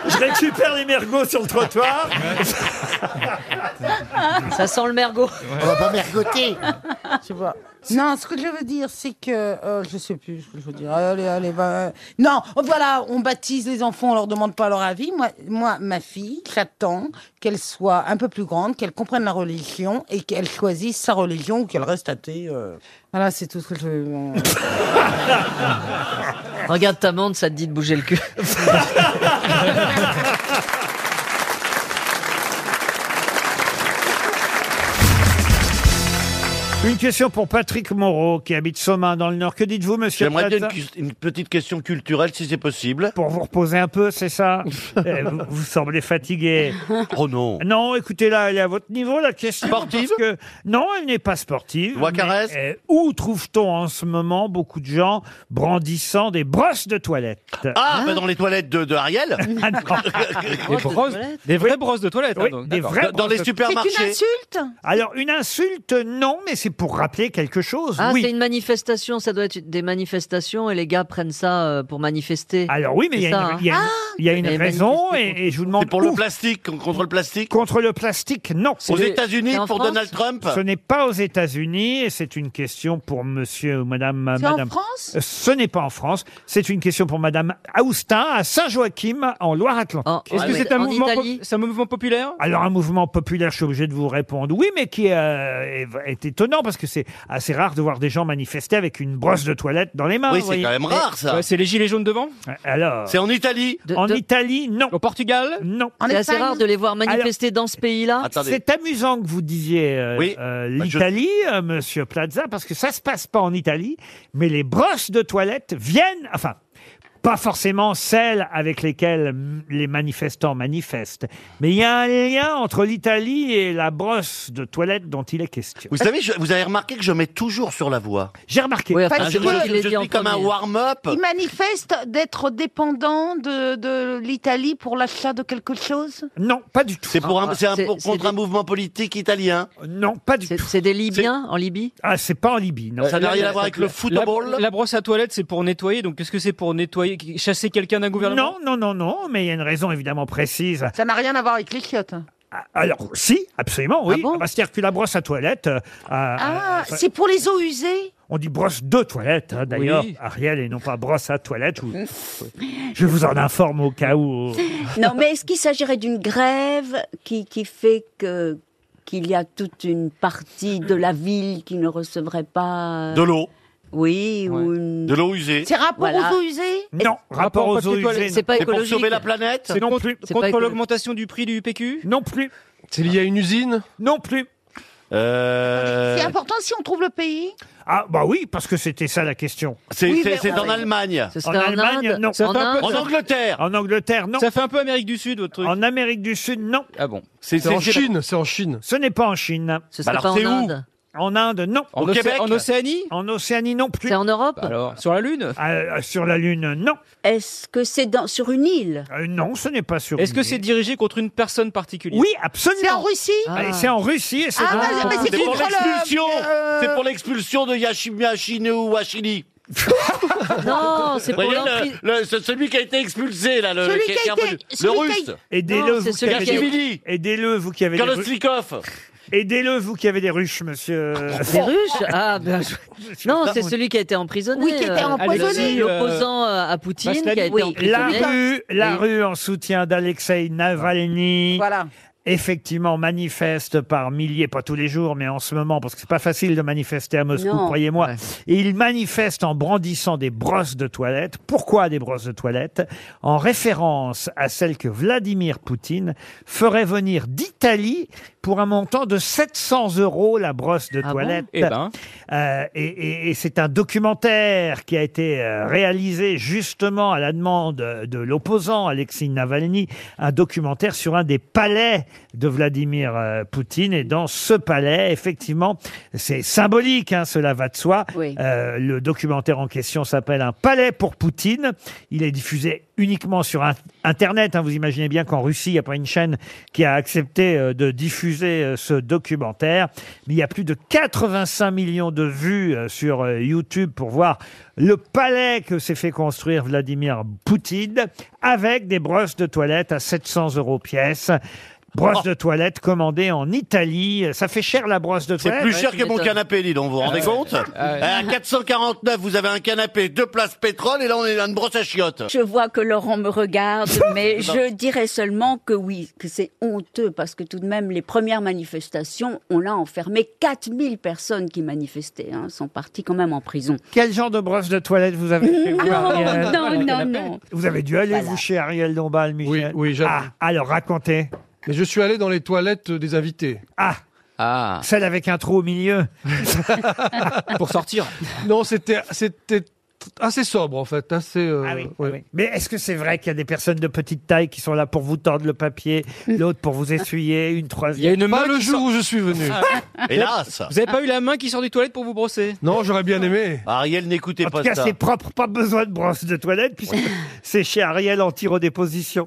Speaker 1: je récupère les mergots sur le trottoir.
Speaker 18: Ça sent le mergot.
Speaker 16: On va pas mergoter.
Speaker 9: Je vois. Non, ce que je veux dire, c'est que euh, je sais plus ce que je veux dire. Allez, allez, va. Non, voilà, on baptise les enfants, on leur demande pas leur avis. Moi, moi, ma fille, j'attends qu'elle soit un peu plus grande, qu'elle comprenne la religion et qu'elle choisisse sa religion ou qu'elle reste athée. euh. Voilà, c'est tout ce que je. veux.
Speaker 18: Regarde ta montre, ça te dit de bouger le cul.
Speaker 1: Une question pour Patrick Moreau, qui habite Somain dans le Nord. Que dites-vous, monsieur
Speaker 14: J'aimerais bien une,
Speaker 1: Plaza
Speaker 14: cu- une petite question culturelle, si c'est possible.
Speaker 1: Pour vous reposer un peu, c'est ça Eh, vous, vous semblez fatigué.
Speaker 14: Oh non.
Speaker 1: Non, écoutez, là, elle est à votre niveau, la question. Sportive que, Non, elle n'est pas sportive.
Speaker 14: Wacarès
Speaker 1: mais, euh, Où trouve-t-on en ce moment beaucoup de gens brandissant des brosses de toilette
Speaker 14: Ah, bah dans les toilettes de, de Ariel
Speaker 1: Ah, non.
Speaker 14: Des brosses-
Speaker 1: des vraies brosses de toilette.
Speaker 14: hein, donc,
Speaker 1: des
Speaker 14: d'accord.
Speaker 1: vraies
Speaker 14: Dans- dans
Speaker 1: brosses
Speaker 14: les
Speaker 1: de-
Speaker 14: supermarchés. C'est une
Speaker 19: insulte
Speaker 1: Alors, une insulte, non, mais c'est pour rappeler quelque chose.
Speaker 19: Ah,
Speaker 1: oui.
Speaker 19: c'est une manifestation, ça doit être des manifestations et les gars prennent ça euh, pour manifester.
Speaker 1: Alors oui, mais il y a
Speaker 19: C'est
Speaker 1: une-
Speaker 19: ça,
Speaker 1: il y a
Speaker 19: hein.
Speaker 1: une- il y a une
Speaker 19: Mais
Speaker 1: raison et, et je vous demande.
Speaker 14: C'est pour le plastique, con- contre le plastique
Speaker 1: Contre le plastique, non.
Speaker 14: Aux États-Unis, pour Donald Trump
Speaker 1: Ce n'est pas aux États-Unis et c'est une question pour monsieur ou madame.
Speaker 19: C'est en
Speaker 1: madame.
Speaker 19: France
Speaker 1: Euh, Ce n'est pas en France. C'est une question pour madame Austin à Saint-Joachim en Loire-Atlantique.
Speaker 24: Est-ce que c'est un, mouvement po- c'est un mouvement populaire
Speaker 1: Alors un mouvement populaire, je suis obligé de vous répondre oui, mais qui euh, est, est étonnant parce que c'est assez rare de voir des gens manifester avec une brosse de toilette dans les mains.
Speaker 14: Oui,
Speaker 1: vous
Speaker 14: c'est
Speaker 1: voyez.
Speaker 14: quand même rare, ça. Ouais, c'est les
Speaker 1: gilets jaunes devant Alors.
Speaker 14: C'est en Italie
Speaker 1: En Italie, non. Au Portugal Non.
Speaker 19: C'est assez rare de les voir manifester dans ce pays-là.
Speaker 1: Alors, Hein, C'est amusant que vous disiez euh, euh,
Speaker 14: Bah,
Speaker 1: l'Italie, euh, Monsieur Plaza, parce que ça se passe pas en Italie, mais les brosses de toilette viennent, enfin. Pas forcément celles avec lesquelles mm, les manifestants manifestent. Mais il y a un lien entre l'Italie et la brosse de toilette dont il est question.
Speaker 14: Vous savez, je- vous avez remarqué que je mets toujours sur la voie.
Speaker 1: J'ai remarqué.
Speaker 14: Parce que je, je suis comme un warm-up.
Speaker 9: Ils manifestent d'être dépendants de, de l'Italie pour l'achat de quelque chose
Speaker 1: Non, pas du tout.
Speaker 14: C'est pour un,
Speaker 19: Ah,
Speaker 14: c'est un-
Speaker 19: c'est-
Speaker 14: pour-
Speaker 19: c'est
Speaker 14: contre
Speaker 19: des-
Speaker 14: un mouvement politique italien.
Speaker 1: Non, pas du
Speaker 19: tout. C'est des Libyens en Libye
Speaker 1: Ah, c'est pas en Libye, non.
Speaker 14: Ça n'a rien à voir
Speaker 24: Euh, la-
Speaker 14: avec le
Speaker 24: la-
Speaker 14: football.
Speaker 24: La, la brosse à toilette, c'est pour nettoyer. Donc, qu'est-ce que c'est pour nettoyer qui- Chasser quelqu'un d'un gouvernement
Speaker 1: Non, non, non, non, mais il y a une raison évidemment précise.
Speaker 9: Ça n'a rien à voir avec les chiottes. hein.
Speaker 1: Alors, si, absolument, oui. Ah bah, C'est-à-dire que la brosse à toilette. euh, a-
Speaker 9: Ah,
Speaker 1: a-
Speaker 9: c'est pour les eaux usées
Speaker 1: On dit brosse de toilette, hein, d'ailleurs,
Speaker 19: Oui.
Speaker 1: Ariel, et non pas brosse à toilette. ou- Je vous en informe au cas où.
Speaker 21: Non, mais est-ce qu'il s'agirait d'une grève qui, qui fait que qu'il y a toute une partie de la ville qui ne recevrait pas euh,
Speaker 14: De l'eau.
Speaker 21: Oui, ou une...
Speaker 14: De l'eau usée.
Speaker 9: C'est rapport
Speaker 21: Voilà.
Speaker 9: aux eaux usées
Speaker 1: Non, rapport, aux eaux usées.
Speaker 14: pour sauver la planète
Speaker 24: C'est contre,
Speaker 1: C'est
Speaker 24: contre
Speaker 1: pas écolo-
Speaker 24: l'augmentation du prix du PQ
Speaker 1: Non plus.
Speaker 14: C'est lié à une usine
Speaker 1: Non plus.
Speaker 14: Euh...
Speaker 9: C'est important si on trouve le pays
Speaker 1: Ah, bah oui, parce que c'était ça la question.
Speaker 14: C'est Oui, c'est- mais c'est on- en Allemagne. Ce
Speaker 1: En
Speaker 14: serait en
Speaker 1: Allemagne,
Speaker 14: Inde.
Speaker 1: non.
Speaker 14: Ça fait un peu- En Angleterre.
Speaker 1: En Angleterre, non.
Speaker 24: Ça fait un peu Amérique du Sud, votre truc.
Speaker 1: En Amérique du Sud, non.
Speaker 24: Ah bon
Speaker 1: C'est en Chine,
Speaker 14: c'est en Chine.
Speaker 1: Ce n'est pas en Chine.
Speaker 24: Ce serait Bah alors, pas en c'est où Inde
Speaker 1: En Inde, non.
Speaker 24: En Au Océ- Québec Bah, en Océanie
Speaker 1: En Océanie, non plus. C'est
Speaker 19: en Europe
Speaker 24: Alors, sur la Lune
Speaker 1: Ah, euh, Sur la Lune, non.
Speaker 21: Est-ce que c'est dans, sur une île
Speaker 1: Euh, non, ce n'est pas sur
Speaker 24: Est-ce
Speaker 1: une
Speaker 24: que
Speaker 1: île.
Speaker 24: c'est dirigé contre une personne particulière
Speaker 1: Oui, absolument.
Speaker 9: C'est en Russie
Speaker 1: Ah, et C'est en Russie. et c'est
Speaker 9: Ah,
Speaker 1: dans-
Speaker 9: bah, mais
Speaker 14: C'est pour
Speaker 9: contre le-
Speaker 14: l'expulsion
Speaker 9: euh,
Speaker 14: C'est pour l'expulsion de Yashimiachine ou Wachini.
Speaker 19: Non,
Speaker 14: Vous voyez, le- le- ce- celui qui a été expulsé, là,
Speaker 24: euh,
Speaker 14: le,
Speaker 9: Celui
Speaker 14: qui est-
Speaker 9: qui a
Speaker 14: qui est
Speaker 9: été-
Speaker 14: revenu.
Speaker 9: celui
Speaker 14: le
Speaker 9: qui a-
Speaker 14: russe.
Speaker 1: Aidez-le, vous, qui avez
Speaker 14: Gashvili.
Speaker 1: des... Aidez-le, vous qui avez des ruches.
Speaker 14: Goloslikov.
Speaker 1: Aidez-le, vous qui avez des ruches, monsieur. Bah,
Speaker 19: Des ruches Ah, ben, je- Non, c'est
Speaker 1: Pardon.
Speaker 19: celui qui a été emprisonné.
Speaker 9: Oui, qui était
Speaker 19: euh,
Speaker 9: empoisonné.
Speaker 19: le- L'opposant euh, à Poutine qui a été
Speaker 1: La
Speaker 19: emprisonné.
Speaker 1: rue, la
Speaker 19: Et-
Speaker 1: rue en soutien d'Alexei Navalny. Effectivement, manifeste par milliers, pas tous les jours, mais en ce moment, parce que c'est pas facile de manifester à Moscou,
Speaker 19: Non.
Speaker 1: croyez-moi. Et il manifeste en brandissant des brosses de toilette. Pourquoi des brosses de toilette En référence à celles que Vladimir Poutine ferait venir d'Italie pour un montant de 700 euros la brosse de
Speaker 24: Ah bon
Speaker 1: toilette.
Speaker 24: Eh ben.
Speaker 1: Euh, et et- et c'est un documentaire qui a été euh, réalisé justement à la demande de l'opposant Alexis Navalny, un documentaire sur un des palais de Vladimir euh, Poutine. Et dans ce palais, effectivement, c'est symbolique, hein, cela va de soi. Euh, le documentaire en question s'appelle Un palais pour Poutine. Il est diffusé uniquement sur in- Internet. hein. Vous imaginez bien qu'en Russie, il n'y a pas une chaîne qui a accepté euh, de diffuser euh, ce documentaire. Mais il y a plus de 85 millions de vues euh, sur euh, YouTube pour voir le palais que s'est fait construire Vladimir Poutine avec des brosses de toilette à 700 euros pièce. Brosse
Speaker 14: Oh.
Speaker 1: de toilette commandée en Italie. Ça fait cher la brosse de
Speaker 14: C'est
Speaker 1: toilette.
Speaker 14: plus cher que mon canapé, dis donc, vous vous rendez
Speaker 1: Ah ouais.
Speaker 14: compte Euh, À 449, vous avez un canapé, deux places pétrole, et là, on est dans une brosse à chiottes.
Speaker 21: Je vois que Laurent me regarde, mais
Speaker 14: Non.
Speaker 21: je dirais seulement que oui, que c'est honteux, parce que tout de même, les premières manifestations, on l'a enfermé 4000 personnes qui manifestaient, hein, sont parties quand même en prison.
Speaker 1: Quel genre de brosse de toilette vous avez chez vous,
Speaker 21: Non,
Speaker 1: Ariel
Speaker 21: non, non, non.
Speaker 1: Ah, Vous avez dû aller, vous, chez Ariel Dombal, Michel Oui, oui, Ah, alors racontez.
Speaker 26: Mais je suis allé dans les toilettes des invités.
Speaker 1: Ah Ah. Celle avec un trou au milieu.
Speaker 40: Pour sortir. Non, c'était c'était assez sobre en fait, assez. euh,
Speaker 1: Ah
Speaker 40: ouais.
Speaker 1: Mais est-ce que c'est vrai qu'il y a des personnes de petite taille qui sont là pour vous tendre le papier, l'autre pour vous essuyer, une troisième
Speaker 40: Il y a une main le jour où je suis venu.
Speaker 5: Ah.
Speaker 1: Hélas.
Speaker 40: Vous avez pas eu la main qui sort du toilette pour vous brosser
Speaker 1: Non, j'aurais bien aimé.
Speaker 14: Ah,
Speaker 40: Ariel, n'écoutez
Speaker 1: En tout cas, c'est propre, pas besoin de brosse de toilette, puisque c'est chez Ariel en tirodéposition.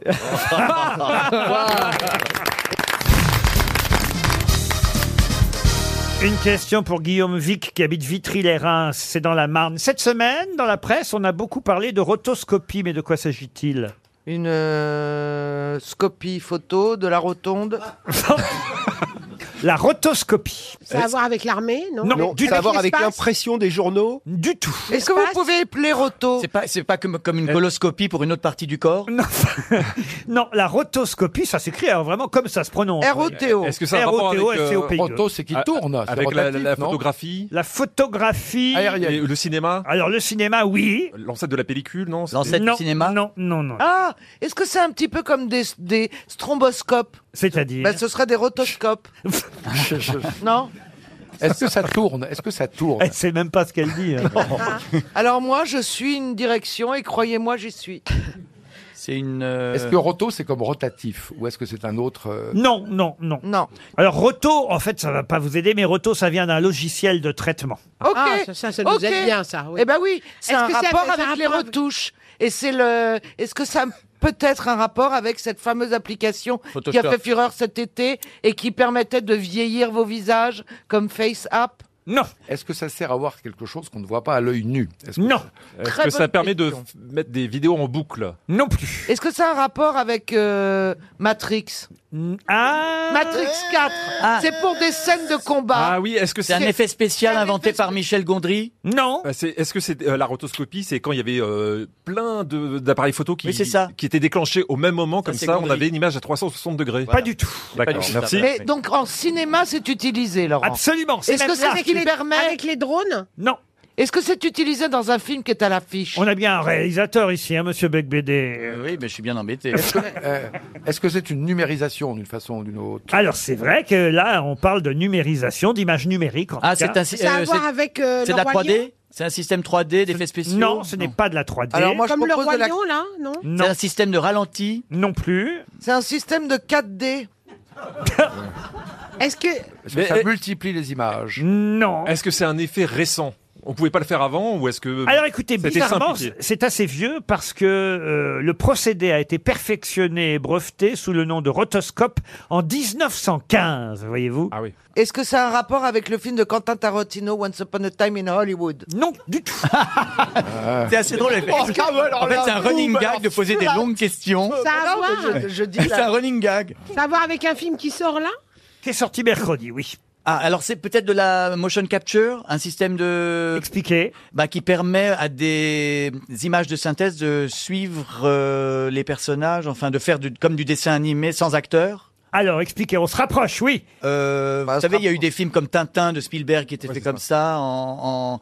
Speaker 1: Une question pour Guillaume Vic qui habite Vitry-les-Reims, c'est dans la Marne. Cette semaine, dans la presse, on a beaucoup parlé de rotoscopie, mais de quoi s'agit-il
Speaker 8: Une euh, scopie photo de la rotonde.
Speaker 1: La rotoscopie.
Speaker 9: Ça a à voir avec l'armée, non
Speaker 41: Non, ça a à voir avec
Speaker 9: l'espace
Speaker 41: l'impression des journaux
Speaker 1: Du tout.
Speaker 8: Est-ce que vous pouvez appeler roto
Speaker 40: C'est pas, c'est pas comme, comme
Speaker 5: Euh.
Speaker 40: une coloscopie pour une autre partie du corps
Speaker 1: Non, non la rotoscopie, ça s'écrit alors vraiment comme ça se prononce.
Speaker 8: ROTO.
Speaker 40: Est-ce que ça a un rapport avec, euh,
Speaker 1: R-O-T-O-S-C-O-P-I-E.
Speaker 40: roto, c'est qui Ah, tourne, c'est
Speaker 3: Avec la, la- la
Speaker 40: relatif, non
Speaker 3: photographie.
Speaker 1: La photographie.
Speaker 3: Et le cinéma
Speaker 1: Alors le cinéma, oui.
Speaker 3: L'ancêtre de la pellicule, non c'était-
Speaker 1: Non, Non, non, non.
Speaker 8: Ah, est-ce que c'est un petit peu comme des, des stromboscopes
Speaker 1: C'est-à-dire
Speaker 8: Ben, Ce serait des rotoscopes. non
Speaker 5: Est-ce que ça tourne Est-ce que ça tourne
Speaker 1: Elle sait même pas ce qu'elle dit. hein.
Speaker 8: Alors moi, je suis une direction et croyez-moi, j'y suis.
Speaker 5: C'est une. euh, Est-ce que roto c'est comme rotatif ou est-ce que c'est un autre euh,
Speaker 1: Non, non, non. Non. Alors roto, en fait, ça va pas vous aider, mais roto, ça vient d'un logiciel de traitement.
Speaker 8: Ok.
Speaker 9: Ah, ça- ça- ça nous
Speaker 8: ok.
Speaker 9: aide bien, ça, oui.
Speaker 8: Eh ben oui, c'est
Speaker 9: Est-ce
Speaker 8: un
Speaker 9: que ça-
Speaker 8: rapport
Speaker 9: ça a
Speaker 8: avec
Speaker 9: un
Speaker 8: les
Speaker 9: rapport
Speaker 8: retouches. Et c'est le. Est-ce que ça a peut-être un rapport avec cette fameuse application qui
Speaker 40: Photoshop.
Speaker 8: a fait fureur cet été et qui permettait de vieillir vos visages comme Face App
Speaker 1: Non.
Speaker 5: Est-ce que ça sert à voir quelque chose qu'on ne voit pas à l'œil nu
Speaker 1: Non.
Speaker 3: Est-ce
Speaker 8: Très
Speaker 3: que ça
Speaker 8: bonne
Speaker 3: permet de
Speaker 8: question.
Speaker 3: f- mettre des vidéos en boucle
Speaker 1: Non plus.
Speaker 8: Est-ce que ça a un rapport avec euh, Matrix Matrix 4 C'est pour des scènes de combat.
Speaker 3: Ah oui, est-ce que
Speaker 8: C'est un effet
Speaker 3: spécial inventé par Michel Gondry
Speaker 1: Non.
Speaker 3: Est-ce que c'est euh, la rotoscopie C'est quand il y avait euh, plein de- d'appareils photo qui,
Speaker 5: Oui, c'est ça.
Speaker 3: qui étaient déclenchés au même moment, comme
Speaker 5: c'est
Speaker 3: ça, on
Speaker 5: Gondry.
Speaker 3: avait une image à 360 degrés.
Speaker 1: Pas du tout.
Speaker 3: D'accord, merci.
Speaker 8: Mais donc en cinéma, c'est utilisé, Laurent.
Speaker 1: Absolument, c'est
Speaker 8: Est-ce
Speaker 1: même
Speaker 8: que c'est
Speaker 1: là.
Speaker 8: ce qui permet
Speaker 9: Avec les drones
Speaker 1: Non.
Speaker 8: Est-ce que c'est utilisé dans un film qui est à l'affiche
Speaker 1: On a bien un réalisateur ici, hein, Monsieur Becbédé.
Speaker 5: Euh, Oui, mais je suis bien embêté. Est-ce que euh, est-ce que c'est une numérisation d'une façon ou d'une autre
Speaker 1: Alors c'est vrai que là, on parle de numérisation, d'image numérique. En
Speaker 5: Ah,
Speaker 1: tout cas.
Speaker 5: c'est un si- Ça a à euh, voir c'est-
Speaker 9: Avec euh, le
Speaker 5: c'est de la
Speaker 9: roi
Speaker 5: 3D?
Speaker 9: lion
Speaker 5: C'est un système 3D, d'effets spéciaux
Speaker 1: Non, ce n'est pas de la 3D.
Speaker 9: Comme le roi lion, là, non
Speaker 5: C'est un système de ralenti
Speaker 1: Non plus.
Speaker 8: C'est un système de 4D.
Speaker 3: Ah
Speaker 9: Est-ce que...
Speaker 5: Est-ce que
Speaker 3: Mais-
Speaker 5: ça
Speaker 3: et-
Speaker 5: multiplie les images
Speaker 1: Non.
Speaker 3: Est-ce que c'est un effet récent On pouvait pas le faire avant ou est-ce que
Speaker 1: Alors écoutez,
Speaker 3: c'était
Speaker 1: bizarrement,
Speaker 3: simplifié
Speaker 1: c'est assez vieux parce que euh, le procédé a été perfectionné et breveté sous le nom de rotoscope en 1915, voyez-vous.
Speaker 3: Ah oui.
Speaker 8: Est-ce que ça a un rapport avec le film de Quentin Tarantino, Once Upon a Time in Hollywood
Speaker 1: Non, du tout.
Speaker 5: C'est assez drôle.
Speaker 8: Oh, Carole, alors
Speaker 5: en fait,
Speaker 8: là,
Speaker 5: c'est un running
Speaker 8: boum,
Speaker 5: gag
Speaker 8: alors,
Speaker 5: de poser des
Speaker 8: là,
Speaker 5: longues questions.
Speaker 9: Ça a à voir.
Speaker 5: je- je dis C'est là- un running gag.
Speaker 9: Ça a à voir avec un film qui sort là
Speaker 1: Qui est sorti mercredi, oui.
Speaker 5: Ah, alors c'est peut-être de la motion capture, un système de...
Speaker 1: Expliqué.
Speaker 5: Bah, qui permet à des images de synthèse de suivre euh, les personnages, enfin de faire du- comme du dessin animé sans acteur.
Speaker 1: Alors, expliquez, on se rapproche, oui.
Speaker 5: Euh, vous savez, il y a eu des films comme Tintin de Spielberg qui étaient faits comme ça, en, en,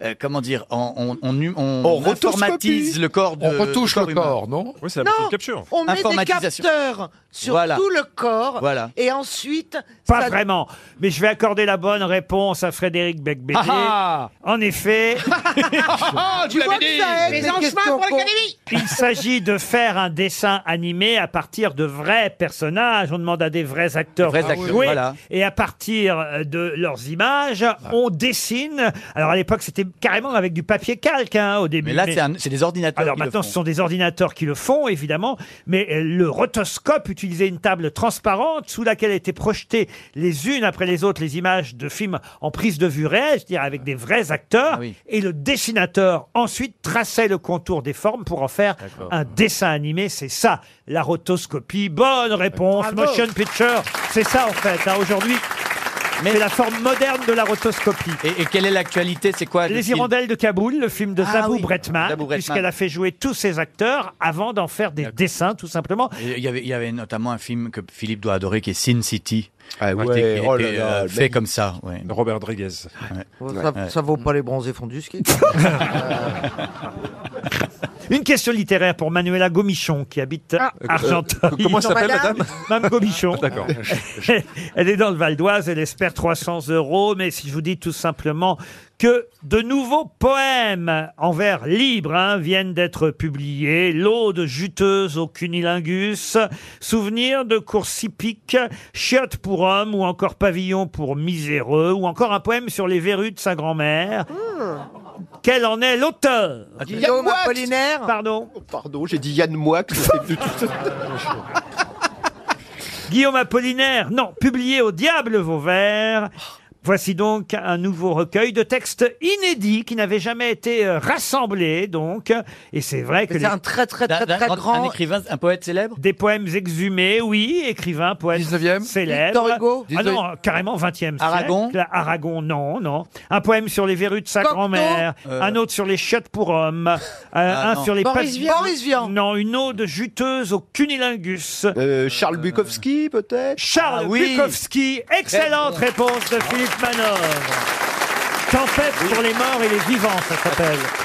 Speaker 5: euh, comment dire, en- on, on, hum- on, On informatise rotoscopie. le corps de On retouche le humain. corps, non
Speaker 3: Oui, c'est la
Speaker 5: motion
Speaker 8: Non, on met des capteurs sur
Speaker 5: Voilà.
Speaker 8: tout le corps
Speaker 5: Voilà.
Speaker 8: et ensuite...
Speaker 1: Pas
Speaker 8: ça-
Speaker 1: vraiment. Mais je vais accorder la bonne réponse à Frédéric Becbédé.
Speaker 8: Ah
Speaker 1: en effet,
Speaker 8: tu vois que ça aide,
Speaker 9: Les
Speaker 8: ces
Speaker 9: enchemins
Speaker 8: questions
Speaker 9: pour
Speaker 8: cons.
Speaker 9: l'académie
Speaker 1: il s'agit de faire un dessin animé à partir de vrais personnages. On demande à des vrais acteurs
Speaker 5: Des vrais
Speaker 1: de
Speaker 5: acteurs,
Speaker 1: jouer.
Speaker 5: voilà.
Speaker 1: Et à partir euh, de leurs images, on dessine. Alors à l'époque, c'était carrément avec du papier calque hein, au début.
Speaker 5: Mais là, c'est un- c'est des ordinateurs.
Speaker 1: Alors
Speaker 5: qui le
Speaker 1: maintenant,
Speaker 5: font.
Speaker 1: ce sont des ordinateurs qui le font, évidemment, mais euh, le rotoscope utilisait une table transparente sous laquelle étaient projetées les unes après les autres les images de films en prise de vue réelle, c'est-à-dire avec des vrais
Speaker 5: Ah
Speaker 1: acteurs, et le dessinateur ensuite traçait le contour des formes pour en faire un dessin animé. C'est ça, la rotoscopie. Bonne réponse,
Speaker 5: Bravo.
Speaker 1: motion picture, c'est ça en fait, hein, aujourd'hui. c'est la forme moderne de la rotoscopie.
Speaker 5: Et, et quelle est l'actualité C'est quoi le
Speaker 1: Les
Speaker 5: film
Speaker 1: Hirondelles de Kaboul, le film de
Speaker 5: Ah
Speaker 1: Zabou
Speaker 5: oui,
Speaker 1: Bretman,
Speaker 5: Zabou Bretman.
Speaker 1: puisqu'elle a fait jouer tous ses acteurs avant d'en faire des dessins, tout simplement.
Speaker 5: Il y, avait, il y avait notamment un film que Philippe doit adorer qui est Sin City. Ah
Speaker 15: ouais, oh là là, le
Speaker 5: fait
Speaker 15: mec-
Speaker 5: comme ça. ouais.
Speaker 3: Robert Rodriguez.
Speaker 5: Ouais.
Speaker 8: Ça,
Speaker 5: Ouais.
Speaker 8: ça vaut pas les bronzés fondus, ce qui est-
Speaker 1: Une question littéraire pour Manuela Gomichon qui habite Argenteuil.
Speaker 3: Euh, comment elle s'appelle, la dame
Speaker 1: Madame Gomichon.
Speaker 3: D'accord.
Speaker 1: elle est dans le Val d'Oise, elle espère 300 euros, mais si je vous dis tout simplement que de nouveaux poèmes en vers libre hein, viennent d'être publiés. L'Aude juteuse au cunilingus, Souvenir de course hippique, Chiottes pour hommes ou encore Pavillon pour miséreux ou encore un poème sur les verrues de sa grand-mère. Quel en est l'auteur
Speaker 5: Ah,
Speaker 8: Guillaume Apollinaire
Speaker 1: Pardon
Speaker 5: Oh, Pardon, j'ai dit Yann Moix. c'est du tout ça.
Speaker 1: Guillaume Apollinaire, non, publié au diable vos vers. Voici donc un nouveau recueil de textes inédits qui n'avaient jamais été euh, rassemblés, donc. Et c'est vrai que...
Speaker 8: C'est un très, très, très, D'un- très d'un- grand- un
Speaker 1: écrivain, un poète célèbre Des poèmes exhumés, oui, écrivain, poète 19e. célèbre.
Speaker 8: Victor Hugo
Speaker 1: Ah non,
Speaker 8: 19e.
Speaker 1: carrément 20e siècle.
Speaker 8: Aragon
Speaker 1: Aragon, non, non. Un poème sur les verrues de sa grand-mère.
Speaker 8: Euh.
Speaker 1: Un autre sur les chiottes pour hommes. Euh,
Speaker 8: Ah,
Speaker 1: un
Speaker 8: non.
Speaker 1: sur les...
Speaker 8: Boris
Speaker 1: pavillons-
Speaker 8: Vian.
Speaker 1: Non, une ode juteuse au cunilingus.
Speaker 5: Charles Bukowski, peut-être
Speaker 1: Charles
Speaker 5: Ah oui. Eh, oh.
Speaker 1: Bukowski. Excellente
Speaker 5: Très
Speaker 1: réponse de Philippe Manœuvre. Tempête pour les morts et les vivants, ça s'appelle.